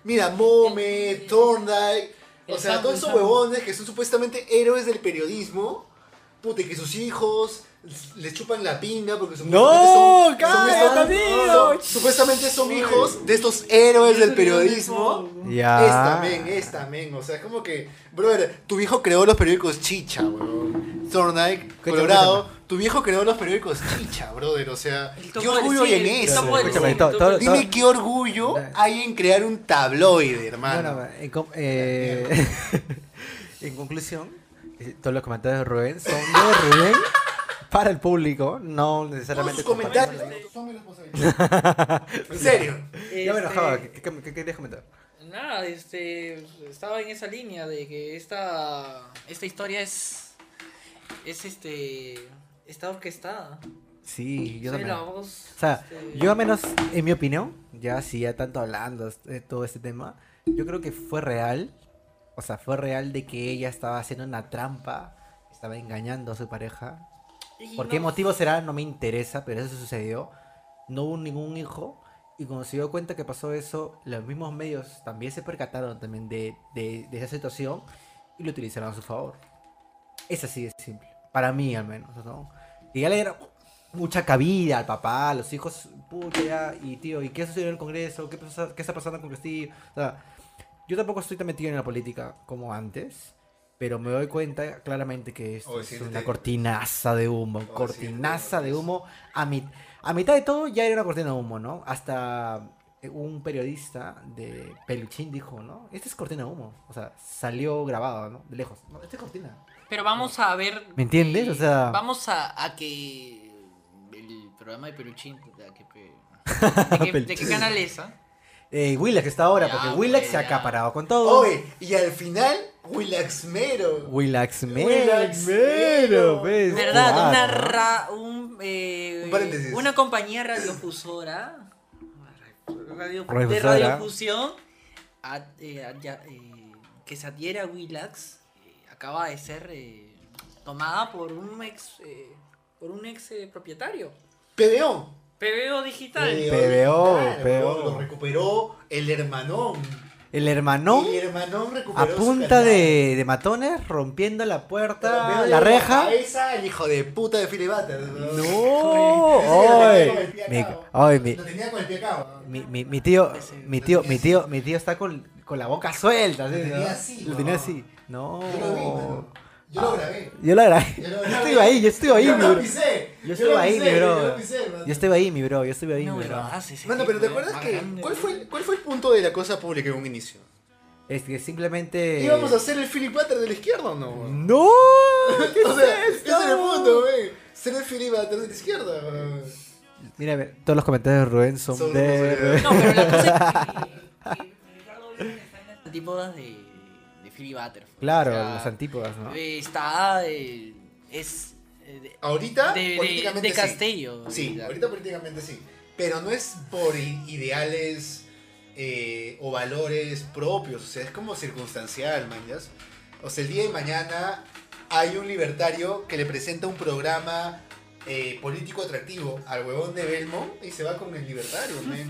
mira, Mome, Thorndike. O
El
sea,
Sambo,
todos
el
esos
Sambo.
huevones que son supuestamente héroes del periodismo. Puta, y que sus hijos les chupan la pinga porque supuestamente son, son,
cállate,
estos-
tío.
son- supuestamente son hijos de estos héroes del periodismo.
Ya.
Es también, eh, es también. O sea, es como que, brother, tu viejo creó los periódicos chicha, weón. Thorndike,
Escúchame,
Colorado, tu viejo creó los periódicos chicha, brother. O sea,
El
qué
topo del
orgullo hay en
cine, el
eso.
topo del
Escúchame,
cine,
todo-
el
todo-
topo del-
Dime qué orgullo hay en crear un tabloide,
Bueno,
hermano.
en, com- eh, *laughs* en conclusión, eh, todos los comentarios de Rubén son de Rubén para el público, no necesariamente.
Sus
compartiendo
comentarios
la-
son mi responsabilidad. en serio.
Ya bueno,
Este,
Java, ¿qué, qué, qué querías comentar?
Nada, este, estaba en esa línea de que esta, esta historia es, es este, está orquestada.
Sí, yo
Soy
también.
la voz.
O sea,
este,
yo al menos, en mi opinión, ya si ya tanto hablando de todo este tema, yo creo que fue real. O sea, fue real de que ella estaba haciendo una trampa, estaba engañando a su pareja.
y
¿Por qué
no-
motivo será? No me interesa, pero eso sucedió. No hubo ningún hijo. Y cuando se dio cuenta que pasó eso, los mismos medios también se percataron también de, de- de esa situación y lo utilizaron a su favor. Es así de simple. Para mí, al menos. ¿no? Y ya le dieron mucha cabida al papá, a los hijos, puta, ya, y tío, ¿y qué sucedió en el Congreso? ¿Qué, pasa- qué está pasando con Castillo? O sea, yo tampoco estoy tan metido en la política como antes, pero me doy cuenta claramente que esto
Oye,
es
siéntete.
una cortinaza de humo,
Oye,
cortinaza
siéntete,
de humo. A, mi- a mitad de todo ya era una cortina de humo, ¿no? Hasta eh, un periodista de Peluchín dijo, ¿no? Esta es cortina de humo, o sea, salió grabado, ¿no? De lejos. No, esta es cortina.
Pero vamos a ver.
¿Me entiendes?
eh,
O sea-
Vamos a, a que. El programa de Peluchín. puta, que
*laughs*
pe- ¿De qué, de qué
Peluchín.
canal es? ah?
Eh, Willax está ahora,
Ya,
porque
güey,
Willax se ha
ya.
acaparado con todo.
Oye, y al final, Willaxmero.
Willax
Willaxmero.
Mero, ¿ves?
¿Verdad?
Claro,
una,
¿no?
ra- un, eh,
Un paréntesis.
una compañía radiofusora. radio- de
Radiofusora.
radiofusión. a- eh, a- ya, eh, que se adhiere a Willax. eh, acaba de ser eh, tomada por un ex. eh, por un ex eh, propietario.
Pedeón.
PBO Digital.
PBO,
Claro,
PBO.
Lo recuperó el hermanón.
El hermanón
El hermanón recuperó
a
su
punta
canal.
de, de matones rompiendo la puerta,
Pero
la
veo
reja.
cabeza al hijo de puta de Filibata.
No,
Oye,
ay,
ese lo tenía con el
mi,
pie acá,
ay, mi,
Lo tenía con el pie acá.
mi- mi- mi tío, mi tío, mi tío, mi tío está con, con la boca suelta. ¿sí?
Lo tenía
¿no?
así,
Lo tenía
no.
así. No.
Yo lo vi, mano. Yo lo grabé.
Yo lo grabé.
Yo
Yo
lo grabé.
estuve ahí, yo estuve ahí,
Yo
mi
lo
bro.
pisé.
Yo estuve ahí, mi
pisé, Yo
bro.
lo pisé, mano.
Yo estuve ahí, mi bro. Yo estuve ahí,
No,
mi bro.
¿verdad? Ese
Mano,
tipo
pero ¿te
es
acuerdas
más
que
grande,
cuál
¿no?
fue, el- cuál fue el punto de la cosa pública en un inicio?
Es que simplemente.
¿Íbamos a hacer el Philip Butter de la izquierda *laughs* o no? weón?
¡No! ¿Qué
o sea,
es
ese
esto?
era el punto, wey. Ser el Philip Butter de la izquierda. weón.
Mira, a ver, todos los comentarios de Rubén son,
Son
de.
de Rubén.
No, pero la cosa es que, que Ricardo Vélez está en las antípodas Este de, de Philly Butterfly.
Claro,
O sea,
los antípodas, ¿no?
eh, Está. eh, es. eh, de-
Ahorita,
de, de-
Ah, políticamente
de
sí.
Castello.
Sí,
digamos.
ahorita políticamente sí. Pero no es por i- ideales eh, o valores propios, o sea, es como circunstancial, mañas. O sea, el día de mañana hay un libertario que le presenta un programa eh, político atractivo al huevón de Belmo y se va con el libertario, men.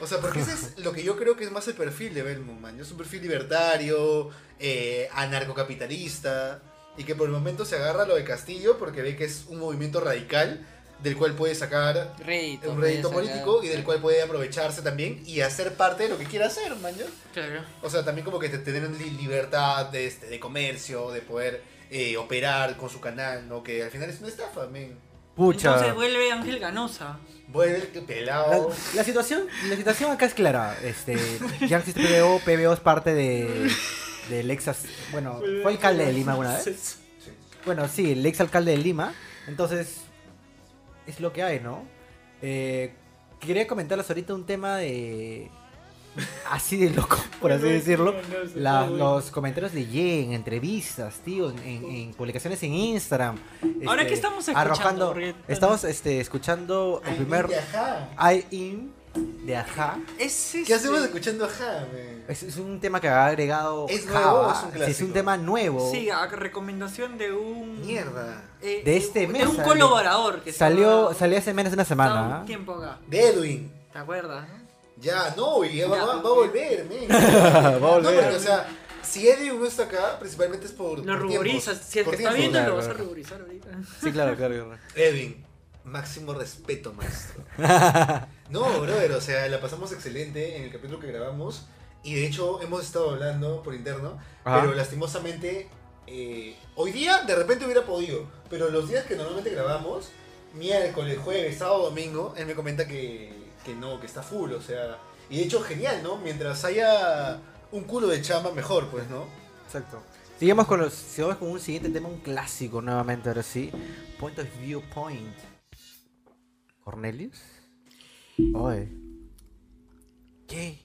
O sea, porque ese es lo que yo creo que es más el perfil de Belmo, man. Es un perfil libertario, eh, anarcocapitalista, y que por el momento se agarra a lo de Castillo porque ve que es un movimiento radical del cual puede sacar
Rédito,
un rédito
puedes sacar.
político y del cual puede aprovecharse también y hacer parte de lo que quiera hacer, man. ¿ya?
Claro.
O sea, también como que te tener li- libertad de, este, de comercio, de poder eh, operar con su canal, ¿no? Que al final es una estafa, men.
Pucha.
Entonces vuelve Ángel Ganosa.
Vuelve el
La,
pelado.
la situación, la situación acá es clara. Este, ya existe PBO, PBO es parte de del ex as- bueno, fue alcalde de Lima alguna vez.
Sí.
Bueno, sí, el ex alcalde de Lima. Entonces, es lo que hay, ¿no? Eh, quería comentarles ahorita un tema de así de loco, por así decirlo. La- los comentarios de Ye en entrevistas, tío, en, en- en publicaciones en Instagram.
Ahora,
este,
¿qué estamos escuchando?
arrojando-
Porque-
estamos este, escuchando el
Ay,
primer
y ajá.
I In de Aja.
Es este-
¿Qué hacemos escuchando ajá, men?
Es, es un tema que ha agregado
Es
Java.
nuevo, es un
Sí, es
clásico.
un tema nuevo.
Sí, a recomendación de un.
Mierda.
eh,
de este
de
mes
un
salió.
colaborador que
Salió,
estaba-
salió hace menos de una
estaba
semana.
un
¿ah?
tiempo acá.
De Edwin.
¿Te acuerdas? no?
Ya, no, y ya va,
Ya.
va- va a volver,
*laughs*
men.
a volver.
No, porque, o sea, si Edwin no está acá, principalmente es por.
Lo
por
ruborizas.
tiempos,
Si el que
por
está
tiempos.
viendo lo
Claro,
vas a
claro.
ruborizar ahorita.
Sí, claro, claro. claro.
Edwin, máximo respeto,
*laughs*
maestro. No, brother, o sea, la pasamos excelente en el capítulo que grabamos. Y de hecho, hemos estado hablando por interno.
Ajá.
Pero lastimosamente, eh, hoy día de repente hubiera podido. Pero los días que normalmente grabamos, miércoles, jueves, sábado, domingo, él me comenta que, que no, que está full, o sea. Y de hecho, genial, ¿no? Mientras haya un culo de chamba, mejor, pues, ¿no?
Exacto. Sigamos con, los, sigamos con un siguiente tema, un clásico nuevamente, ahora sí. Point of View Point. ¿Cornelius? Oye. *laughs* ¿Qué?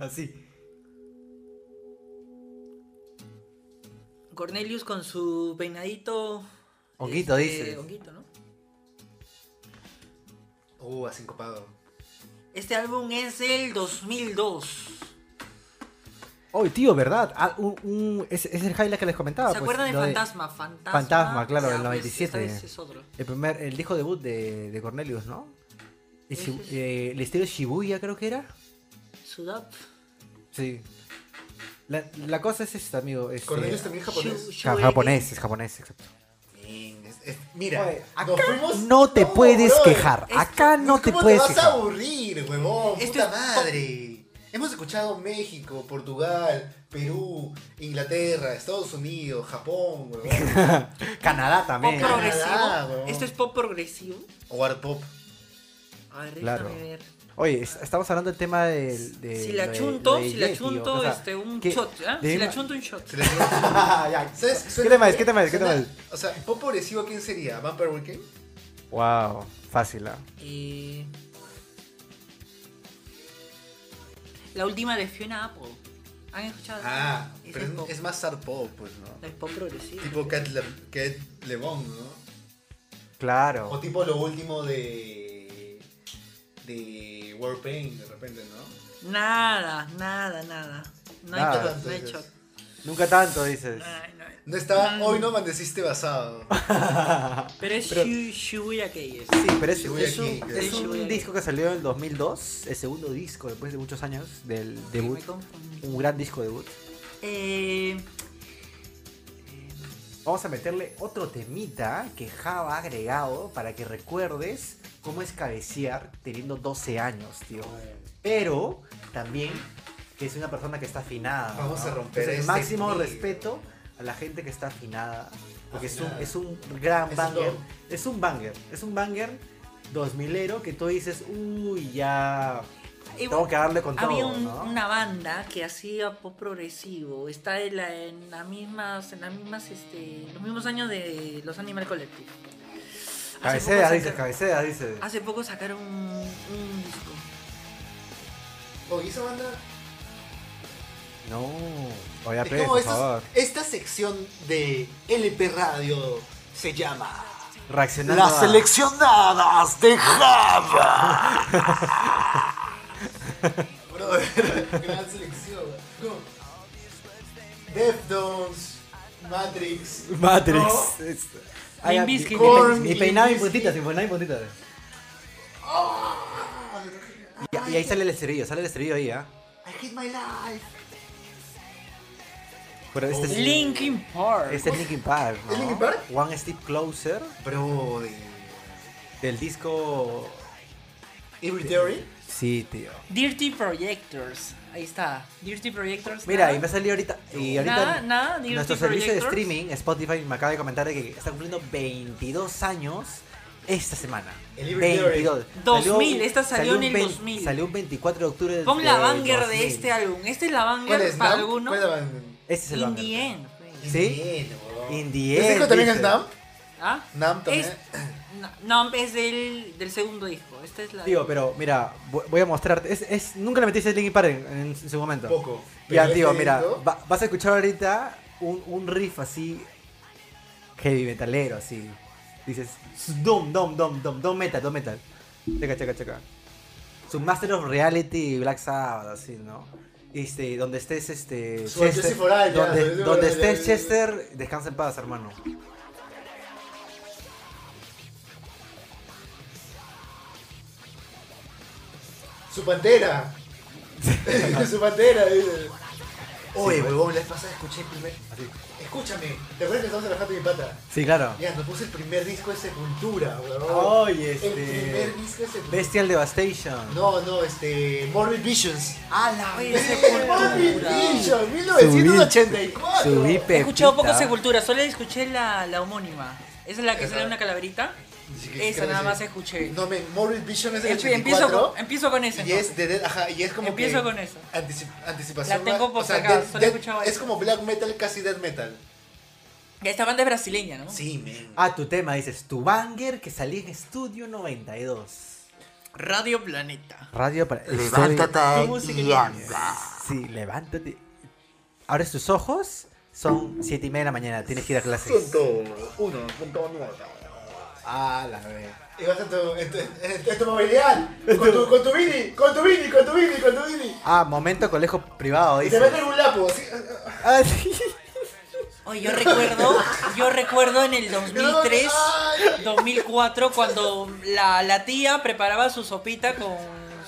Así.
Cornelius con su peinadito.
Honguito,
este,
dices.
honguito, ¿no?
Uh, así copado.
Este álbum es del 2002.
Oye, tío, ¿verdad? Ah, un- un- es, es el highlight que les comentaba.
¿Se
pues,
acuerdan de
lo
Fantasma? Fantasma.
Fantasma, claro,
Ya,
del
pues,
97.
esta vez es otro.
El primer, el disco debut de, de Cornelius, ¿no? El,
Ese
Shibu-
es-
eh, el estilo Shibuya creo que era.
Sudap.
Sí. La, la cosa es esta, amigo. este-
Cornelius también es japonés.
Shu-
Ja-
Shueiki.
japonés, es japonés, exacto.
Bien, es- es- mira,
Oye,
nos
acá
fuimos-
no te puedes
brother.
quejar.
Es-
acá no te
¿Cómo
puedes
te vas a
quejar.
aburrir, huevón?
Esto
¡Puta
es top.
madre! Hemos escuchado México, Portugal, Perú, Inglaterra, Estados Unidos, Japón, huevón.
*laughs* Canadá también.
Pop
Canadá,
progresivo.
weón.
Esto es pop progresivo.
O art pop.
A ver,
Claro.
déjame ver.
Oye, es- estamos hablando del tema del. de-
Si
lo
la
de-
chunto,
lo de
si la
Yeti,
chunto,
o sea,
este, un
¿qué-
shot. ¿ah?
de-
Si la chunto, un shot.
Se le dio-
*laughs* Ya,
¿Sabes?
¿Qué
Suena-
tema es? ¿Qué tema es? ¿Qué
suena-
tema es?
O sea, pop progresivo, ¿quién sería? ¿Vampire Weekend?
Wow, fácil, ¿ah?
Eh, La última de Fiona Apple. ¿Han escuchado?
Ah,
Ese
pero
es
es,
pop.
es más art pop, pues, ¿no?
Es pop progresivo.
Tipo Cat, Le- Cat Lebon, ¿no? O
Claro.
tipo lo último de. de Warpaint, de repente, ¿no?
Nada, nada, nada. No hay
Nada.
shot, no hay
Entonces,
shot.
Nunca tanto dices.
Ay, no hay-
No estaba, hoy no amaneciste basado.
Pero es
Pero-
Shu- Shibuya que es.
Sí, pero es,
Yo voy
es
aquí,
un,
yo
es
voy
un
aquí.
disco que salió en el 2002, el segundo disco después de muchos años del debut.
Me confundí.
Un gran disco debut.
Eh,
Vamos a meterle otro temita que Java ha agregado para que recuerdes cómo es cabecear teniendo 12 años, tío. Pero también que es una persona que está afinada.
Vamos
¿no?
a romper
Entonces, el
este
máximo
nido.
respeto a la gente que está afinada. Porque es un,
Afinada.
es un gran
Es un
banger.
don.
es un banger. Es un banger 2000ero que tú dices, uy, ya.
y
Tengo que darle con
había
todo.
un-
¿no?
una banda que hacía pop progresivo. Está en, la, en las mismas, en las mismas, este, los mismos años de los Animal Collective. Hace
Cabecea,
poco
dices,
sacaron-
cabecea, dices.
Hace poco sacaron un, un disco.
Oye, Oh, esa banda
No. Oye,
Es
pues,
como
por
estos-
favor.
esta sección de LP Radio se llama
Reaccionando.
Las
a-
seleccionadas de Java.
*laughs*
Bro, gran selección. No. Deftones, Matrix.
Matrix.
¿no?
Es-
Limp
ya, mi-
Bizkit.
mi pe-
Korn,
Mi peinado y
Limp Bizkit.
puntita, mi peinado y puntita. Y, y ahí sale el esterillo, sale el esterillo ahí, ¿ah?
I hate my life.
Pero este es.
Linkin Park.
Este es Linkin Park, ¿no?
¿Es Linkin Park?
One Step Closer
Bro,
del disco.
Every Theory.
Sí, tío.
Dirty Projectors. Ahí está. Dirty Projectors.
Mira,
nada.
y me salió ahorita. Y ahorita
Nada, nada, Dirty
nuestro servicio de
Projectors.
streaming, Spotify, me acaba de comentar de que está cumpliendo 22 años esta semana.
El Every Theory.
2000, esta salió en
un
el
vein-
2000.
Salió un 24 de octubre del
Pon la banger
2000.
de este álbum. Este es la
¿Cuál
banger
es?
para
¿Numb?
algunos.
¿Cuál es la banda?
Este es el
In
banger.
the end. pues.
¿Sí?
Bien, bro.
In the
¿Ese
end,
disco también es
dice.
Nam?
¿Ah?
Nam también.
Es- no, no, es del, del segundo disco. Esta es la.
Tío, pero mira, vo- voy a mostrarte. Es, es- nunca le metiste Linkin Park en, en su momento.
Poco.
Ya,
Pero
tío,
este
mira,
disco-
va- vas a escuchar ahorita un, un riff así heavy metalero, así. Dices, dom, dom, dom, dom, dom metal, dom metal. Checa, checa, checa. Su Master of Reality Black Sabbath, así, ¿no? Este, donde estés, este.
Soy Jesse Foray, ya,
donde
soy Jesse
donde
Foray,
estés,
ya, ya, ya.
Chester, descansa en paz, hermano.
Su
*laughs*
pantera. su pantera. dice. Oye,
Sí.
huevón, la vez pasada escuché el primer.
Así.
Escúchame, ¿te acuerdas que estamos trabajando mi pata?
Sí, claro.
Ya, nos puse el primer disco de Sepultura, huevón.
Oye,
el primer
este.
disco de Sepultura.
Bestial Devastation.
No, no, este. Morbid Visions.
A Ah, la Oye,
Morbid
Sepultura.
Visions, 1984.
Subí
He escuchado
pepita.
poco Sepultura, solo escuché la, la homónima. Esa es la que
Esa.
sale una calaverita.
Así que
Esa
creo
nada
que
más
sí.
escuché.
No, me, Morbid Vision es del
Empi- empiezo,
84.
con, empiezo con esa.
Y es, de, Dead- ajá, y es como
Empiezo
que
con eso.
antici- anticipación.
La tengo
a-
por acá,
Dead-
solo he
Dead-
escuchado
es
eso.
como black metal, casi death metal.
entonces. Esta banda es brasileña, ¿no?
Sí, men.
Ah, tu tema dices, tu banger que salí en Estudio 92.
Radio Planeta.
Radio para...
Levántate
Tu música
y
en
anda.
Sí, levántate. Abres tus ojos, son 7 y media de la mañana, tienes que ir a clases.
uno, punto nueve.
Ah, la vez.
Y vas en tu, este, en tu, en- en- en tu movilidad. Con tu, con tu Vini, con tu Vini, con tu Vini, con tu Vini.
Ah, momento colegio privado,
Y te
dice.
meten un lapo. Así. eh,
Ah,
*laughs*
sí.
Oye, yo recuerdo, yo recuerdo en el 2003,
Ay.
2004, cuando la, la tía preparaba su sopita con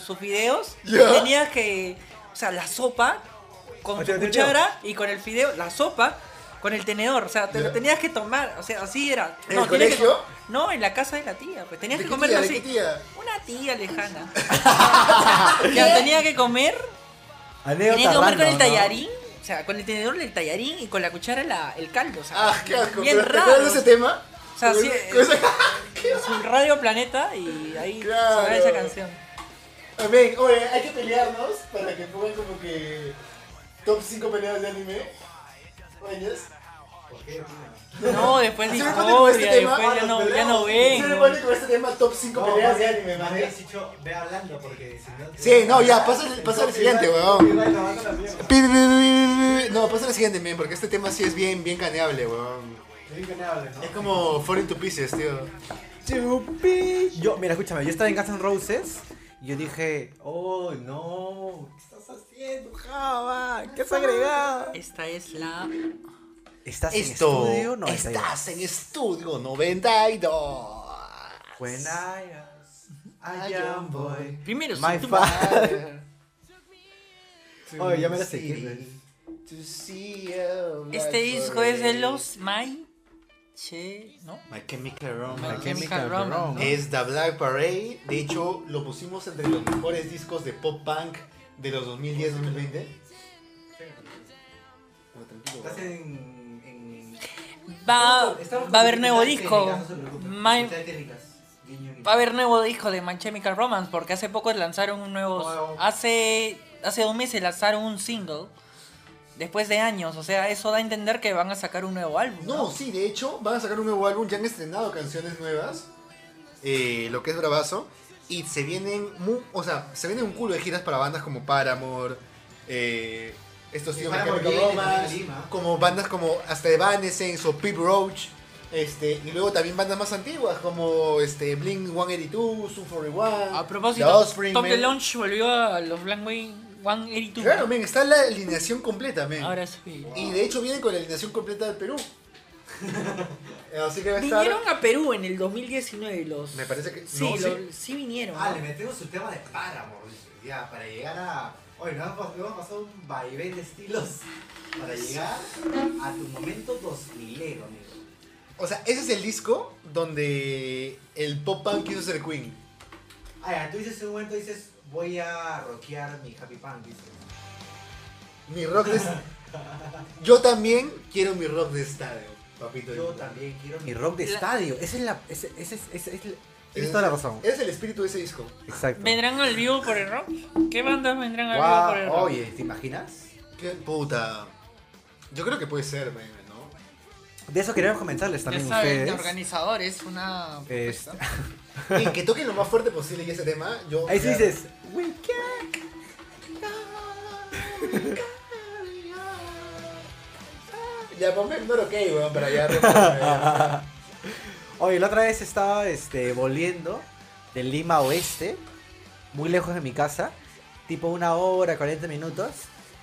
sus videos.
Ya.
Tenías que, o sea, la sopa con
Oye,
tu
¿en serio?
cuchara y con el fideo, la sopa con el tenedor. O sea, te lo
Ya.
tenías que tomar, o sea, así era.
¿En el
tienes que-
colegio?
no, en la casa de la tía. Pues tenías
¿De
que
qué tía,
comerlo
de
así.
qué tía?
Una tía lejana.
*laughs*
Ya tenía que comer
Anécdota
Tenía que comer con
random,
el
¿no?
tallarín, o sea, con el tenedor del tallarín y con la cuchara la- el caldo, o sea,
Ah, qué asco.
bien
pero ¿Te
raro.
acuerdas de ese tema?
O sea,
Con-
sí,
con *laughs* esa-
Es un Radio Planeta y ahí
Claro.
sonaba esa canción.
Amén. Oye, hay que pelearnos para que pongan como que top 5 peleas de anime. Oye,
No, después de
Se me pone *laughs* con este
historia,
tema,
después ya
ah,
no,
los
ya
peleamos.
no
Se me pone
ven.
con este tema top 5
No,
peleas
más
de
bien-
anime,
más
man.
bien, Chicho, ve hablando porque si no te-
Sí, no, ya, pasa el- pasa el
Entonces,
siguiente,
iba-
weón.
iba acabando la mierda.
Pi, pi, pi, pi, pi, pi. No, pasa el siguiente, men, porque este tema sí es bien, bien caneable, weón.
Te digo que no hables, ¿no?
Es como Falling to Pieces, tío.
Chupi. Yo, mira, escúchame, yo estaba en Guns N' Roses y yo dije, oh no, ¿qué estás haciendo, Java? ¿Qué has agregado?
Esta es la
Estás
Esto,
en estudio, no
estás en estudio 92.
When I am, I am boy.
primero
My
tú-
fa-
To
Oye, ya me la sé.
city, to see oh, a
Este
light
disco es de
parade.
los My Che, ¿no?
My Chemical Romance.
My Chemical
Chemical
Romance.
Romance.
¿no?
Es The Black Parade. De hecho, lo pusimos entre los mejores discos de pop punk de los 2010-2020.
Estás en- en-
Va,
Estamos
va a haber
con
nuevo
dificultades técnicas, no
disco.
se preocupen.
My-
Dificultades técnicas. Guiño, guiño.
Va a haber nuevo disco de My Chemical Romance porque hace poco lanzaron un nuevo.
Nuevo.
Hace, hace dos meses lanzaron un single. Después de años, o sea, eso da a entender que van a sacar un nuevo álbum.
No, sí, de hecho, van a sacar un nuevo álbum. Ya han estrenado canciones nuevas. eh, lo que es bravazo. Y se vienen, mu- o sea, se vienen un culo de giras para bandas como Paramore. eh, estos
Y
tíos
Paramore
Mechanical
viene también a
Romance,
Lima.
Como bandas como hasta Evanescence o Pip Roach. Este, y luego también bandas más antiguas como este, Blink 182, Zoom 41.
A
The
propósito,
Offspring,
Top
men.
the Launch volvió a los Blank Way 182.
Claro, men, está la alineación completa, men.
Ahora sí.
Y de hecho vienen con la alineación completa del
*laughs*
Perú. Así que va a estar.
Vinieron a Perú en el 2019 los.
Me parece que-
Sí,
no,
los- sí. vinieron.
Ah, le metemos un tema de páramo, ya, para llegar a. Oye, nos hemos, nos hemos pasado un vaivén de estilos para llegar a tu momento 2000 amigo.
O sea, ese es el disco donde el pop punk quiso ser Queen.
Ah, ya, tú dices en un momento, dices, voy a rockear mi happy pan, dices.
Mi rock de... Yo también quiero mi rock de estadio, papito.
Yo también quiero
Mi rock de
La-
estadio. Esa es la. Esa esa es. esa es la- Tienes toda la razón.
Es el espíritu de ese disco.
Exacto.
¿Vendrán al vivo por el rock? ¿Qué bandas vendrán al vivo por el
Wow,
rock?
oye, ¿te imaginas?
Qué puta. Yo creo que puede ser, man, ¿no?
De eso queríamos comentarles
ya
también
saben, de
ustedes.
organizadores, una.
Este-
Y que toquen lo más fuerte posible y ese tema. Yo,
Ahí sí dices, "We can".
Ya ponme no ok, weón, para
*laughs*
allá.
Oye, la otra vez estaba este, volviendo de Lima Oeste, muy lejos de mi casa, tipo una hora, 40 minutos,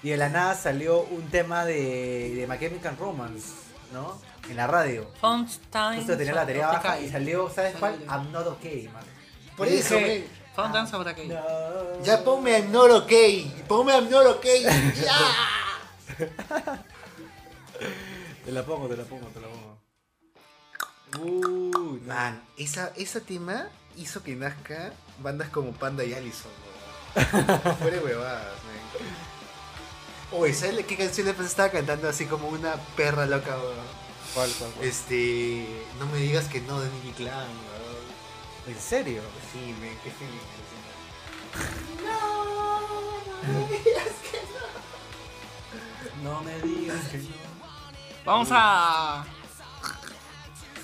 y de la nada salió un tema de, de My Chemical Romance, ¿no? En la radio.
Font Time.
*laughs* Justo tenía la
of
batería
the
baja
Kai.
y salió, ¿sabes cuál?
Salió.
I'm not okay, man.
Por
Y
eso,
dije,
men.
Font Dance of the
Ah.
Kai.
"No".
Ya ponme I'm not ok. Ponme I'm not ok. Ya.
Te la pongo, te la pongo, te la pongo. Ah, Uy, no.
Man, esa, esa tema hizo que nazca bandas como Panda y Allison.
*laughs*
weón. Fuera de huevadas, man. Oye, ¿sabes qué canción le estaba cantando así como una perra loca, weón?
¿Cuál, cuál, cuál?
Este. No me digas que no de Nicky Clan, weón.
¿En serio?
Sí, me qué feliz. o
No me digas que
Vamos a.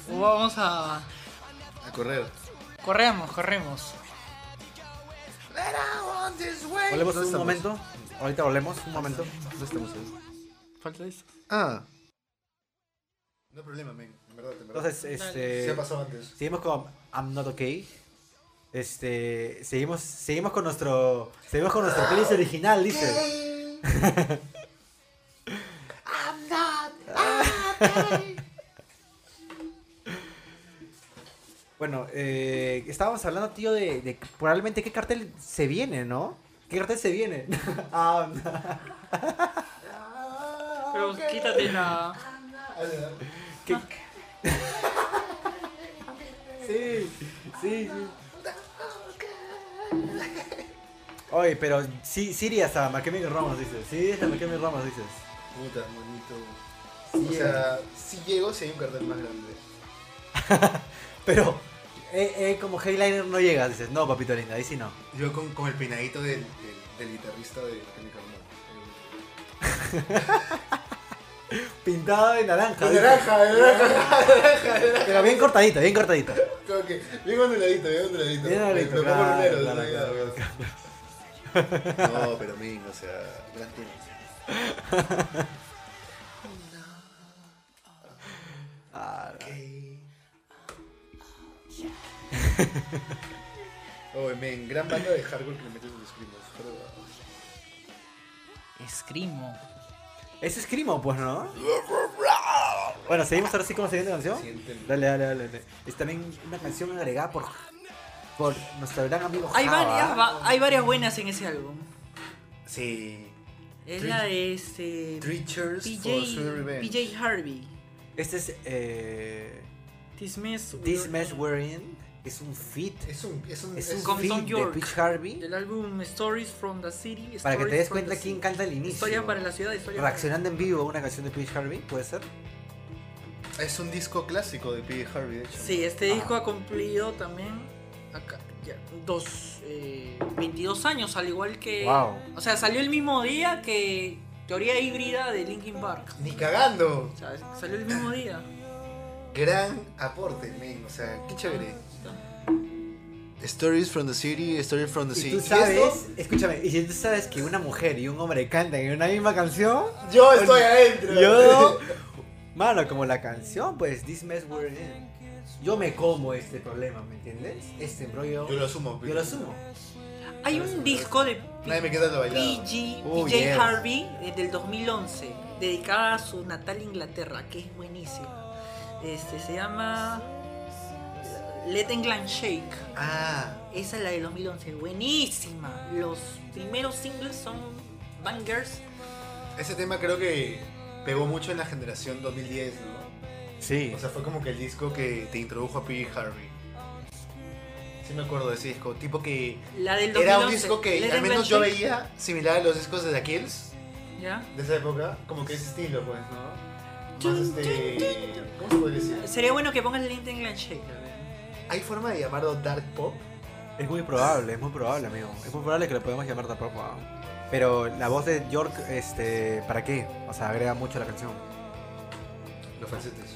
Vamos a.
sea. A correr.
Corremos, corremos.
¿Volvemos un
¿Dónde estamos?
momento? Ahorita volvemos, un momento.
¿Dónde estamos?
Falta eso.
Ah. No hay problema, men. En verdad, en verdad.
Entonces,
Se
este.
ha pasado antes.
Seguimos con I'm Not Okay. Este. Seguimos, seguimos con nuestro. Seguimos con nuestro playlist original, dice. Bueno, eh, estábamos hablando, tío, de, de probablemente qué cartel se viene, ¿no? ¿Qué cartel se viene? *laughs* Ah,
Pero quítate la.
¿Qué? *laughs* sí, sí, sí. Oye, pero sí, Siri hasta Marquemi Ramos dices. Sí, hasta Marquemi Ramos dices.
Puta, bonito.
Sí,
o sea, si llego, si hay un cartel más grande.
Pero eh, eh, como headliner no llegas, dices. No, papito lindo, ahí sí no.
Yo con, con el peinadito del, del, del guitarrista de Mecánica Romana.
Pintado de naranja.
De
dices.
naranja, de naranja, *laughs* de naranja, de naranja.
Pero bien cortadito, bien cortadito.
Como que, bien onduladito, bien onduladito.
Bien onduladito,
Me- me
claro,
pongo negro,
claro,
¿no?
claro,
No, pero men, o sea, gran tema.
Ah,
Oh, men, gran banda de hardcore que le meten los primos. pero-
Escrimo.
Es Screamo, pues, ¿no? Bueno, seguimos ahora sí con la siguiente canción.
Siguiente.
Dale, dale, dale. dale. Es también una canción agregada por, por nuestro gran amigo
Hay
Java.
varias, va- hay varias buenas en ese álbum.
Sí.
Es
Three-
la de este.
Three cheers for Sweet
PJ,
Revenge.
PJ Harvey.
Este es eh,
This Mess.
This Mess We're In. Es un fit.
Es un. Es un.
Es
es-
un
con
fit
Tom
de
York.
Peach Harvey.
Del álbum Stories from the City.
Para que te
Stories
des
from
cuenta
the
quién
City.
canta al inicio.
Historia para la ciudad, historia para-
Reaccionando en vivo a una canción de Peach Harvey, ¿puede ser?
es un disco clásico de P.J. Harvey, de hecho.
Sí, este
Ah.
disco ha cumplido también acá, ya, dos, eh, 22 años, al igual que...
Wow.
O sea, salió el mismo día que Teoría Híbrida de Linkin Park.
Ni cagando.
O sea, es- salió el mismo día.
Gran aporte, men. O sea, qué chévere. Stories from the city, Stories from the
Y
city.
tú sabes, escúchame, y si tú sabes que una mujer y un hombre cantan en una misma canción,
Yo estoy adentro.
Yo, mano, como la canción, pues, This Mess We're In. Yo me como este problema, ¿me entiendes? Este embrollo,
Yo lo asumo.
yo lo asumo.
Hay un disco de
Nadie me queda la bailada.
PG,
Oh,
PJ
yes.
Harvey eh, del 2011, dedicada a su natal Inglaterra, que es buenísimo. Este, se llama Let England Shake.
Ah,
Esa es la del 2011, buenísima. Los primeros singles son bangers.
ese tema creo que pegó mucho en la generación 2010, ¿no?
Sí.
O sea, fue como que el disco que te introdujo a P.G. Harvey. Sí me acuerdo de ese disco. Tipo que
La del 2011.
era un disco que
Let
al
England
menos yo
Shake,
veía similar a los discos de The Kills
¿Ya?
de esa época. Como que ese estilo, pues, ¿no? Más este... ¿Cómo se puede decir?
Sería bueno que pongas Let England Shake. a ver.
¿Hay forma de llamarlo Dark Pop?
Es muy probable, es muy probable, amigo. Es muy probable que lo podemos llamar tampoco. ¿ah? Pero la voz de York, este, ¿para qué? O sea, agrega mucho a la canción.
Los falsetes.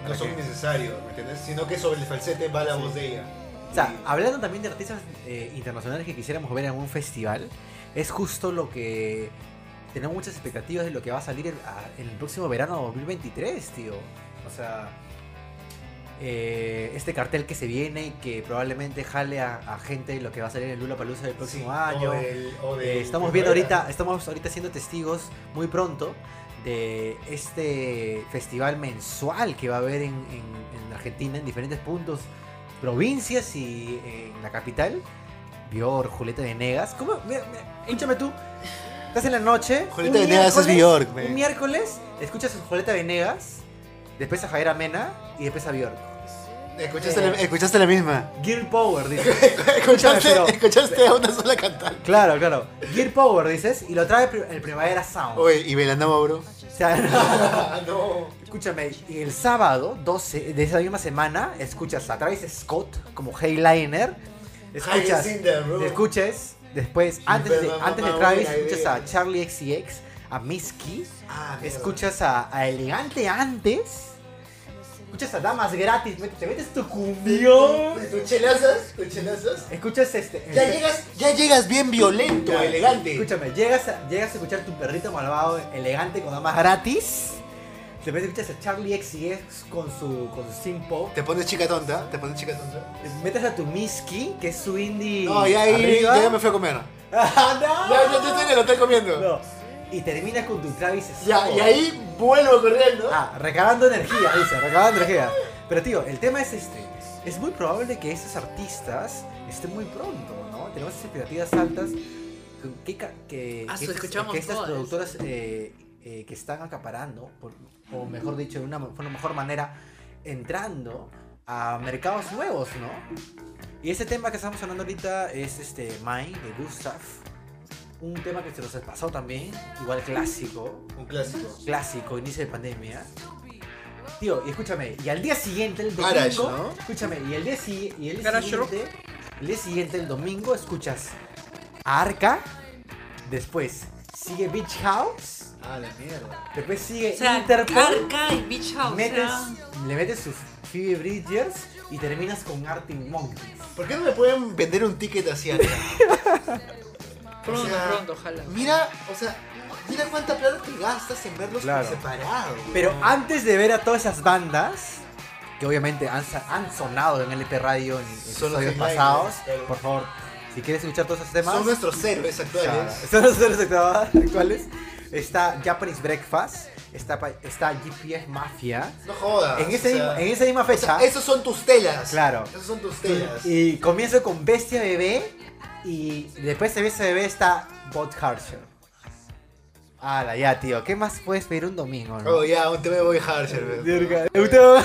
No
¿Para
son
qué?
necesarios, ¿me entiendes? Sino que sobre el falsete va la voz de ella.
O sea,
Y-
hablando también de artistas eh, internacionales que quisiéramos ver en un festival, es justo lo que tenemos muchas expectativas de lo que va a salir en, a- en el próximo verano 2023, tío. O sea, eh, este cartel que se viene, que probablemente jale a, a gente lo que va a salir en Lula Palusa del próximo
Sí,
año.
o del- o del-
Eh, estamos viendo ahorita, estamos ahorita siendo testigos muy pronto de este festival mensual que va a haber en, en- en Argentina, en diferentes puntos, provincias y en la capital. Vior, Julieta de Negas. ¿Cómo? Mira, mira, escúchame tú. Estás en la noche.
Julieta
un
Venegas es
miércoles-
Bjork, me.
Un miércoles escuchas a Julieta Venegas, después a Javier Amena y después a Bjork.
Escuchaste,
eh,
la, escuchaste la
*laughs*
misma. *laughs*
Gear Power, dices.
Escuchaste,
Pero-
escuchaste a una sola cantante.
Claro, claro. Gear Power, dices, y lo trae pri- el Primavera Sound.
Oye, y Belanova, *laughs* bro.
O sea,
Ah,
Escúchame, y el sábado 12 de esa misma semana escuchas a Travis Scott como Headliner. Escuchas,
High is in the room.
escuches después, antes de,
Pero,
antes de
mamá,
Travis,
buena
escuchas
idea.
a Charlie XCX, a Miski,
Ah, mierda.
escuchas a, a Elegante antes, escuchas a Damas Gratis, met- te metes tu cumbión,
¿Tus chelazas? ¿Tus chelazas?
escuchas este.
Ya
este-
llegas, ya llegas bien violento,
Ya,
elegante.
Escúchame, llegas a, llegas a escuchar tu perrito malvado elegante con damas gratis. De repente escuchas a Charlie XCX con su, con su simpo.
Te pones chica tonta, te pones chica tonta.
Metes a tu Miski, que es su indie.
No, ya ahí
arriba.
ya, me fui a comer.
*laughs* Ah,
Ya,
no.
ya te estoy en el hotel comiendo.
No. Y terminas con tu Travis Scott.
Ya, y ahí vuelvo corriendo.
Ah, recabando energía, dice, recabando energía. Pero tío, el tema es este. Es muy probable que estos artistas estén muy pronto, ¿no? Tenemos esas expectativas altas. que- Que, ca- que,
Ah,
que
su,
estas-
escuchamos
que estas
todas.
productoras eh, eh, que están acaparando, por- o mejor dicho, de una, de una mejor manera, entrando a mercados nuevos, ¿no? Y ese tema que estamos hablando ahorita es este Mai de Gustav. Un tema que se nos pasó también, igual clásico
Un clásico.
clásico, inicio de pandemia. Tío, y escúchame, y al día siguiente, el domingo,
Garage, ¿no?
escúchame, y el día, si- y el día
Garage rock.
siguiente, el día siguiente, el domingo, escuchas a Arca, después sigue Beach House,
Ah, la mierda.
después sigue
O sea,
Interpol,
Arca y Beach House. Eh, o
metes,
sea,
le metes sus Phoebe Bridgers y terminas con Arctic Monkeys.
¿Por qué no me pueden vender un ticket hacia *laughs* acá?
pronto,
o sea,
pronto, ojalá.
Mira, o sea, mira cuánta plata te gastas en verlos
Claro.
por separado.
Pero antes de ver a todas esas bandas, que obviamente han, sa- han sonado en LP Radio en
Son los
episodios
headliners,
pasados,
claro.
por favor, si quieres escuchar todos esos temas,
eh, Son nuestros héroes actuales.
Claro, *laughs* son los héroes actuales- actuales. Está Japanese Breakfast, está, pa- está GPS Mafia.
No jodas.
En,
Ah, o
ese
sea,
mismo- en esa misma
o sea,
fecha.
esos son tus telas.
Claro.
Esos son tus telas.
Y comienzo con Bestia Bebé. Y después de Bestia Bebé está Bot Harsher. Ala, ya, tío. ¿Qué más puedes pedir un domingo, no?
Oh, ya, un tema voy Harsher.
Verga, un tema-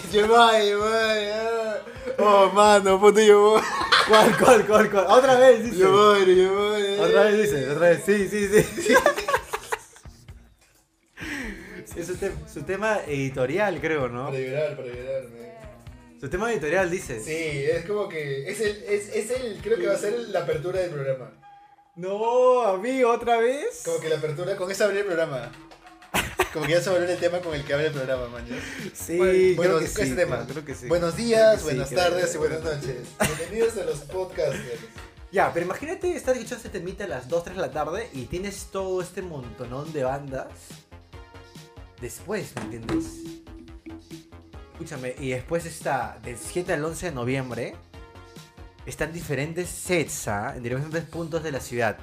*laughs* Yo voy, voy. ah. Oh, mano, puto, yo voy.
¿Cuál, cuál, cuál, cuál? Otra vez, dice.
Yo voy, yo voy. eh.
Otra vez dice, otra vez, sí, sí,
*laughs*
sí. Es su, te- su tema editorial, creo, ¿no?
Para llorar, para llorar, man.
Su tema editorial dice.
Sí, es como que. Es el, es, es el. Creo que va a ser la apertura del programa.
No, amigo, otra vez.
Como que la apertura. Con eso abrir el programa. Como que ya se volvió el tema con el que abre el programa, man. ya.
Sí,
Bueno,
creo
bueno,
que sí.
ese tema.
creo- creo que sí.
Buenos días,
Creo que sí,
buenas
creo que
tardes
sí.
y buenas noches. Bienvenidos a los podcasts.
Ya, pero imagínate estar dicho este temita a las 2, 3 de la tarde y tienes todo este montonón de bandas. Después, ¿me entiendes? Escúchame, y después está del 7 al 11 de noviembre. Están diferentes sets ¿ah? en diferentes puntos de la ciudad.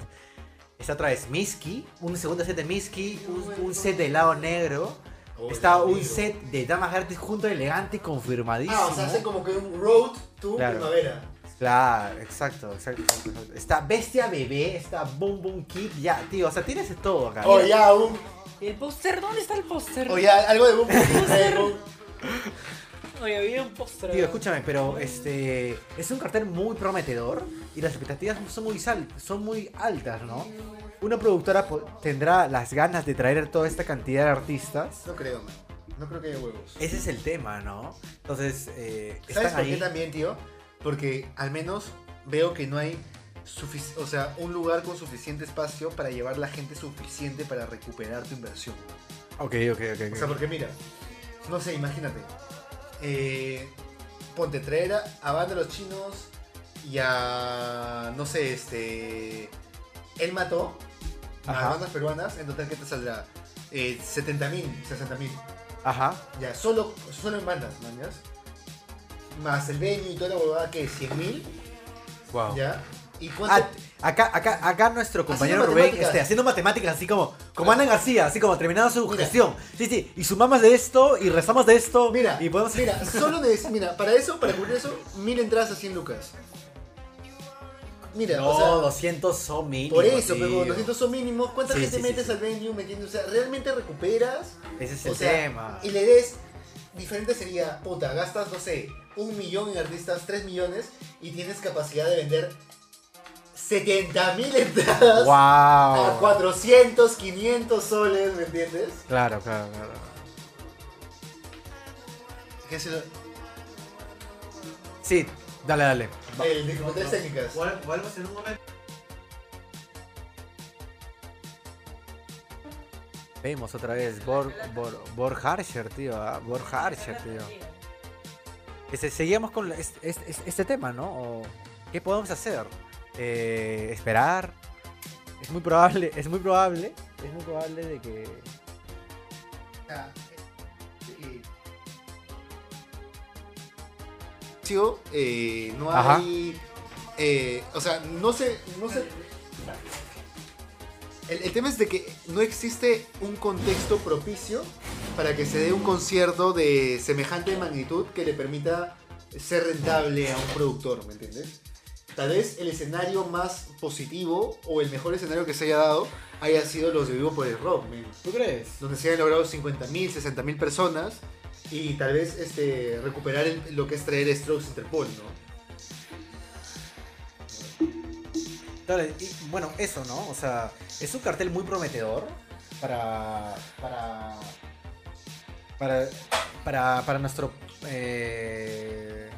Está otra vez Miski, un segundo set de Miski, un, un set de helado negro.
Oh,
está un set de Damas Gratis junto a elegante y confirmadísimo.
Ah, o sea, hace como que un road to
Claro.
primavera.
Claro, exacto, exacto, exacto, exacto. Está Bestia Bebé, está Boom Boom Kid, ya, tío, o sea, tienes de todo acá.
O ya, un.
¿Y el póster? ¿Dónde está el póster?
O ya, algo *laughs* de boom. de boom.
Oye, había un póster.
Tío, escúchame, pero este es un cartel muy prometedor y las expectativas son muy, sal- son muy altas, ¿no? Una productora po- tendrá las ganas de traer toda esta cantidad de artistas.
No creo, man. No creo que haya huevos.
Ese es el tema, ¿no? Entonces, eh,
¿Sabes
están
por qué
ahí.
también, tío? Porque al menos veo que no hay sufic- o sea, un lugar con suficiente espacio para llevar la gente suficiente para recuperar tu inversión.
Ok, ok, ok. ok.
O sea, porque mira, no sé, imagínate. eh, ponte traer a, a Banda de los Chinos y a. No sé, este. Él mató
Ajá.
a bandas peruanas. En total, ¿qué te saldrá? Eh, 70.000, 60.000.
Ajá.
Ya, solo, solo en bandas, mañas. Más el venue y toda la huevada que 100.000,
Wow.
ya. ¿Y cuánto?
Ah, acá, acá, acá nuestro compañero
Haciendo
Rubén
matemáticas.
este, haciendo matemáticas, así como, como Ana García, así como terminando su
Mira.
gestión. Sí, sí, y sumamos de esto y rezamos de esto.
mira,
y podemos.
mira, solo de, mira, para eso, para cubrir eso, 1.000 entradas a 100 lucas. Mira,
no,
o sea,
200 son mínimo.
por eso,
tío.
pero 200 son mínimos. ¿Cuánta
Sí,
gente
sí, sí,
metes
sí.
al venue? ¿me entiendes? O sea, ¿realmente recuperas?
Ese es
O
el
sea,
tema.
Y le des diferente sería, puta, gastas, no sé, un millón en artistas, tres millones y tienes capacidad de vender 70 mil entradas a
¡Wow!
400, 500 soles, ¿me entiendes?
Claro, claro, claro.
Que es el,
Sí, dale, dale.
el documental de técnicas.
Vuel- Vuelvas en un momento.
Vemos otra vez Bor, Bor, Bor Harsher, tío. ¿ah? Bor Harsher, tío. Este, seguíamos con la- es- es- es- este, tema, ¿no? O, ¿Qué podemos hacer? Eh, esperar. Es muy probable, es muy probable, es muy probable de que
Sigo, eh, no
Ajá.
hay. eh, o sea, no sé. No sé el, el tema es de que no existe un contexto propicio para que se dé un concierto de semejante magnitud que le permita ser rentable a un productor, ¿me entiendes? Tal vez el escenario más positivo o el mejor escenario que se haya dado haya sido los de vivo por el rock, men
¿Tú crees?
donde se han logrado 50.000, 60.000 personas y tal vez este, recuperar el- lo que es traer Strokes Interpol, ¿no?
Dale, y, bueno, eso, ¿no? O sea, es un cartel muy prometedor para. para. para. para, para nuestro. eh,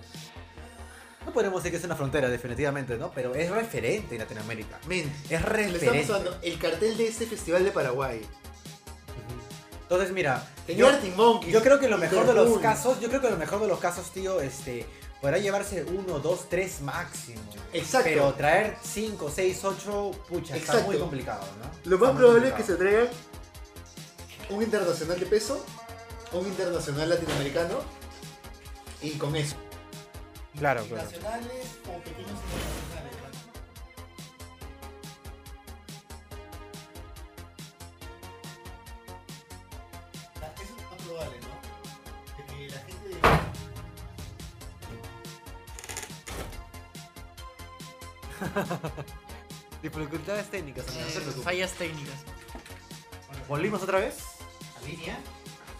no podemos decir que es una frontera, definitivamente, ¿no? Pero es referente en Latinoamérica.
Men,
Es
le estamos
referente.
dando el cartel de este festival de Paraguay.
Entonces, mira,
Tenía
yo,
Arctic Monkeys,
yo creo que lo mejor de los
Interpol.
casos, yo creo que lo mejor de los casos, tío, este, podrá llevarse uno, dos, tres máximo.
Exacto.
Pero traer cinco, seis, ocho, pucha, está
Exacto.
muy complicado, Ah, ¿no?
Lo
Está
más
muy
probable es que se
complicado.
traigan un internacional de peso, un internacional latinoamericano y con eso.
Claro, claro.
Nacionales o pequeños internacionales. La- Eso es más probable, ¿no? De que la gente de
Dificultades técnicas, amigo, no se
Eh,
preocupe.
fallas técnicas.
¿Volvimos otra vez?
la línea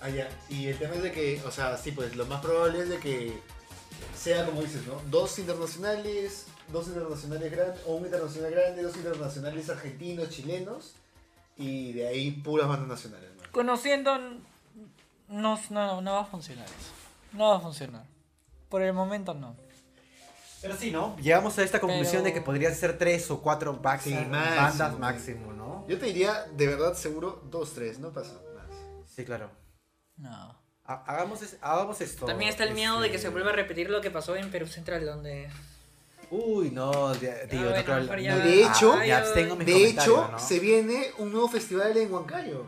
Allá. Ah, Y el tema es de que, o sea, sí, pues lo más probable es de que sea como dices, ¿no? Dos internacionales, dos internacionales grandes, o un internacional grande, dos internacionales argentinos, chilenos, y de ahí puras bandas nacionales, ¿no?
Conociendo, no, no, no va a funcionar eso. No va a funcionar. Por el momento no.
Pero sí, ¿no? Llegamos a esta conclusión
Pero-
de que podrían ser tres o cuatro máximo,
Sí, máximo,
bandas
güey.
máximo, ¿no?
Yo te diría, de verdad, seguro, dos, tres, no pasa más.
Sí, claro.
No.
Ha- Hagamos, es- hagamos esto.
También está el miedo de que se
este,
vuelva a repetir lo que pasó en Perú Central, donde...
Uy, no, de- tío,
bueno,
no creo-
mejor
no-
ya-
De hecho-
ah, ya abstengo mis
De hecho,
comentarios, ¿no?
se viene un nuevo festival en Huancayo.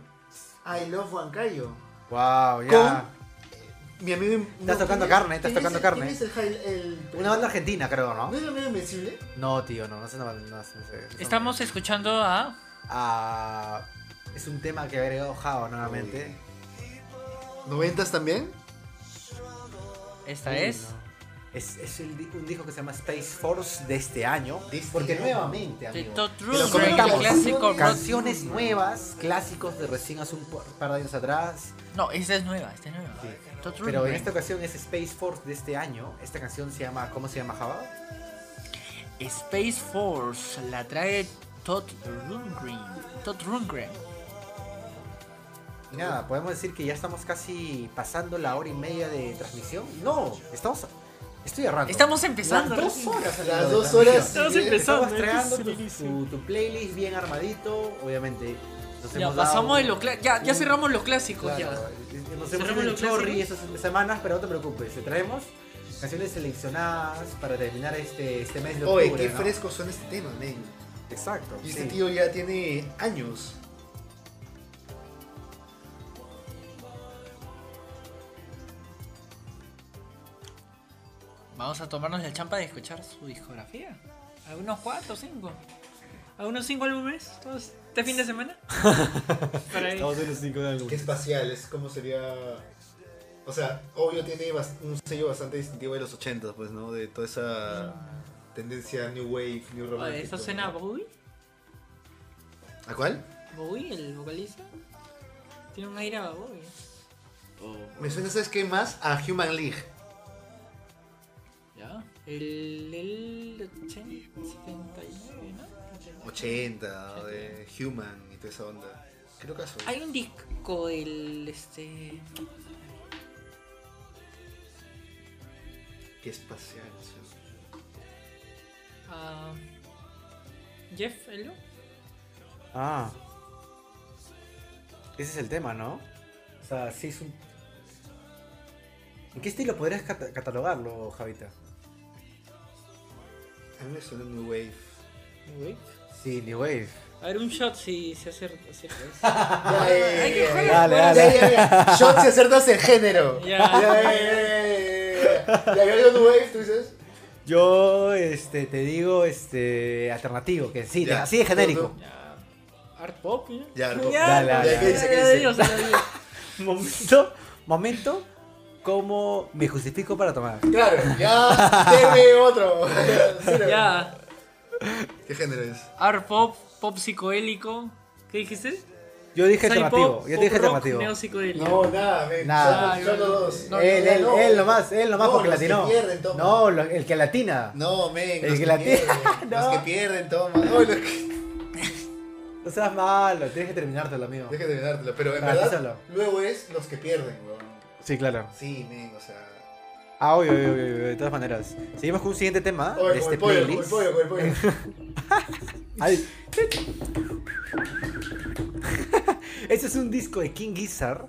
I love Huancayo.
Wow, ya.
Mi amigo.
Estás tocando carne, estás
¿quién es
tocando
el-
carne.
quién es el hi- el-
Una banda argentina, creo, ¿no?
¿No es el amigo invencible?
No, tío, no, no es una banda. No, es- no sé, es-
Estamos escuchando a...
Ah, es un tema que ha agregado Jao nuevamente.
¿Noventas también?
Esta
Uy,
es...
no. Es, es el di- un disco que se llama Space Force de este año.
De este
porque
año.
nuevamente,
The
amigo,
Todd
lo
Rundgren,
comentamos.
clásico rock.
canciones nuevas, clásicos de recién hace un po- par de años atrás.
No, esta es nueva, esta es nueva.
Sí.
Todd
Pero en
Rundgren.
esta ocasión es Space Force de este año. Esta canción se llama, ¿cómo se llama Java?
Space Force la trae Todd Rundgren. Todd Rundgren.
Y nada, podemos decir que ya estamos casi pasando la hora y media de transmisión. No, estamos, estoy errando.
Estamos
las
empezando.
dos horas. amigo,
Las
de
dos horas.
transmisión.
Estamos
y-
empezando.
Estabas creando tu, tu- tu playlist bien armadito, obviamente. nos
Ya
hemos dado
pasamos de lo cla- ya, ya
un-
cerramos los clásicos
claro, eh,
ya.
Nos hemos
Cerramos
hecho
lo
el chorri
clásico.
esas semanas, pero no te preocupes, te traemos canciones seleccionadas para terminar este, este mes de octubre.
Oye, qué
¿no?
frescos son este tema, men.
Exacto.
Y este
sí.
tío ya tiene años.
Vamos a tomarnos la champa de escuchar su discografía.
Algunos cuatro, cinco. Algunos cinco álbumes. todos- este fin de semana. Para
en
ir.
los cinco de algo.
Espacial, es como sería. O sea, obvio tiene bas- un sello bastante distintivo de los 80, pues, ¿no? De toda esa tendencia New Wave, New
Oye,
Romantic.
Eso suena a Bowie.
¿A cuál?
Bowie, el vocalista. Tiene un aire a Bowie.
O-
Me suena, ¿sabes qué más? A Human League.
¿Ya?
El, el 80, 79, ¿no?
80, de Human y toda esa onda. Qué locazo.
Hay un disco del este
Qué espacial. sí.
ah, Jeff Elo.
Ah. Ese es el tema, ¿no? O sea, sí es un... ¿En qué estilo podrías cata- catalogarlo, Javita?
A mí me suena New Wave.
Güey.
Sí, New Wave.
A ver un shot si se acierta, aciertas.
Hay
que jugar.
Dale,
Ya,
dale.
ya, ya. Shot si acertas el género.
Ya.
ya, ya, ya, ya, ya. Ya, yo digo New Wave, tú dices.
Yo, este, te digo, este, alternativo, que sí,
Ya.
así de genérico.
Ya. Art pop, ¿ya?
Ya,
Ya,
Arco.
Dale,
ya,
dale,
ya,
¿qué
dice, qué
ya,
dice?
Dios, ya, Dios.
Momento, momento, ¿cómo me justifico para tomar?
Claro,
*laughs*
ya. Deme otro. Sírveme.
Ya.
¿Qué género es?
Art pop, pop psicoélico. ¿Qué dijiste?
Yo dije
Psy
alternativo,
pop,
yo
pop
dije
rock,
alternativo.
Neo psicodélico.
No, nada, ven.
Nada.
Son, son los dos. No,
él,
no,
él,
no.
él nomás, él nomás
No,
porque
los que
latinó.
pierden, toma.
no, lo- el que latina.
No, men,
El
los
que
que
la tiene.
pierden. Los
*laughs* No.
que pierden, toma. No, los que...
No seas malo, tienes que terminártelo, amigo.
Deja de dártelo, pero en
Ah, díselo.
verdad, luego es los que pierden, weón.
Sí, claro.
Sí, men, o sea.
Ah, obvio, obvio, obvio, obvio, de todas maneras. Seguimos con un siguiente tema
Oye,
de
con
este
el pollo, con el
playlist.
pollo, con el pollo.
*laughs* Ay. *laughs* este es un disco de King Gizzard.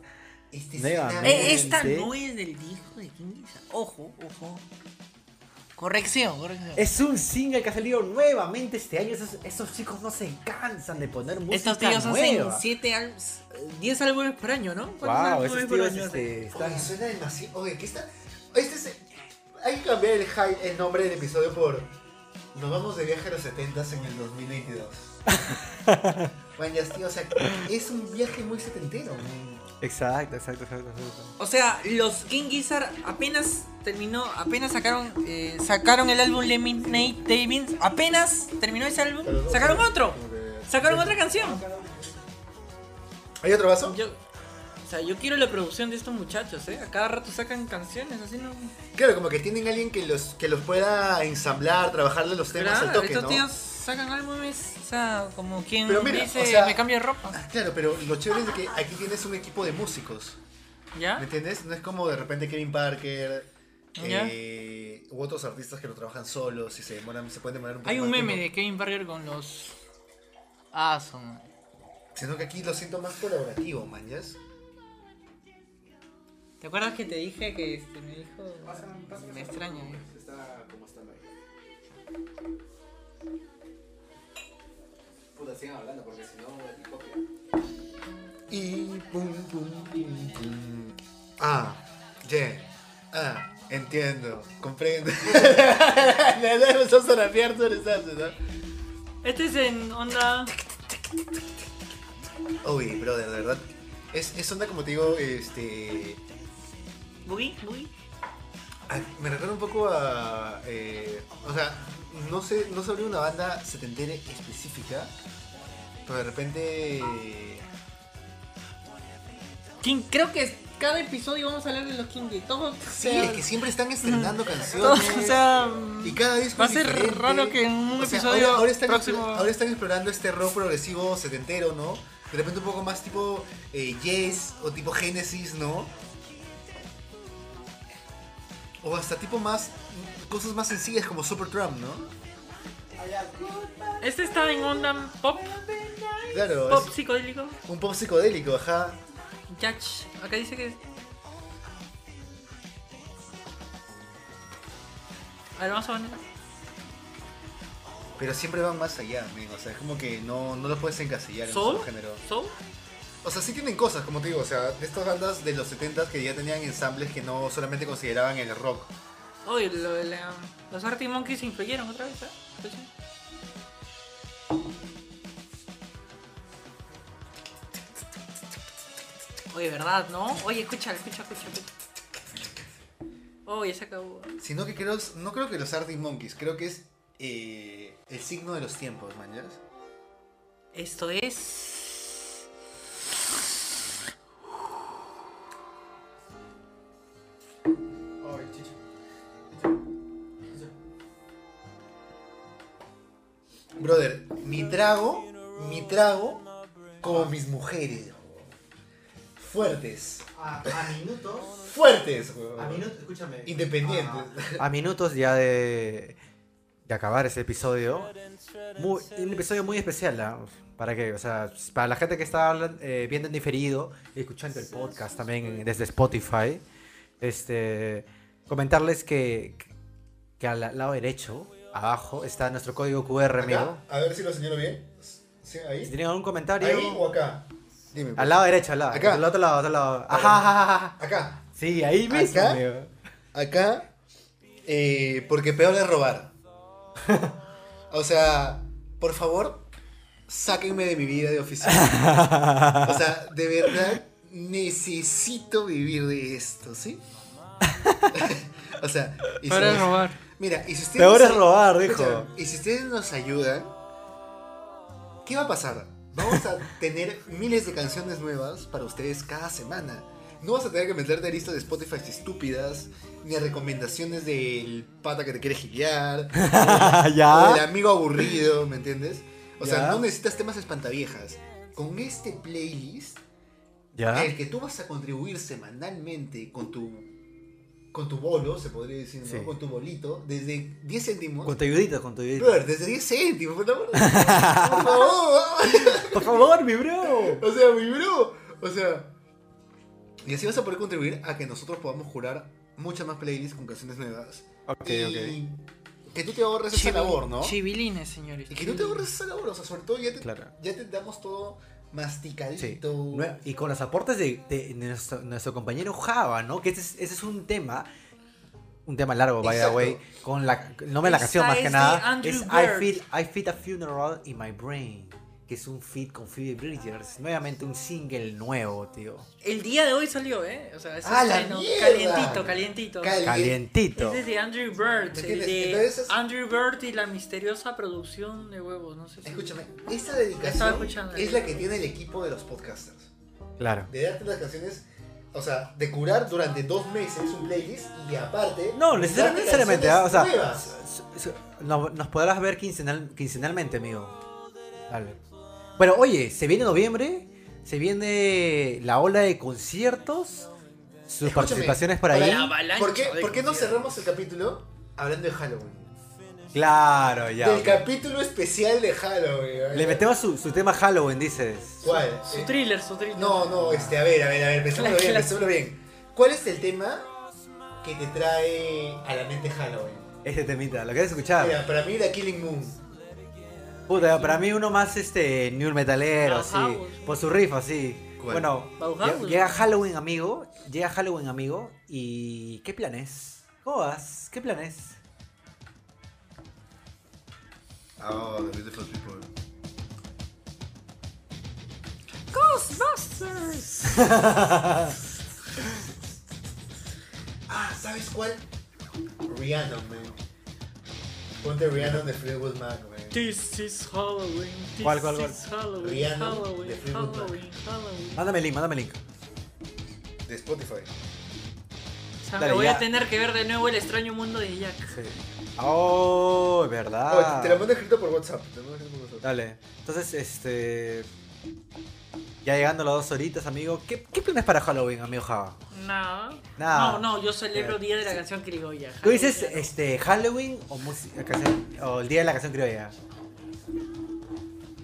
Este
Venga,
nada,
men.
Eh, esta
Sí.
no es del disco de King Gizzard. Ojo, ojo. Corrección, corrección.
Es un single que ha salido nuevamente este año. Esos, esos chicos no se cansan de poner música
Estos tíos hacen
nueva.
7 álbumes,
10 álbumes por año, ¿no? ¿Cuántos
Wow,
álbumes
esos
por
tíos
año hacen?
este, están...
Oye, suena demasiado. Oye, ¿qué está? Este es... Hay que cambiar el, hi- el nombre del episodio por. Nos vamos de viaje a los 70 en el 2022. Man, ya, tío, o sea, es un viaje muy setentero. men.
Exacto, exacto, exacto. exacto.
O sea, los King Gizzard apenas terminó, apenas sacaron eh, sacaron el álbum Lemonade Davis, apenas terminó ese álbum,
Pero, o sea,
sacaron otro,
como que-
sacaron otra canción.
¿Hay otro vaso?
Yo, o sea, yo quiero la producción de estos muchachos, ¿eh? A cada rato sacan canciones, así no.
Claro, como que tienen alguien que los, que los pueda ensamblar, trabajarle los temas al
Claro,
toque,
estos
¿no?
tíos sacan álbumes, o sea, como quien
Pero mira,
dice
o sea-
me cambio de ropa,
Ah, Claro, pero lo chévere es de que aquí tienes un equipo de músicos, ¿me
¿ya?
entiendes? No es como de repente Kevin Parker
Ah, Ya.
eh, u otros artistas que lo trabajan solos y se demoran, se pueden demorar un poco
Hay un
más
meme
tiempo.
de Kevin Barrier con los Ah, son
Sino que aquí lo siento más colaborativo, man, ¿ya? es?
¿Te acuerdas que te dije que este, me dijo me extraña? ¿eh? ¿no?
Está como está ahí. Puta, sigan hablando porque si no, me copia.
Y pum, pum, pum, pum. Ah, yeah. Ah, entiendo,
*laughs*
comprendo. Le damos a zarapear todo el instante, ¿no?
Este es en onda.
Uy, brother, de verdad. Es, es onda como te digo, este.
Boogie, boogie.
a- me recuerda un poco a. eh, o sea, no sé, no sabría una banda setentera específica, pero de repente. eh,
King, creo que cada episodio vamos a hablar de los King y todo.
Sí,
o sea,
es que siempre están estrenando
todo,
canciones.
*laughs* o sea,
y cada disco
va a
es
ser
diferente.
raro que en un
O sea,
episodio
ahora, ahora están
próximo-
explo- ahora están explorando este rock progresivo setentero, ¿no? De repente un poco más tipo eh, Yes o tipo Genesis, ¿no? O hasta tipo más. cosas más sencillas como Super Trump, ¿no?
Este está en onda pop,
Claro,
pop
es
psicodélico.
un pop psicodélico, ajá.
Judge. Acá dice que. A ver, vamos a poner.
Pero siempre van más allá, men, O sea, es como que no, no los puedes encasillar en
¿Soul?
un solo género.
Soul.
O sea, sí tienen cosas, como te digo, o sea, de estas bandas de los 70s que ya tenían ensambles que no solamente consideraban el rock.
Oye, lo de la- los Arctic Monkeys se influyeron otra vez, ¿eh? Escuchen. Oye, ¿verdad, no? Oye, escucha, escucha, escucha. escucha. Oye, se acabó.
Sino que creo, no creo que los Arctic Monkeys, creo que es eh, el signo de los tiempos, man, ¿ya ves?
Esto es.
Brother, mi trago, mi trago, como mis mujeres. weón. Fuertes,
A, a minutos.
fuertes, weón.
A minutos, escúchame.
Independientes.
Ah,
A minutos ya de, de acabar ese episodio. Muy- un episodio muy especial, ¿ah? ¿Para qué? O sea, para la gente que está hablan- eh, viendo en diferido, escuchando el podcast también en- desde Spotify, este, comentarles que, que al lado derecho, abajo, está nuestro código QR, amigo.
Acá, a ver si lo señalo bien. Sí,
Si
ahí.
tienen algún comentario,
¿Ahí o acá? Dime. pues.
al lado derecho, al lado.
Acá.
Al otro lado, al otro lado. Ajá, ajá, ajá, ajá.
Acá.
Sí, ahí mismo,
Acá.
amigo.
Acá, eh, porque peor es robar. *laughs* o sea, por favor, sáquenme de mi vida de oficina. o sea, de verdad, necesito vivir de esto, ¿sí? *laughs* o sea, y si-
Para robar.
mira, y si ustedes
Peor
nos-
es robar, dijo.
escucha,
*laughs*
y si ustedes nos ayudan, ¿qué va a pasar? Vamos
*laughs*
a tener miles de canciones nuevas para ustedes cada semana. No vas a tener que meterte a listas de Spotify estúpidas, ni a recomendaciones del pata que te quiere
*laughs*
giliar, o del
Ah, ya.
amigo aburrido, ¿me entiendes? O sea,
Ya.
no necesitas temas espantaviejas. Con este playlist,
Ya.
el que tú vas a contribuir semanalmente con tu con tu bolo, se podría decir, ¿no?
Sí.
con tu bolito, desde 10 céntimos.
Con tu ayudita, con tu ayudita.
Brother, desde 10 céntimos, por favor. Por favor.
*laughs*
*laughs*
Por favor, mi bro.
O sea, mi bro. O sea. Y así vas a poder contribuir a que nosotros podamos jurar muchas más playlists con canciones nuevas.
Ok, ok.
y Que tú te ahorres esa
Chibi-
labor, ¿no?
Chivilines, señores.
Y que tú te ahorres esa labor. O sea, sobre todo ya te,
Claro.
ya te damos todo
Sí.
masticadito.
Nue- Y con los aportes de, de nuestro, nuestro compañero Java, ¿no? Que ese es, ese es un tema. Un tema largo, by the
Exacto.
way. Con la, el nombre de la canción, más
Esa
que
es de
nada.
este Andrew
Es I
Bird.
feel, I feel a Funeral in My Brain. Que es un feat con Phoebe Bridgers. Nuevamente un single nuevo, tío.
El día de hoy salió, ¿eh? O sea, es
¡Ah, la
estreno.
mierda!
calientito, calientito.
Cal-
eh. Calientito.
Este es de Andrew Bird,
¿Me
el
entiendes?
de
Entonces es-
Andrew Bird y la misteriosa producción de huevos, no sé si...
Escúchame, esta
Estaba
dedicación
escuchando.
es la que tiene el equipo de los podcasters.
Claro.
De darte las canciones, o sea, de curar durante dos meses un playlist y aparte.
No, necesar-
darte
necesariamente,
canciones
¿ah? O sea,
nuevas.
S- s- Nos, nos podrás ver quincenal- quincenalmente, amigo. Dale. Bueno, oye, se viene noviembre, se viene la ola de conciertos, sus
Escúchame,
participaciones por ahí.
para-
avalancha
¿Por qué,
de
por qué no
conciertos.
cerramos el capítulo hablando de Halloween?
Claro, ya.
Del
ok.
capítulo especial de Halloween. ¿verdad?
Le metemos su, su tema Halloween, dices.
¿Cuál?
Su
Eh,
thriller, su thriller.
no, no, este, a ver, a ver, a ver, pensémoslo
La
bien,
clase.
pensémoslo bien. ¿Cuál es el tema que te trae a la mente Halloween?
Este temita, ¿lo quieres escuchar?
Mira, para mí, The Killing Moon.
Puta, para mí uno más este New Metalero, sí.
Bauhaus.
Por su riff, así.
¿Cuál?
Bueno,
Bauhaus.
lle- llega Halloween, amigo. Llega Halloween, amigo. ¿Y qué planes? ¿Cómo vas? ¿Qué planes?
Ghostbusters.
*laughs* Ah, ¿sabes cuál? Rihanna, man. Ponte Rihanna de Fleetwood Mac, man.
This is Halloween. This
¿Cuál, cuál, cuál? Ah,
is Halloween.
Rihanna, de
Halloween,
Fleetwood Mac.
Halloween, Halloween.
Mándame el link, mándame el link.
De Spotify.
O sea,
Dale,
me voy
ya.
a tener que ver de nuevo el extraño mundo de Jack.
Sí. Oh,
Oh,
verdad.
te, te lo mando escrito por WhatsApp. Te lo mando escrito por WhatsApp.
Dale. Entonces, este. Ya llegando a las dos horitas, amigo. ¿Qué, qué planes para Halloween, amigo Java?
Nada.
Nada.
No, no, yo celebro
Eh,
Día de la Canción Criolla.
¿Tú dices
Halloween,
este Halloween o, musi- la canción- o el día de la canción criolla?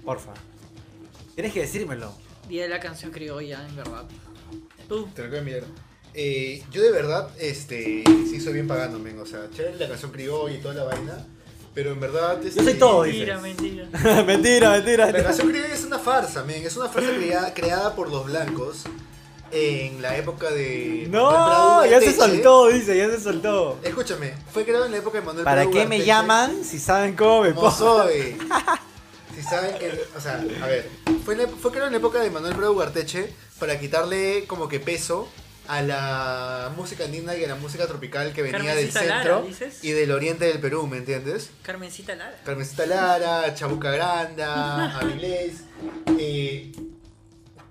Porfa. Tienes que decírmelo.
no. Día de la Canción Criolla, en verdad. Tú.
Te lo voy a enviar. Eh, yo de verdad, este, sí soy bien pagando, men. O sea, chévere la canción criolla y toda la vaina. Pero en verdad... este,
soy todo, dices.
Mentira, mentira.
*laughs* mentira, mentira.
La canción criolla es una farsa, men. Es una farsa creada, creada por los blancos en la época de... Manuel Prado
No, ya
Ugarteche.
se soltó, dice, ya se soltó. ¿eh?
Escúchame, fue creado en la época de Manuel
¿eh? ¿Para
Prado
qué me
Ugarteche.
llaman si saben cómo me
No
pongo?
soy. *laughs* Si saben que. O sea, a ver. Fue, en la- fue creo en la época de Manuel Prado Ugarteche para quitarle como que peso a la música andina y a la música tropical que venía
Carmencita
del
Lara,
centro
dices.
y del oriente del Perú, ¿me entiendes?
Carmencita Lara.
Carmencita Lara, Chabuca Granda, Avilés, eh,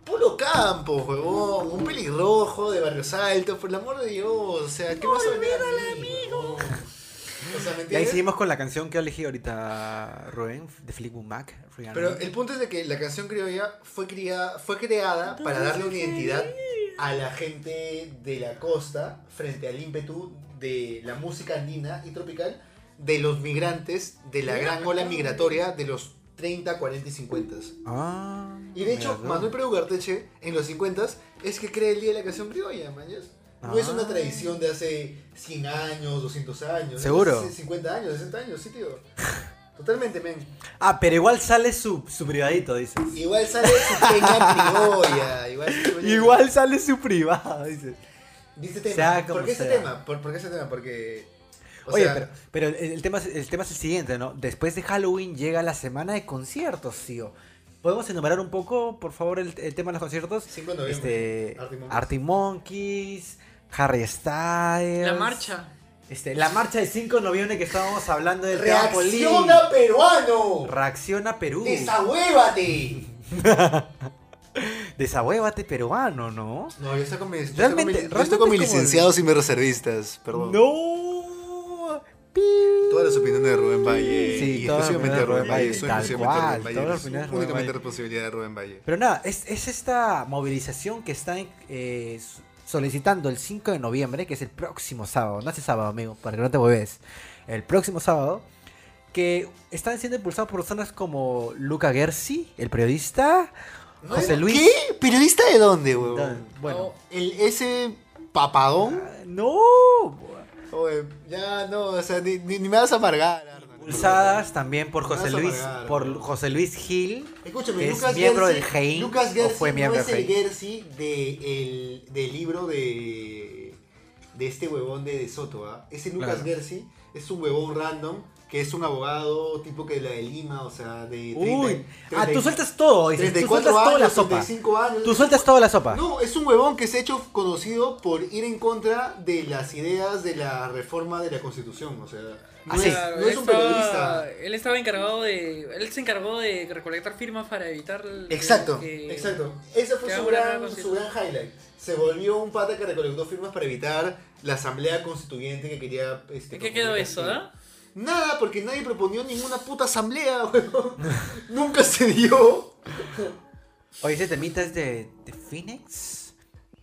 Polo Campos, huevón, un pelirrojo de Barrios Altos, por el amor de Dios, o sea, ¿qué vas a venir a mí, huevón? O sea, ¿me
Y ahí
entiendes?
seguimos con la canción que elegí ahorita, Rubén, de Fleetwood Mac, Rihanna.
Pero el punto es de que la canción criolla fue, criada, fue creada para darle una identidad a la gente de la costa frente al ímpetu de la música andina y tropical de los migrantes de la gran ola migratoria de los 30, 40 y 50.
Ah,
Y de hecho,
mira tú.
Manuel Pedro Ugarteche, en los 50 es que crea el día de la canción criolla, mañas. No es una
Ah.
tradición de hace 100 años, 200 años.
¿Seguro?
es hace 50 años, 60 años, sí, tío. Totalmente, men.
Ah, pero igual sale su, su privadito, dices.
Igual sale su peña criolla. Igual, su peña-
Igual sale su privado, dices.
Dice tema.
sea como
¿Por qué ese
sea.
tema? ¿Por, por qué ese tema? Porque. o
Oye,
sea,
pero, pero el, el tema, es- el tema es el siguiente, ¿no? Después de Halloween llega la semana de conciertos, tío. ¿Podemos enumerar un poco, por favor, el, el tema de los conciertos?
5 de noviembre.
Este,
Arctic Monkeys.
Arctic Monkeys, Harry Styles.
La marcha.
Este, la marcha del 5 de noviembre que estábamos hablando del tema Polín.
¡Reacciona peruano!
Reacciona Perú.
¡Desahuévate!
Desahuévate peruano, ¿no?
No, yo estoy con mis.
yo estoy con Realmente- mis- yo estoy realmente con mis es como- licenciados
y mis reservistas,
No.
Todas las opiniones de Rubén Valle.
Sí,
y
todas las
exclusivamente de Rubén Valle. Soy
tal
exclusivamente de Rubén
cual,
Valle.
todas las
es
opiniones de Rubén
únicamente
Valle.
responsabilidad de Rubén Valle.
Pero nada, es, es esta movilización que está eh, s- solicitando el 5 de noviembre, que es el próximo sábado, no este sábado, amigo, para que no te mueves. El próximo sábado, que están siendo impulsados por personas como Luca Gersi, el periodista, José Luis.
¿Qué? ¿Periodista de dónde, huevón?
Dan- Bueno,
El, ese papadón.
no.
Oye, ya no, o sea, ni, ni, ni me vas a amargar. Arnold.
Impulsadas también por José
Vas a
Luis,
pagar,
por
bro.
José Luis Gil.
Escúchame,
que es
Lucas
miembro
Gersi-
del Hein,
Lucas
o
Gersi
fue miembro
no es
del
el
Hein.
Gersi de el- del libro de, de este huevón de, De Soto, ¿ah? Ese Lucas
Claro.
Gersi es un huevón random que es un abogado tipo que de la de Lima, o sea, de 30,
Uy, ah,
30,
tú sueltas todo, dices, tú
34
sueltas toda la
años,
sopa.
35 años.
Tú sueltas toda la sopa.
No, es un huevón que se ha hecho conocido por ir en contra de las ideas de la reforma de la Constitución, o sea, no,
Así.
es,
Claro,
no es
él
un
estaba-
periodista.
Él estaba encargado de. Él se encargó de recolectar firmas para evitar. el-
Exacto,
que-
exacto. Ese fue
que
su
haga una
gran,
constitución.
su gran highlight. Se volvió un pata que recolectó firmas para evitar la asamblea constituyente que quería... Este,
¿En qué quedó
proponer
eso,
Castillo.
ah?
Nada, porque nadie proponió ninguna puta asamblea, *laughs*
*laughs*
huevón. Nunca se dio.
Oye, ese temita es de, de Phoenix.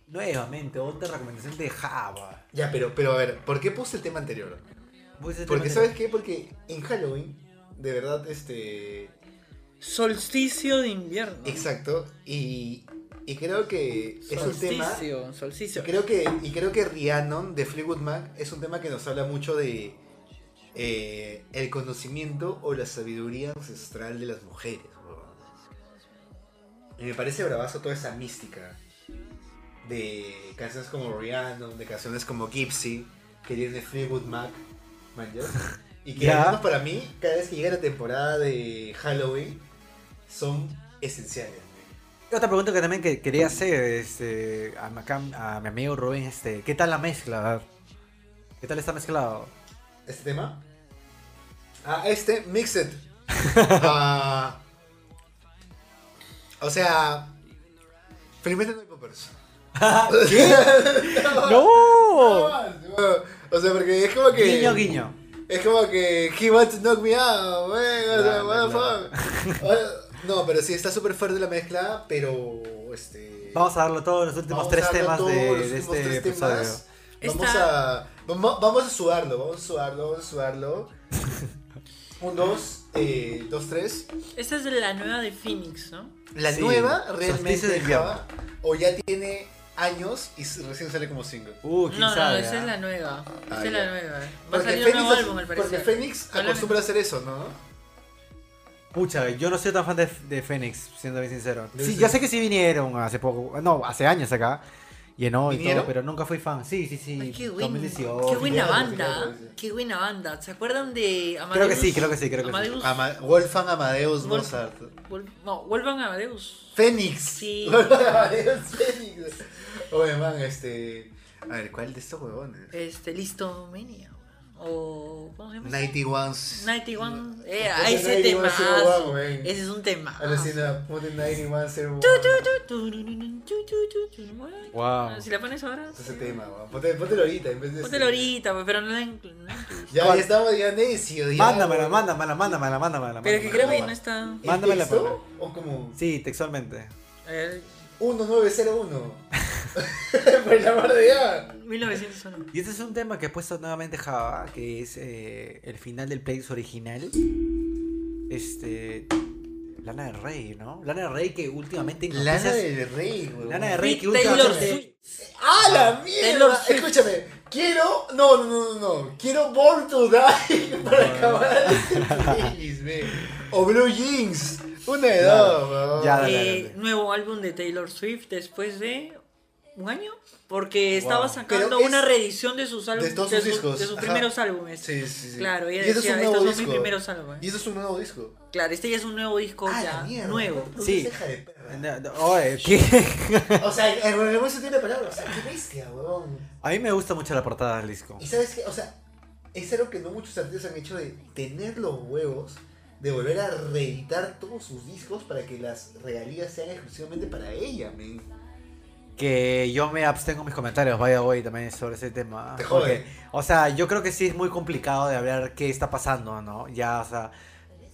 Nuevamente, otra recomendación de Java.
Ya, pero, pero a ver, ¿por qué puse el tema anterior?
Pues ese
Porque,
tema
¿sabes qué? Porque en Halloween, de verdad, este...
Solsticio de invierno.
Exacto. Y, y creo que es un tema...
Solsticio, solsticio.
Creo que, y creo que Rhiannon de Fleetwood Mac es un tema que nos habla mucho de eh, el conocimiento o la sabiduría ancestral de las mujeres. huevón. Y me parece bravazo toda esa mística de canciones como Rhiannon, de canciones como Gypsy, que tiene Fleetwood Mac. man, ¿ya? Y que
Ya.
al menos para mí, cada vez que llega la temporada de Halloween, son esenciales. man.
Y Otra pregunta que también que quería hacer este, a, mi- acá- a mi amigo Rubén, este, ¿qué tal la mezcla? ¿Qué tal está mezclado?
¿Este tema? Ah, este,
*laughs*
Mixed. Ah, o sea, felizmente no hay
*laughs*
poppers. *laughs*
¡No!
O sea, porque es como que.
Guiño, guiño.
Es como que. He wants to knock me out, wey. O sea,
Claro,
what the
claro. *laughs*
fuck. O- No, pero sí, está súper fuerte la mezcla, pero. Este,
Vamos a darlo todos los últimos
vamos a
tres
darle
temas
todos
de,
los
de
últimos
este
tres
episodio.
temas. Vamos
Está-
a. Vamos, vamos a sudarlo, vamos a sudarlo, vamos a sudarlo. Un, dos, eh, dos, tres.
Esta es la nueva de Phoenix, ¿no?
La
Sí,
nueva
solsticio
realmente
de invierno.
Java, o ya tiene años y s- recién sale como single.
Uh, quién
No, no,
sabe,
esa
ah?
es la nueva. Esa
Ah,
es
ya.
la nueva. Va a
Porque
salir un
Fénix
nuevo
hace-
álbum, al
Porque
parecer.
Fénix
Háblame.
acostumbra a hacer eso, ¿no?
Pucha, yo no soy tan fan de, de Fénix, siendo bien sincero.
Yo
Sí,
sí.
yo sé que sí vinieron hace poco, no, hace años acá. Llenó y
¿Vinieron?
todo, pero nunca fui fan. Sí, sí, sí.
Ay, qué, buen-
2018.
qué buena
claro,
banda.
claro, sí.
Qué buena banda. ¿Se acuerdan de Amadeus?
Creo que sí, creo que sí, creo que sí.
Amadeus.
Ama- Wolfgang Amadeus
Wolf-
Mozart.
Vol- No, vuelvan a Amadeus.
Fénix.
Sí.
*laughs* Wolfgang Amadeus Fénix. Oye, man, este. A ver, ¿cuál de estos huevones?
Este, Listo Mania. O. ¿Cómo se llama?
91.
91. Eh,
Ese
ahí ese
91
tema.
es un guau,
Ese es un tema.
Alucina, ponte 91 Zero One.
Wow.
Si la pones ahora.
Ese tema, weón. Ponte- Póntelo ahorita en vez de.
Póntelo ahorita, pues, pero no la inclu- no la incluí.
Ya,
¿Cuál?
ya estamos ya necio. Ya,
Mándamela,
güey.
mándamela, mándamela, mándamela.
Pero que
mándamela.
creo que no está.
¿En
Mándamela,
texto
por favor.
O como
Sí, textualmente.
A ver,
*laughs* 1901. Por Pues la mar de ya.
1901.
Y este es un tema que ha puesto nuevamente Java, que es eh, el final del Playlist original. Este. Lana del Rey, ¿no? Lana del Rey que últimamente. en
Lana
noticias-
del Rey, güey.
Lana del Rey que
Taylor
últimamente.
¡Ah, la
Taylor
mierda!
Swift.
Escúchame, quiero. No, no, no, no, no. Quiero Born to Die *laughs* para acabar este playlist, ve. O Blue Jeans. Una de
Claro.
dos, weón.
Ya, dale, dale,
Eh,
dale.
nuevo álbum de Taylor Swift después de un año. Porque estaba
Wow.
sacando
Pero es-
una reedición de sus álbumes.
todos sus discos,
de sus
ajá.
primeros álbumes.
Sí, sí, sí.
Claro, ella
este
decía, estos son mis primeros álbumes.
Y eso es un nuevo disco.
Claro, este ya es un nuevo disco
Ah, la
ya
mierda,
nuevo.
no,
Sí.
ceja de perra.
No, no, Oye, ¿qué?
O sea, el reverso tiene palabras. O sea, qué bestia, weón.
A mí me gusta mucho la portada del disco.
Y sabes qué, o sea, es algo que no muchos artistas han hecho de tener los huevos de volver a reeditar todos sus discos para que las regalías sean exclusivamente para ella, men.
Que yo me abstengo en mis comentarios, vaya hoy también sobre ese tema.
Te jode.
Porque, o sea, yo creo que sí es muy complicado de hablar qué está pasando, ¿no? Ya, o sea,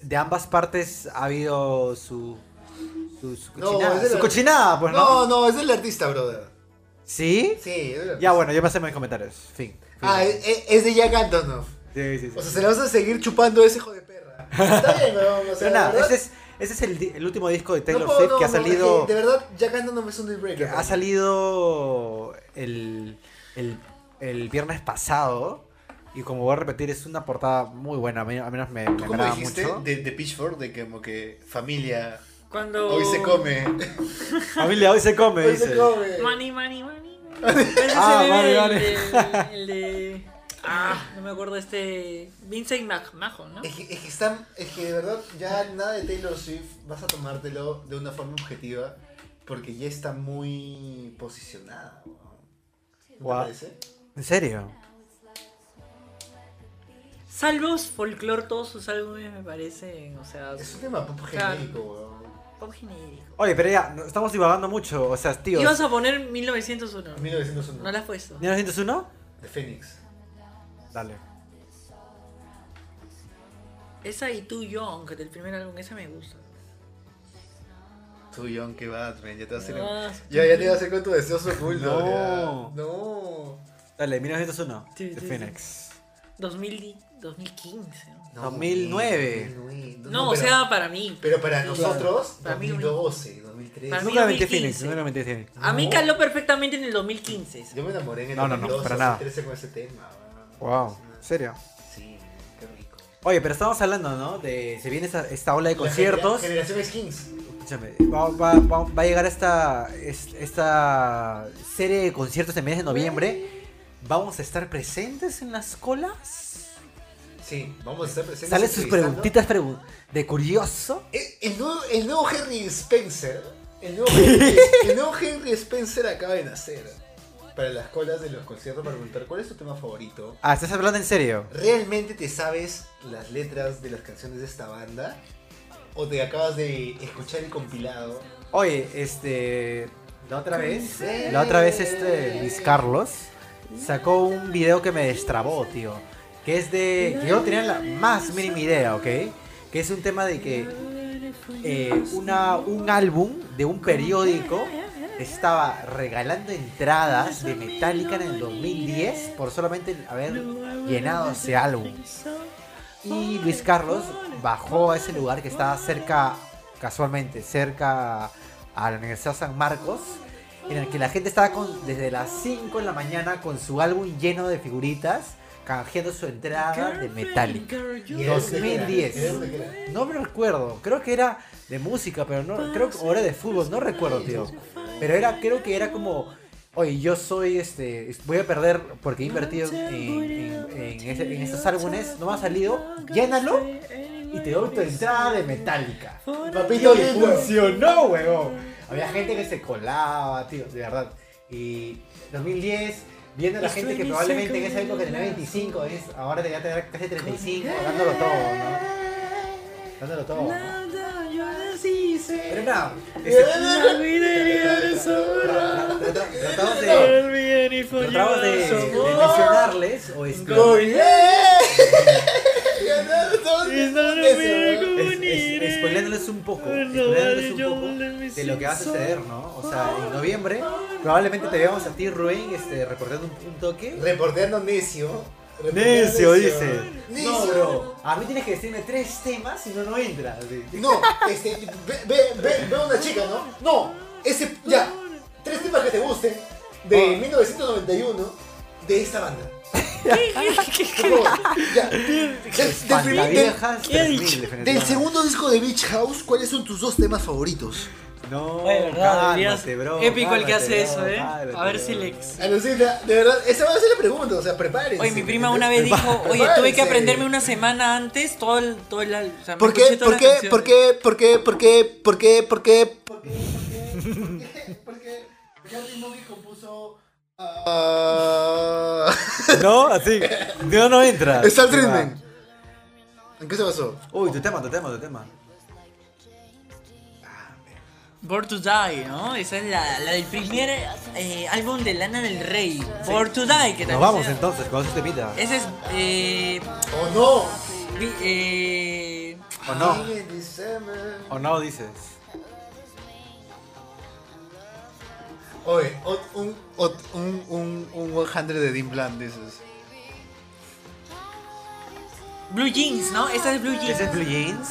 de ambas partes ha habido su. su, su
No,
cochinada.
es de
su
la-
cochinada, pues, ¿no?
No, no, es del artista, brother.
¿Sí?
Sí, es del artista.
Ya, bueno, yo me hacemos mis comentarios. Fin. Fin.
Ah, es, es- es de Jack Antonoff.
Sí, sí, sí.
O sea, se le vas a seguir chupando a ese hijo de perra. Está bien, weón. O sea,
Pero nada,
de verdad-
ese es, ese es el, di- el último disco de
no
Taylor
puedo,
Swift
no,
que ha
no,
salido.
es que de verdad, Jack Antonoff es un deal
que
breaker.
ha salido el, el, el viernes pasado. Y como voy a repetir, es una portada muy buena. A mí al menos me, me
¿Tú cómo
agrada
dijiste
mucho.
de, de Pitchfork? De que como que familia,
Cuando...
hoy se come.
Familia, hoy se come,
Hoy
dice.
se come.
Money, money, money.
*laughs*
Ese
Ah,
se
vale,
ve
vale.
El, de, el de- Ah, no me acuerdo este... Vincent McMahon, ¿no?
Es que, es que están, es que de verdad ya nada de Taylor Swift vas a tomártelo de una forma objetiva porque ya está muy posicionada. ¿no? ¿No te
Guau.
parece?
¿En serio?
Salvos Folklore, todos sus álbumes me parecen, o sea,
Es un tema pop
Claro.
genérico, weón.
pop genérico.
Oye, pero ya, no- estamos divagando mucho. O sea, tío.
Ibas a poner 1901.
1901.
No la has puesto.
¿1901?
De Phoenix.
Dale.
Esa y Too Young, del primer álbum, esa me gusta.
Too young que Batman, ya te vas a hacer.
Ah,
Ya, ya te vas a hacer con tu deseoso oculto.
No.
ya. No.
Dale, 1901.
Sí,
de
sí, sí.
Phoenix.
2000 y- 2015. ¿no?
No,
2009.
2009.
No,
No,
o
pero-
sea, para mí.
Pero para
Claro.
nosotros,
Para mí,
2012, 2013.
Para mí,
Nunca metí
2015.
Phoenix. Nunca metí Phoenix.
A mí
no.
caló perfectamente en el 2015.
Yo me enamoré en el
No, no, no,
2012,
para nada.
2013 con ese tema. weón.
Wow, ¿en serio?
Sí, qué rico.
Oye, pero estamos hablando, ¿no? De. Se viene esta, esta ola de conciertos.
La generación Skins.
Escúchame, va, va- va- va a llegar esta, es- esta serie de conciertos en mes de noviembre. ¿Vamos a estar presentes en las colas?
Sí, vamos a estar presentes.
Salen sus
entrevistando.
preguntitas pregun- de curioso.
El, el nuevo, el nuevo Henry Spencer. El nuevo
*laughs*
Henry, el nuevo Henry Spencer acaba de nacer. Para las colas de los conciertos, para preguntar cuál es tu tema favorito.
Ah, ¿estás hablando en serio?
¿Realmente te sabes las letras de las canciones de esta banda? ¿O te acabas de escuchar el compilado?
Oye, este... La otra vez...
Sí.
La otra vez este Luis Carlos sacó un video que me destrabó, tío. Que es de... Que yo no tenía la más mínima idea, ¿ok? Que es un tema de que eh, una, un álbum de un periódico estaba regalando entradas de Metallica en el 2010 por solamente haber llenado ese álbum. Y Luis Carlos bajó a ese lugar que estaba cerca, casualmente, cerca a la Universidad San Marcos, en el que la gente estaba con- desde las 5 en la mañana con su álbum lleno de figuritas, canjeando su entrada de Metallica.
¿Y de dónde era?
2010.
¿De dónde era?
No me recuerdo, creo que era de música, pero no, creo que o era de fútbol, no recuerdo, tío. Pero era, creo que era como, oye, yo soy este, es- voy a perder porque he invertido en, en, en ese- en estos álbumes, no me ha salido, llénalo y te doy tu entrada de
*laughs*
Metallica.
Papito
Y
lindo.
funcionó, huevón. Había gente que se colaba, tío, de verdad. Y 2010, viendo a la gente que probablemente en esa época tenía 25, es, ahora te tener casi 35, dándolo todo, ¿no? Dándolo todo, ¿no? Pero nada, este, tratamos de, tratamos de, de mencionarles o este, *laughs*
¡Oye!
Esta no me comunicaré.
Es- spoileándoles un poco,
No
spoileándoles un
vale,
poco
yo le
de lo que va a
siento.
suceder, ¿no? O sea, en noviembre probablemente te veamos a ti, Rubén, este, reportando un, un toque.
Reporteando necio.
Necio, dice.
Necio.
No, bro. A mí tienes que decirme tres temas si no, no entras. así.
No, este, ve, ve, ve, ve a una chica, ¿no? No, ese, ya, tres temas que te gusten
Ah.
de 1991 de esta banda. Por favor, ya. Del- del primer- del-
Pantaviejas
¿Qué ha
3000,
dicho?
Del
definitivamente.
segundo disco de Beach House, ¿cuáles son tus dos temas favoritos?
No,
Oye, verdad, deberías-
cálmate, bro.
Épico el que hace
cálmate,
eso,
bro,
eh.
cálmate,
A ver
bro.
si le. ex-
Ah, Alucina, de verdad, esa va a ser la pregunta, o sea, prepárense.
Oye, mi prima una vez dijo, oye, tuve que aprenderme una semana antes todo el, todo el, al- o sea, me
¿Por qué?
escuché todas
¿Por
las
qué?
canciones.
¿Por qué? ¿Por qué? ¿Por qué? ¿Por qué? ¿Por qué? ¿Por qué? Porque Gary Mogi compuso. ah,
No, así. No, no entra.
Star Treatment. ¿En qué se basó?
Uy, tu tema, tu tema, tu tema.
Born to Die, ¿no? Esa es la, la del primer eh, álbum de Lana del Rey, Born to Die, que
Nos
también
vamos
sea-
entonces con este ese temita.
Ese es, eh,
¿O no?
vi- eh,
¿O no?
Ay, en December.
¿O no dices?
Oye, ot- un, ot- un, un, un 100 de Dean Bland, dices.
Blue Jeans, ¿no? Esa es Blue Jeans.
Ese es Blue Jeans,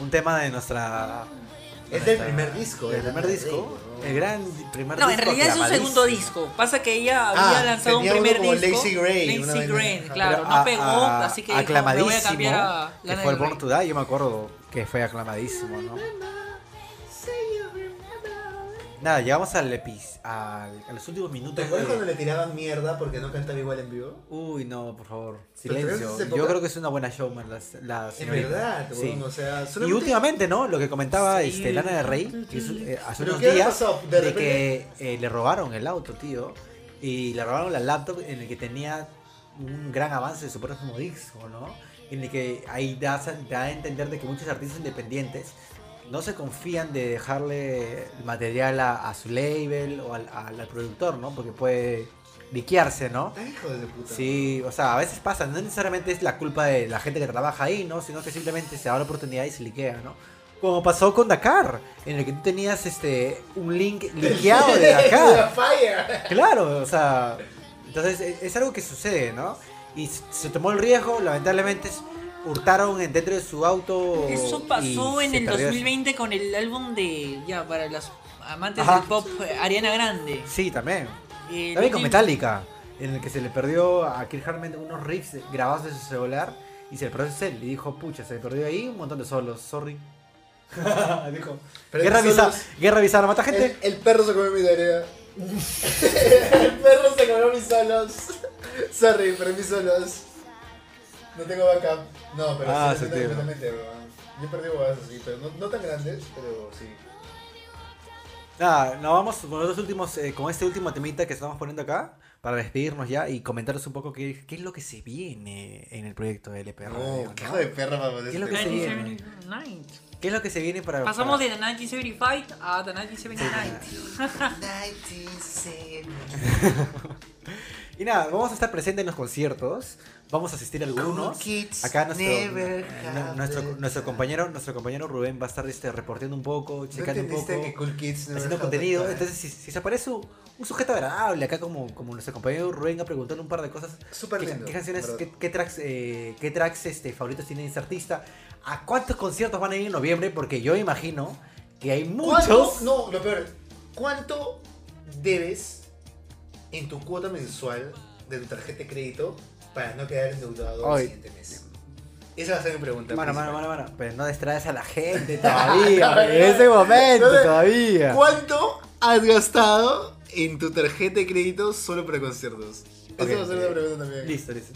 un tema de nuestra. de
Es del
nuestra-
primer disco,
Del
de
primer
Lana
disco.
Del Rey,
El gran primer disco.
No, en realidad es un
aclamadísimo.
segundo disco. Pasa que ella
Ah,
había lanzado un
tenía uno
primer
como
disco.
Lazy Gray, una
Lazy
vaina.
Gray,
Ajá,
claro.
Pero
No
a-
pegó,
a-
así que dijo, me
Ah, aclamadísimo.
voy a cambiar a
que
Lana
fue
del
el
Rey.
Born to Die, yo me acuerdo que fue aclamadísimo, ¿no? Nada, llegamos al epic, al, a los últimos
¿Te
minutos.
acuerdas
de-
cuando le tiraban mierda porque no cantaba igual en vivo?
Uy, no, por favor,
Pero
silencio.
tenemos esa
Yo
época-
creo que es una buena showman la, la
Es
señorita.
verdad,
Sí.
weón, o sea,
Y
solamente-
últimamente, ¿no? Lo que comentaba
Sí.
este, Lana del Rey, que hizo, eh, hace
¿Pero
unos
qué habrá
días,
pasado?
de,
De
que eh, le robaron el auto, tío, y le robaron la laptop en el que tenía un gran avance de su próximo disco, ¿no? En el que ahí da, da a entender de que muchos artistas independientes no se confían de dejarle el material a, a su label o al, al- al productor, ¿no? Porque puede liquearse, ¿no?
Ay, Ah, hijo de puta.
Sí, o sea, a veces pasa, no necesariamente es la culpa de la gente que trabaja ahí, ¿no? Sino que simplemente se da la oportunidad y se liquea, ¿no? Como pasó con Dakar, en el que tú tenías este un link liqueado
*laughs*
de
La
Dakar.
fire.
Claro, o sea, entonces e, es, es algo que sucede, ¿no? Y s- se tomó el riesgo, lamentablemente s- hurtaron en- dentro de su auto.
Eso
y
pasó en
se
el
perdió eso.
2020 con el álbum de, ya, para los amantes
Ajá.
del pop, eh, Ariana Grande.
Sí, también.
Eh,
También con
Virgin-
Metallica, en el que se le perdió a Kirk Hammett unos riffs grabados de su celular y se le perdió él. Y dijo, pucha, se le perdió ahí un montón de solos, sorry. *laughs* dijo, Eh,
Pero
guerra
esos
avisada,
solos-
guerra avisada, mata
El,
gente.
el perro se comió mi tarea. el perro se comió mis solos. Sorry, pero mis solos. No tengo backup. No, pero
Ah,
sí,
ese
lo entiendo
tema.
completamente, weón. Yo perdí huevadas así, pero no, no tan grandes, pero sí.
Nada, nos vamos con los dos últimos, eh, con este último temita que estamos poniendo acá, para despedirnos ya y comentaros un poco qué, qué es lo que se viene en el proyecto de LPR.
No, qué hijo de perra, papá.
es lo que se viene?
1979.
¿Qué es lo que se viene para...
Pasamos
para-
de The 1975 a The 1979.
Y nada, vamos a estar presentes en los conciertos. Vamos a asistir a algunos. Acá nuestro,
never
nu- nuestro,
happen.
nuestro compañero, nuestro compañero Rubén va a estar este, reporteando un
¿No
poco, checando un
Este,
entendiste que
poco,
Cool Kids never
haciendo
had that
contenido.
time?
Entonces, si, si se aparece un, un sujeto agradable acá, como, como nuestro compañero Rubén, a preguntarle un par de cosas.
Súper
¿Qué,
lindo.
qué canciones,
verdad.
qué, qué tracks, eh, qué tracks este, favoritos tiene este artista? ¿A cuántos conciertos van a ir en noviembre? Porque yo imagino que hay
¿Cuánto?
muchos.
No, lo peor. ¿Cuánto debes en tu cuota mensual de tu tarjeta de crédito para no quedar endeudado
Ay.
el siguiente mes? Esa va a ser mi pregunta.
Mano, mano,
principal.
mano, mano. Pero no distraes a
*laughs*
la gente todavía.
No,
en ese
no, no.
momento,
No, no.
todavía.
¿Cuánto has gastado en tu tarjeta de crédito solo para conciertos?
Ok,
Esa va a ser
ok.
la pregunta también.
Listo, listo.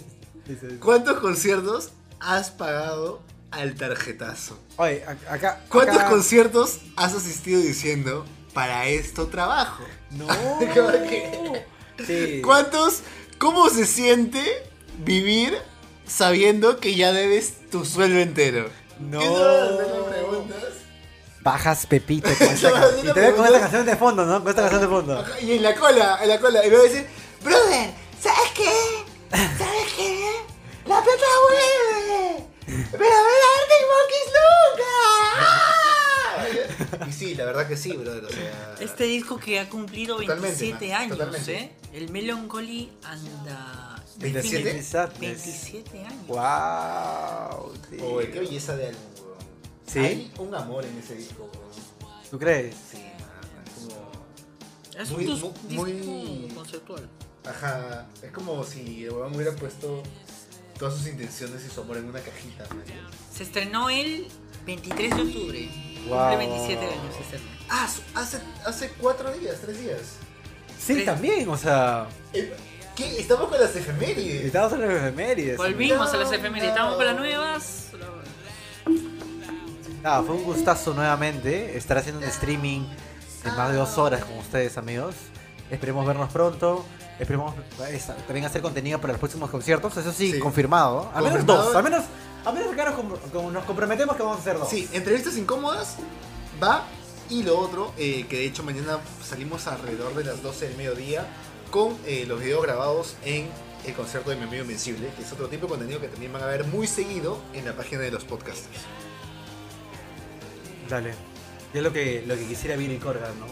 listo, listo.
¿Cuántos conciertos has pagado al tarjetazo?
Oye, a- acá.
¿Cuántos
acá-
conciertos has asistido diciendo para esto trabajo?
*laughs* No.
Como que-
Sí.
¿Cuántos? ¿Cómo se siente vivir sabiendo que ya debes tu sueldo entero?
Esas eran
No.
las preguntas.
Bajas Pepito *laughs* con esta
Esas
canción.
eran
Y te veo con esta
preguntas.
canción de fondo, ¿no? Con esta canción de fondo.
Ajá, Y en la cola, en la cola. Y me va a decir, brother,
¿Sabes qué? ¿Sabes qué?
¡La plata vuelve! ¡Pero ver a Arctic Monkeys nunca!
¡Ah!
Y sí, la verdad que sí, brother. O sea,
Este disco que ha cumplido
Totalmente,
27
man,
años,
totalmente.
¿eh? El Melancholy anda...
27.
Infinite Sadness.
27 años.
Wow. sí.
Oye, qué belleza de álbum, weón.
¿Sí?
Hay un amor en ese disco, weón.
¿Tú crees?
Sí, man, es como-
Es
Muy-
un dis-
muy-
disco
muy-
conceptual.
Ajá, es como si el weón hubiera puesto todas sus intenciones y su amor en una cajita, man.
Se estrenó el 23 de octubre.
Wow.
Cumple 27 años este se estrenó.
Ah, su- hace, hace cuatro días, tres días.
Sí,
Tres.
también, o sea,
Eh, ¿Qué? Estamos con las efemérides.
estamos en las efemérides.
Volvimos a las
No,
efemérides.
no.
Estamos con las nuevas.
Eh, Ah, fue un gustazo nuevamente estar haciendo un streaming de más de dos horas con ustedes, amigos. Esperemos vernos pronto. Esperemos esa, también hacer contenido para los próximos conciertos. Eso sí,
Sí.
confirmado. Al menos
Confirmado.
dos. Al menos, al menos acá nos, com- como nos comprometemos que vamos a hacer dos.
Sí, entrevistas incómodas, va. Y lo otro, eh, que de hecho mañana salimos alrededor de las 12 del mediodía con eh, los videos grabados en el concierto de Mi Amigo Invencible, que es otro tipo de contenido que también van a ver muy seguido en la página de los podcasters.
Dale. Yo lo que, lo que quisiera Billy Corgan, ¿no?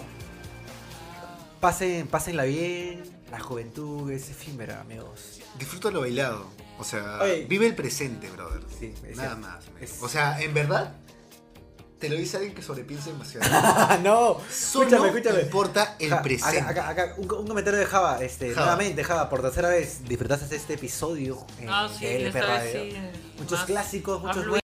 Pasen, pásenla bien. La juventud es efímera, amigos.
Disfruta lo bailado, o sea,
Oye.
vive el presente, brother.
Sí, es
Nada
cierto.
más. man.
Es-
O sea, en verdad, te lo dice alguien que sobrepiensa demasiado.
*laughs* *laughs* ¡Ah, no!
Solo
Escúchame, escúchame.
importa el
Ja,
presente.
Acá, acá, acá, un, un comentario de Java, este,
Java.
nuevamente, Java, por tercera vez disfrutaste este episodio eh,
Ah, sí,
de LP
esta vez
Radio.
sí.
Muchos
más-
clásicos,
más
muchos
fluido.